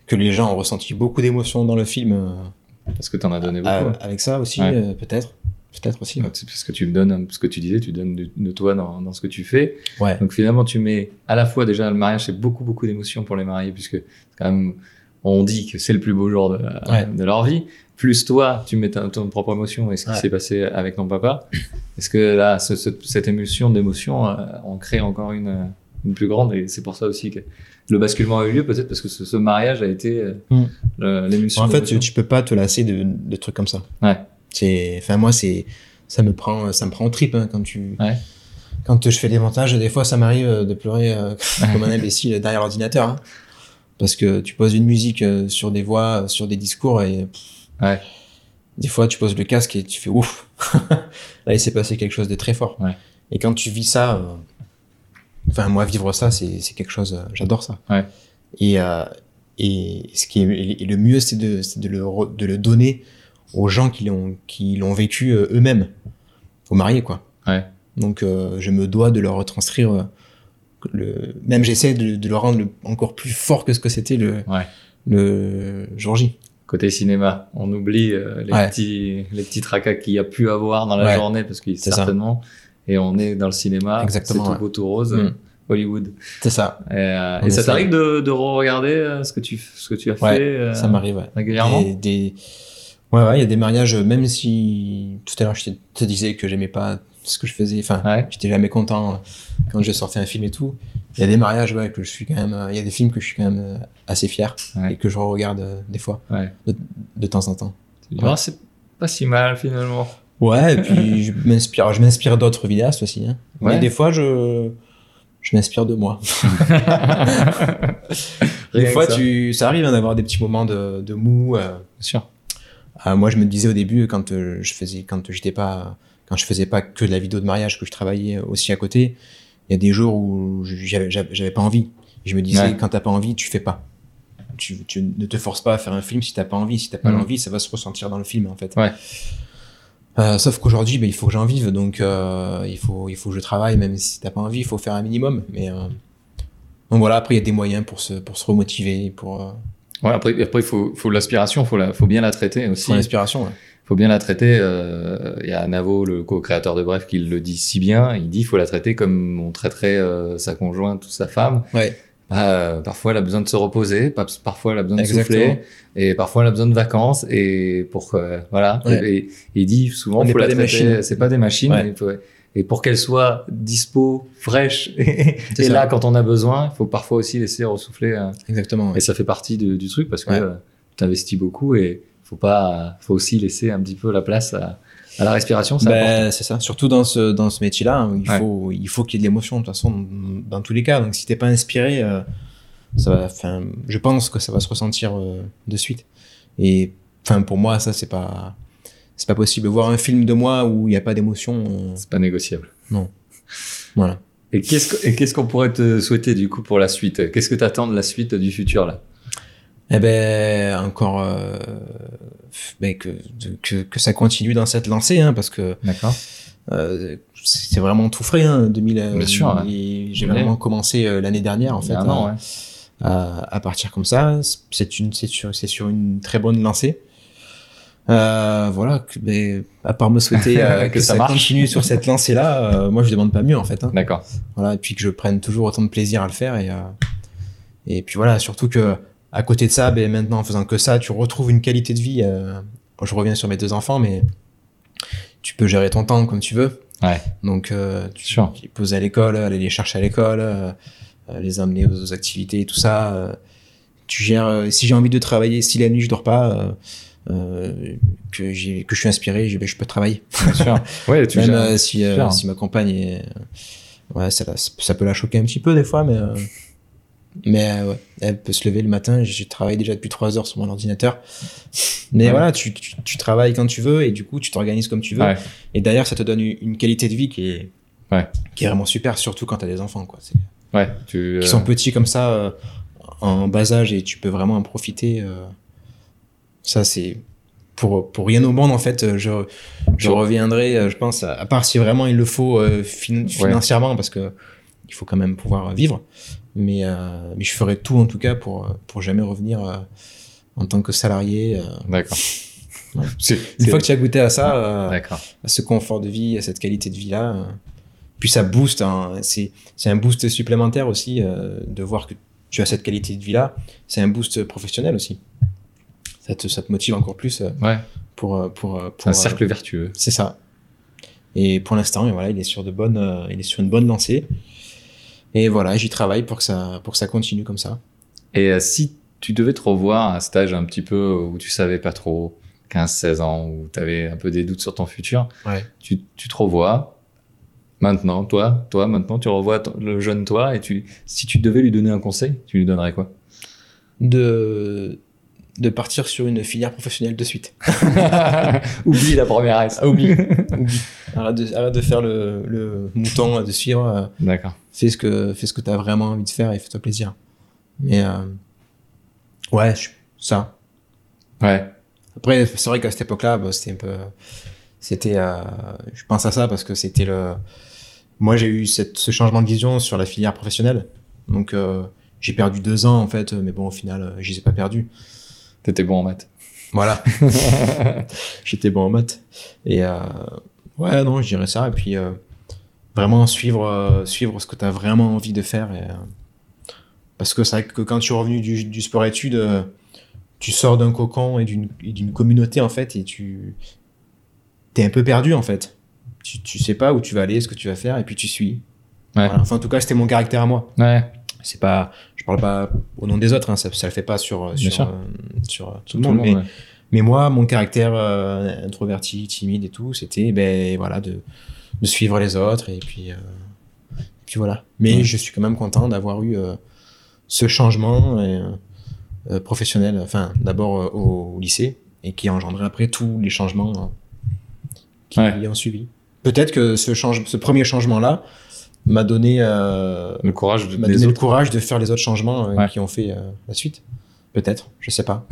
C: que les gens ont ressenti beaucoup d'émotions dans le film euh,
B: parce que t'en as donné beaucoup.
C: à- avec ça aussi,
B: Ouais.
C: euh, peut-être, peut-être aussi.
B: Ouais, Ah, c'est Parce que tu me donnes, ce que tu disais, tu donnes de, de toi dans, dans ce que tu fais.
C: Ouais.
B: Donc finalement, tu mets à la fois déjà le mariage, c'est beaucoup beaucoup d'émotions pour les mariés, puisque c'est quand même, on dit que c'est le plus beau jour de,
C: Ouais.
B: de leur vie. Plus toi, tu mets ta- ton propre émotion et ce qui
C: Ouais.
B: s'est passé avec ton papa. Est-ce que là, ce- ce- cette émotion d'émotion, euh, en crée encore une, euh, une plus grande et c'est pour ça aussi que le basculement a eu lieu, peut-être parce que ce, ce mariage a été euh,
C: Mm.
B: le- l'émotion.
C: en fait,
B: d'émotion.
C: tu, tu peux pas te lasser de, de trucs comme ça.
B: Ouais.
C: C'est, enfin moi c'est, ça me prend, ça me prend en trip hein, quand tu.
B: Ouais.
C: Quand je fais des montages, des fois ça m'arrive euh, de pleurer euh, comme un imbécile derrière l'ordinateur, hein. parce que tu poses une musique euh, sur des voix, euh, sur des discours et.
B: Ouais.
C: Des fois, tu poses le casque et tu fais ouf. (laughs) Là, il s'est passé quelque chose de très fort.
B: Ouais.
C: Et quand tu vis ça, euh, enfin moi vivre ça, c'est c'est quelque chose, euh, j'adore ça.
B: Ouais.
C: Et, euh, et ce qui est et le mieux, c'est de, c'est de, le, re- de le donner aux gens qui l'ont qui l'ont vécu euh, eux-mêmes, aux mariés quoi.
B: Ouais.
C: Donc euh, je me dois de leur retranscrire euh, le même j'essaie de, de le rendre le- encore plus fort que ce que c'était le
B: Ouais.
C: le jour J.
B: Côté cinéma, on oublie euh, les,
C: Ouais.
B: petits, les petits tracas qu'il y a pu avoir dans la
C: Ouais.
B: journée, parce qu'il
C: C'est ça.
B: certainement, et on est dans le cinéma,
C: Exactement,
B: c'est
C: ouais.
B: tout beau, tout rose,
C: Mm.
B: Hollywood.
C: C'est ça.
B: Et, euh,
C: On
B: et ça
C: essaie.
B: t'arrive de, de regarder ce, que tu- ce que tu as
C: Ouais,
B: fait euh,
C: ça m'arrive. ouais.
B: régulièrement
C: Des, des- Ouais, ouais, il y a des mariages, euh, même si tout à l'heure je te- te disais que j'aimais pas ce que je faisais, enfin,
B: Ouais.
C: j'étais jamais content euh, quand je sortais un film et tout. Il y a des mariages, ouais, que je suis quand même, euh, il y a des films que je suis quand même euh, assez fier
B: Ouais.
C: et que je regarde euh, des fois,
B: Ouais.
C: de, de temps en temps.
B: Tu dis, Oh, c'est pas si mal finalement.
C: (laughs) Ouais, et
B: (laughs)
C: puis je m'inspire, je m'inspire d'autres vidéastes aussi. Hein.
B: Ouais.
C: Mais des fois, je, je m'inspire de moi. Des
B: Rien
C: fois,
B: que ça.
C: tu, ça arrive hein, d'avoir des petits moments de, de mou. euh,
B: Bien sûr.
C: Euh, moi, je me disais au début, quand euh, je faisais, quand j'étais pas, quand je faisais pas que de la vidéo de mariage, que je travaillais aussi à côté, il y a des jours où j'avais, j'avais j'avais pas envie. Je me disais,
B: Ouais.
C: quand t'as pas envie, tu fais pas. Tu, tu ne te forces pas à faire un film si t'as pas envie. Si t'as pas
B: Mhm.
C: l'envie, ça va se ressentir dans le film, en fait.
B: Ouais.
C: Euh, sauf qu'aujourd'hui, ben, il faut que j'en vive, donc euh, il faut, il faut que je travaille, même si t'as pas envie, il faut faire un minimum. Mais euh, donc voilà, après il y a des moyens pour se, pour se remotiver, pour, euh,
B: Ouais, après, après, il faut, faut l'aspiration, il faut, la- faut bien la traiter aussi.
C: pour l'inspiration. ouais.
B: faut bien la traiter. euh, Il y a Navo, le co-créateur de Bref, qui le dit si bien. Il dit faut la traiter comme on traiterait euh, sa conjointe ou sa femme.
C: Ouais.
B: Bah, euh, parfois, elle a besoin de se reposer. pas- Parfois, elle a besoin de
C: Exactement.
B: souffler. Et parfois, elle a besoin de vacances. Et pour euh, voilà.
C: Ouais.
B: Et, et il dit souvent
C: On n'est
B: faut
C: pas
B: la
C: des
B: traiter.
C: machines.
B: C'est pas des machines.
C: Ouais.
B: il faut- et pour qu'elle soit dispo, fraîche, (laughs) et,
C: C'est ça.
B: là quand on a besoin, il faut parfois aussi laisser ressouffler. euh,
C: Exactement. ouais.
B: et ça fait partie de- du truc parce que
C: Ouais.
B: tu investis beaucoup et faut pas, faut aussi laisser un petit peu la place à, à la respiration. C'est important.
C: Ben, c'est ça. Surtout dans ce, dans ce métier-là, hein, il
B: Ouais.
C: faut, il faut qu'il y ait de l'émotion, de toute façon, dans, dans tous les cas. Donc, si t'es pas inspiré, euh, ça va, enfin, je pense que ça va se ressentir euh, de suite. Et, enfin, pour moi, ça, c'est pas, c'est pas possible. Voir un film de moi où il n'y a pas d'émotion, euh,
B: C'est pas négociable.
C: voilà.
B: Et qu'est-ce que- et qu'est-ce qu'on pourrait te souhaiter du coup pour la suite Qu'est-ce que t'attends de la suite du futur là
C: Eh ben, encore, euh, ben, que, que, que ça continue dans cette lancée, hein, parce que,
B: D'accord.
C: Euh, c'est vraiment tout frais, hein, 2000. euh,
B: Bien sûr, ouais.
C: et J'ai
B: Ouais.
C: vraiment commencé euh, l'année dernière, en
B: Il
C: fait, euh,
B: y a un
C: à,
B: an, ouais.
C: Euh, à- à partir comme ça. C'est une, c'est sur, c'est sur une très bonne lancée. Euh, voilà, que- mais à part me
B: (laughs)
C: souhaiter euh, que,
B: Que ça
C: ça,
B: marche.
C: continue sur cette lancée-là, euh, moi je demande pas mieux en fait. hein.
B: D'accord.
C: Voilà, et puis que je prenne toujours autant de plaisir à le faire. Et, euh, et puis voilà, surtout que à côté de ça, ben, maintenant en faisant que ça, tu retrouves une qualité de vie. euh, je reviens sur mes deux enfants, mais tu peux gérer ton temps comme tu veux.
B: Ouais.
C: Donc euh, tu
B: Sûr.
C: tu les poses à l'école, aller les chercher à l'école, euh, euh, les emmener aux, aux activités, tout ça. euh, tu gères. euh, si j'ai envie de travailler, si la nuit je dors pas. euh, euh, que, j'ai- que je suis inspiré, j'ai- ben, je peux travailler.
B: Bien sûr. Ouais, tu
C: Même
B: gères-
C: euh, si, euh,
B: Sûr.
C: si ma compagne est... Ouais, ça, la- ça peut la choquer un petit peu des fois, mais euh, Mais euh, ouais, elle peut se lever le matin. Je travaille déjà depuis 3 heures sur mon ordinateur. Mais
B: Ouais.
C: voilà, tu, tu, tu travailles quand tu veux et du coup, tu t'organises comme tu veux.
B: Ouais.
C: Et d'ailleurs, ça te donne une une qualité de vie qui est,
B: Ouais.
C: qui est vraiment super, surtout quand tu as des enfants, quoi. C'est-
B: Ouais, tu. euh,
C: Qui sont petits comme ça, euh, en bas âge, et tu peux vraiment en profiter. euh. Ça, c'est. Pour, pour rien au monde, en fait, euh, je,
B: Tu-
C: je reviendrai, euh, je pense, à, à part si vraiment il le faut euh, fin- financièrement, parce que il faut quand même pouvoir euh, vivre. Mais, euh, mais je ferai tout, en tout cas, pour, euh, pour jamais revenir euh, en tant que salarié. euh.
B: D'accord.
C: Ouais.
B: C'est-
C: Une
B: c'est-
C: fois que tu as goûté à ça, euh,
B: D'accord.
C: à ce confort de vie, à cette qualité de vie-là. euh. Puis ça booste, hein, c'est c'est un boost supplémentaire aussi euh, de voir que tu as cette qualité de vie-là. C'est un boost professionnel aussi. Ça te, ça te motive encore plus euh,
B: Ouais.
C: pour... euh, pour, euh, pour
B: C'est un
C: euh,
B: cercle vertueux.
C: C'est ça. Et pour l'instant, et voilà, il, est sur de bonnes, euh, il est sur une bonne lancée. Et voilà, j'y travaille pour que, ça, pour que ça continue comme ça.
B: Et euh, si tu devais te revoir à un stage un petit peu où tu savais pas trop, 15-16 ans, où tu avais un peu des doutes sur ton futur,
C: Ouais.
B: tu, tu te revois maintenant, toi, toi, maintenant, tu revois ton- le jeune toi, et tu, si tu devais lui donner un conseil, tu lui donnerais
C: (laughs)
B: quoi
C: De, de partir sur une filière professionnelle de suite.
B: Oublie la première S.
C: Ah, oublie. oublie. Arrête, de, arrête de faire le, le mouton, là, de suivre. euh,
B: D'accord.
C: Fais ce que, fais ce que tu as vraiment envie de faire et fais-toi plaisir. Mais euh, ouais, je- ça.
B: Ouais.
C: Après, c'est vrai qu'à cette époque-là, bah, c'était un peu. C'était. euh, je pense à ça parce que c'était le. Moi, j'ai eu cette, ce changement de vision sur la filière professionnelle. Donc, euh, j'ai perdu deux ans, en fait, mais bon, au final, euh, je les ai pas perdus.
B: T'étais bon en maths.
C: Voilà. (laughs) J'étais bon en maths. Et euh, ouais, non, je dirais ça. Et puis, euh, vraiment suivre, euh, suivre ce que tu as vraiment envie de faire. Et, euh, parce que c'est vrai que quand tu es revenu du, du sport-études, euh, tu sors d'un cocon et d'une et d'une communauté, en fait, et tu es un peu perdu, en fait. Tu, tu sais pas où tu vas aller, ce que tu vas faire, et puis tu suis.
B: Ouais.
C: Voilà. Enfin, en tout cas, c'était mon caractère à moi
B: Ouais.
C: c'est pas je parle pas au nom des autres hein, ça, ça le fait pas sur
B: Bien
C: sur,
B: sûr.
C: euh, sur, euh, tout, le monde, mais,
B: ouais.
C: mais moi mon caractère euh, introverti timide et tout c'était ben voilà de, de suivre les autres et puis euh, et puis voilà mais
B: Ouais.
C: je suis quand même content d'avoir eu euh, ce changement euh, euh, professionnel enfin d'abord euh, au, au lycée et qui a engendré après tous les changements euh, qui
B: Ouais.
C: ont suivi peut-être que ce change ce premier changement là m'a donné euh,
B: Le courage de-
C: m'a
B: des
C: donné le
B: autres.
C: courage de faire les autres changements euh,
B: Ouais.
C: qui ont fait euh, la suite. Peut-être, je sais pas.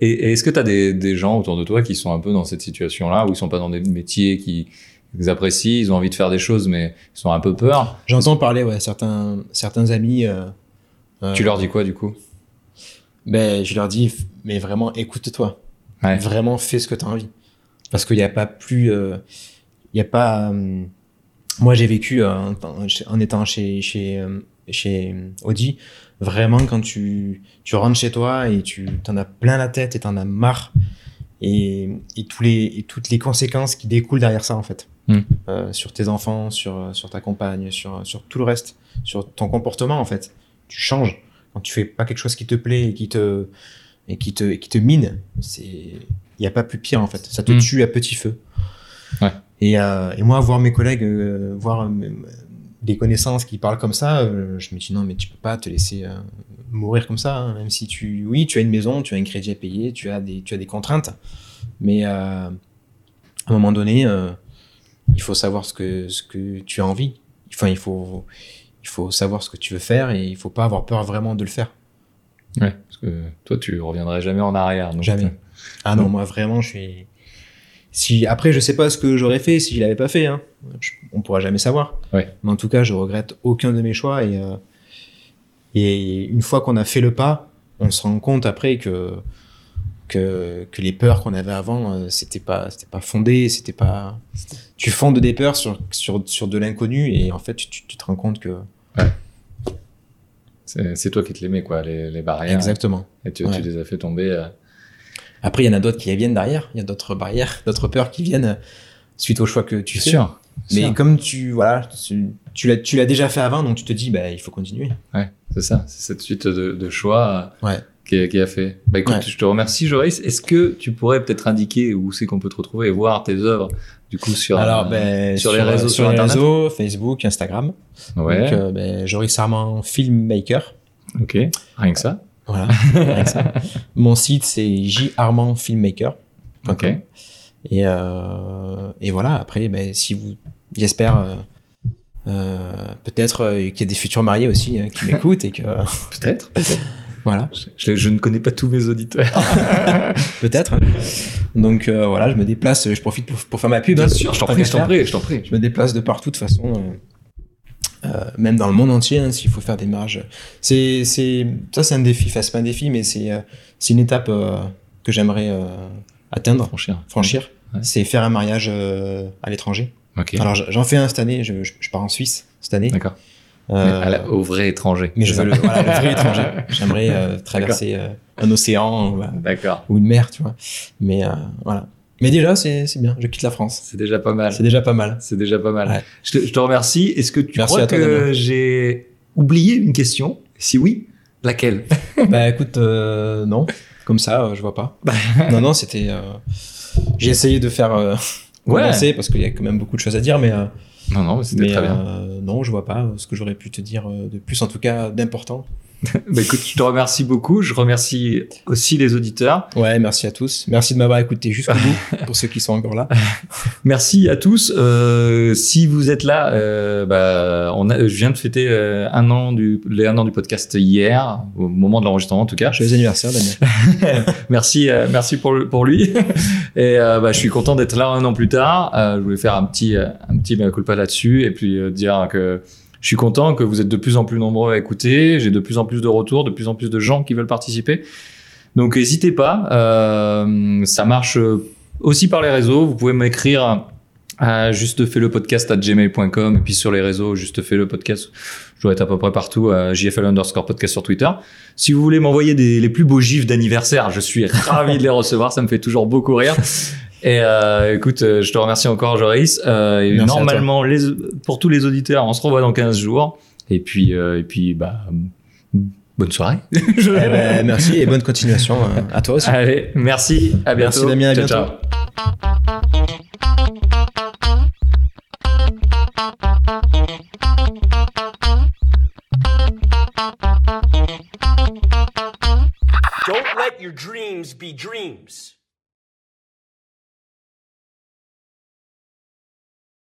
B: et, et est-ce que tu as des, des gens autour de toi qui sont un peu dans cette situation-là, où ils sont pas dans des métiers qui qu'ils apprécient, ils ont envie de faire des choses, mais ils sont un peu peur
C: J'entends parler, ouais, certains, certains amis. euh, euh,
B: Tu leur dis quoi du coup
C: ben, Je leur dis, f- mais vraiment, écoute-toi.
B: Ouais.
C: Vraiment, fais ce que tu as envie. Parce qu'il n'y a pas plus. euh, Il y a pas. euh, moi, j'ai vécu euh, en, en- en étant chez, chez, euh, chez euh, Audi. Vraiment, quand tu, tu rentres chez toi et tu t'en as plein la tête et t'en as marre. Et, et, tous les, et toutes les conséquences qui découlent derrière ça, en fait.
B: Mm.
C: Euh, sur tes enfants, sur, sur ta compagne, sur, sur tout le reste, sur ton comportement, en fait. Tu changes. Quand tu fais pas quelque chose qui te plaît et qui te, et qui te, et qui te mine, c'est il n'y a pas plus pire, en fait. Ça te
B: Mm.
C: tue à petit feu. Et, euh, et moi, voir mes collègues, euh, voir euh, m- des connaissances qui parlent comme ça, euh, je me dis non, mais tu peux pas te laisser euh, mourir comme ça, hein, même si tu, oui, tu as une maison, tu as un crédit à payer, tu as des, tu as des contraintes, mais euh, à un moment donné, euh, il faut savoir ce que, ce que tu as envie. Enfin, il faut, il faut savoir ce que tu veux faire et il faut pas avoir peur vraiment de le faire.
B: Ouais, parce que toi, tu reviendrais jamais en arrière. donc-
C: Jamais. Ah non, moi vraiment, je suis. Si après, je sais pas ce que j'aurais fait si je l'avais pas fait. Hein. Je- On pourra jamais savoir.
B: Ouais.
C: Mais en tout cas, je regrette aucun de mes choix et euh, et une fois qu'on a fait le pas, on se rend compte après que que, que les peurs qu'on avait avant, euh, c'était pas c'était pas fondé, c'était pas. Tu fondes des peurs sur sur sur de l'inconnu et en fait, tu, tu- tu te rends compte que
B: C'est c'est toi qui te les mets, quoi, les, les barrières.
C: exactement.
B: Et tu,
C: Ouais.
B: tu les as fait tomber. euh.
C: Après, il y en a d'autres qui viennent derrière. Il y a d'autres barrières, d'autres peurs qui viennent suite au choix que tu fais. Mais
B: sûr.
C: comme tu voilà, tu, tu l'as tu l'as déjà fait avant, donc tu te dis bah il faut continuer.
B: Ouais, c'est ça. C'est cette suite de, de choix euh,
C: Ouais.
B: qui- qui, qui a fait. Bah écoute,
C: Ouais.
B: je te remercie, Joris. Est-ce que tu pourrais peut-être indiquer où c'est qu'on peut te retrouver et voir tes œuvres du coup sur
C: Alors,
B: euh,
C: ben,
B: sur les réseaux, sur
C: sur les
B: Internet.
C: réseaux, Facebook, Instagram.
B: ouais,
C: Donc, euh, ben, Joris Armand, filmmaker.
B: ok, rien que ça.
C: Voilà. rien
B: (laughs)
C: que ça. Mon site, c'est J Armand Filmmaker.
B: Ok.
C: Et, euh, et voilà, après, ben, si vous, j'espère, euh, euh, peut-être euh, qu'il y a des futurs mariés aussi euh, (laughs) qui m'écoutent et que,
B: Peut-être. peut-être.
C: voilà,
B: Je, je ne connais pas tous mes auditeurs.
C: Ah, peut-être. Donc euh, voilà, je me déplace, je profite pour, pour faire ma pub. hein.
B: je t'en
C: Tant
B: prie,
C: qu'à
B: je t'en
C: faire.
B: prie, je t'en prie.
C: Je me déplace de partout, de toute façon, euh, euh, même dans le monde entier, hein, s'il faut faire des marges. C'est, c'est, ça, c'est un défi, enfin, c'est pas un défi, mais c'est, euh, c'est une étape euh, que j'aimerais euh, atteindre,
B: Franchir.
C: franchir.
B: Ouais.
C: C'est faire un mariage euh, à l'étranger.
B: Ok.
C: Alors j- j'en fais un cette année, je, je- je pars en Suisse cette année.
B: D'accord. Mais
C: Euh,
B: à la- au vrai étranger.
C: mais je
B: c'est
C: veux
B: ça
C: le, voilà, le
B: (laughs)
C: vrai étranger. J'aimerais euh, traverser euh, un océan ou, euh,
B: D'accord.
C: ou une mer, tu vois. Mais euh, voilà. Mais déjà, c'est c'est bien, je quitte la France.
B: C'est déjà pas mal.
C: C'est déjà pas mal.
B: C'est déjà pas mal.
C: Ouais.
B: Je, te, je te remercie. Est-ce que tu
C: Merci
B: crois
C: à toi,
B: que
C: Damien.
B: j'ai oublié une question Si oui, laquelle
C: bah écoute, euh, non, comme ça, euh, je vois pas. (laughs) non, non, c'était. euh, J'ai essayé de faire. Euh,
B: Ouais.
C: condenser parce qu'il y a quand même beaucoup de choses à dire, mais, euh,
B: Non, non, mais c'était
C: mais,
B: très bien.
C: euh, non, je vois pas euh, ce que j'aurais pu te dire euh, de plus, en tout cas d'important.
B: Bah, écoute, je te remercie beaucoup. Je remercie aussi les auditeurs.
C: Ouais, merci à tous. Merci de m'avoir écouté (laughs) jusqu'au bout pour ceux qui sont (laughs) encore là.
B: Merci à tous. Euh, si vous êtes là, euh, bah, on a, je viens de fêter euh, un an du, les un an du podcast hier, au moment de l'enregistrement en tout cas.
C: Joyeux anniversaire, Damien.
B: merci, euh, merci pour, le- pour lui. (laughs) Et euh, bah, je suis content d'être là un an plus tard. Euh, je voulais faire un petit, euh, un petit mea culpa là-dessus et puis euh, dire que je suis content que vous êtes de plus en plus nombreux à écouter. J'ai de plus en plus de retours, de plus en plus de gens qui veulent participer. Donc n'hésitez pas. Euh, ça marche euh, aussi par les réseaux. Vous pouvez m'écrire. à juste fait le podcast à gmail.com et puis sur les réseaux juste fait le podcast je dois être à peu près partout à JFL underscore podcast sur Twitter si vous voulez m'envoyer des- les plus beaux gifs d'anniversaire, je suis (laughs) ravi de les recevoir. Ça me fait toujours beaucoup rire. Et euh, écoute, euh, je te remercie encore, Joris. Euh, et
C: Merci à
B: normalement, les, pour tous les auditeurs, on se revoit dans 15 jours. Et puis, euh, et puis bah, bonne soirée. Je-
C: Eh ben, merci et bonne continuation euh, à toi aussi.
B: Allez, merci. À bientôt.
C: Merci, Damien, à
B: Ciao,
C: bientôt.
B: ciao.
A: Don't let your dreams be dreams.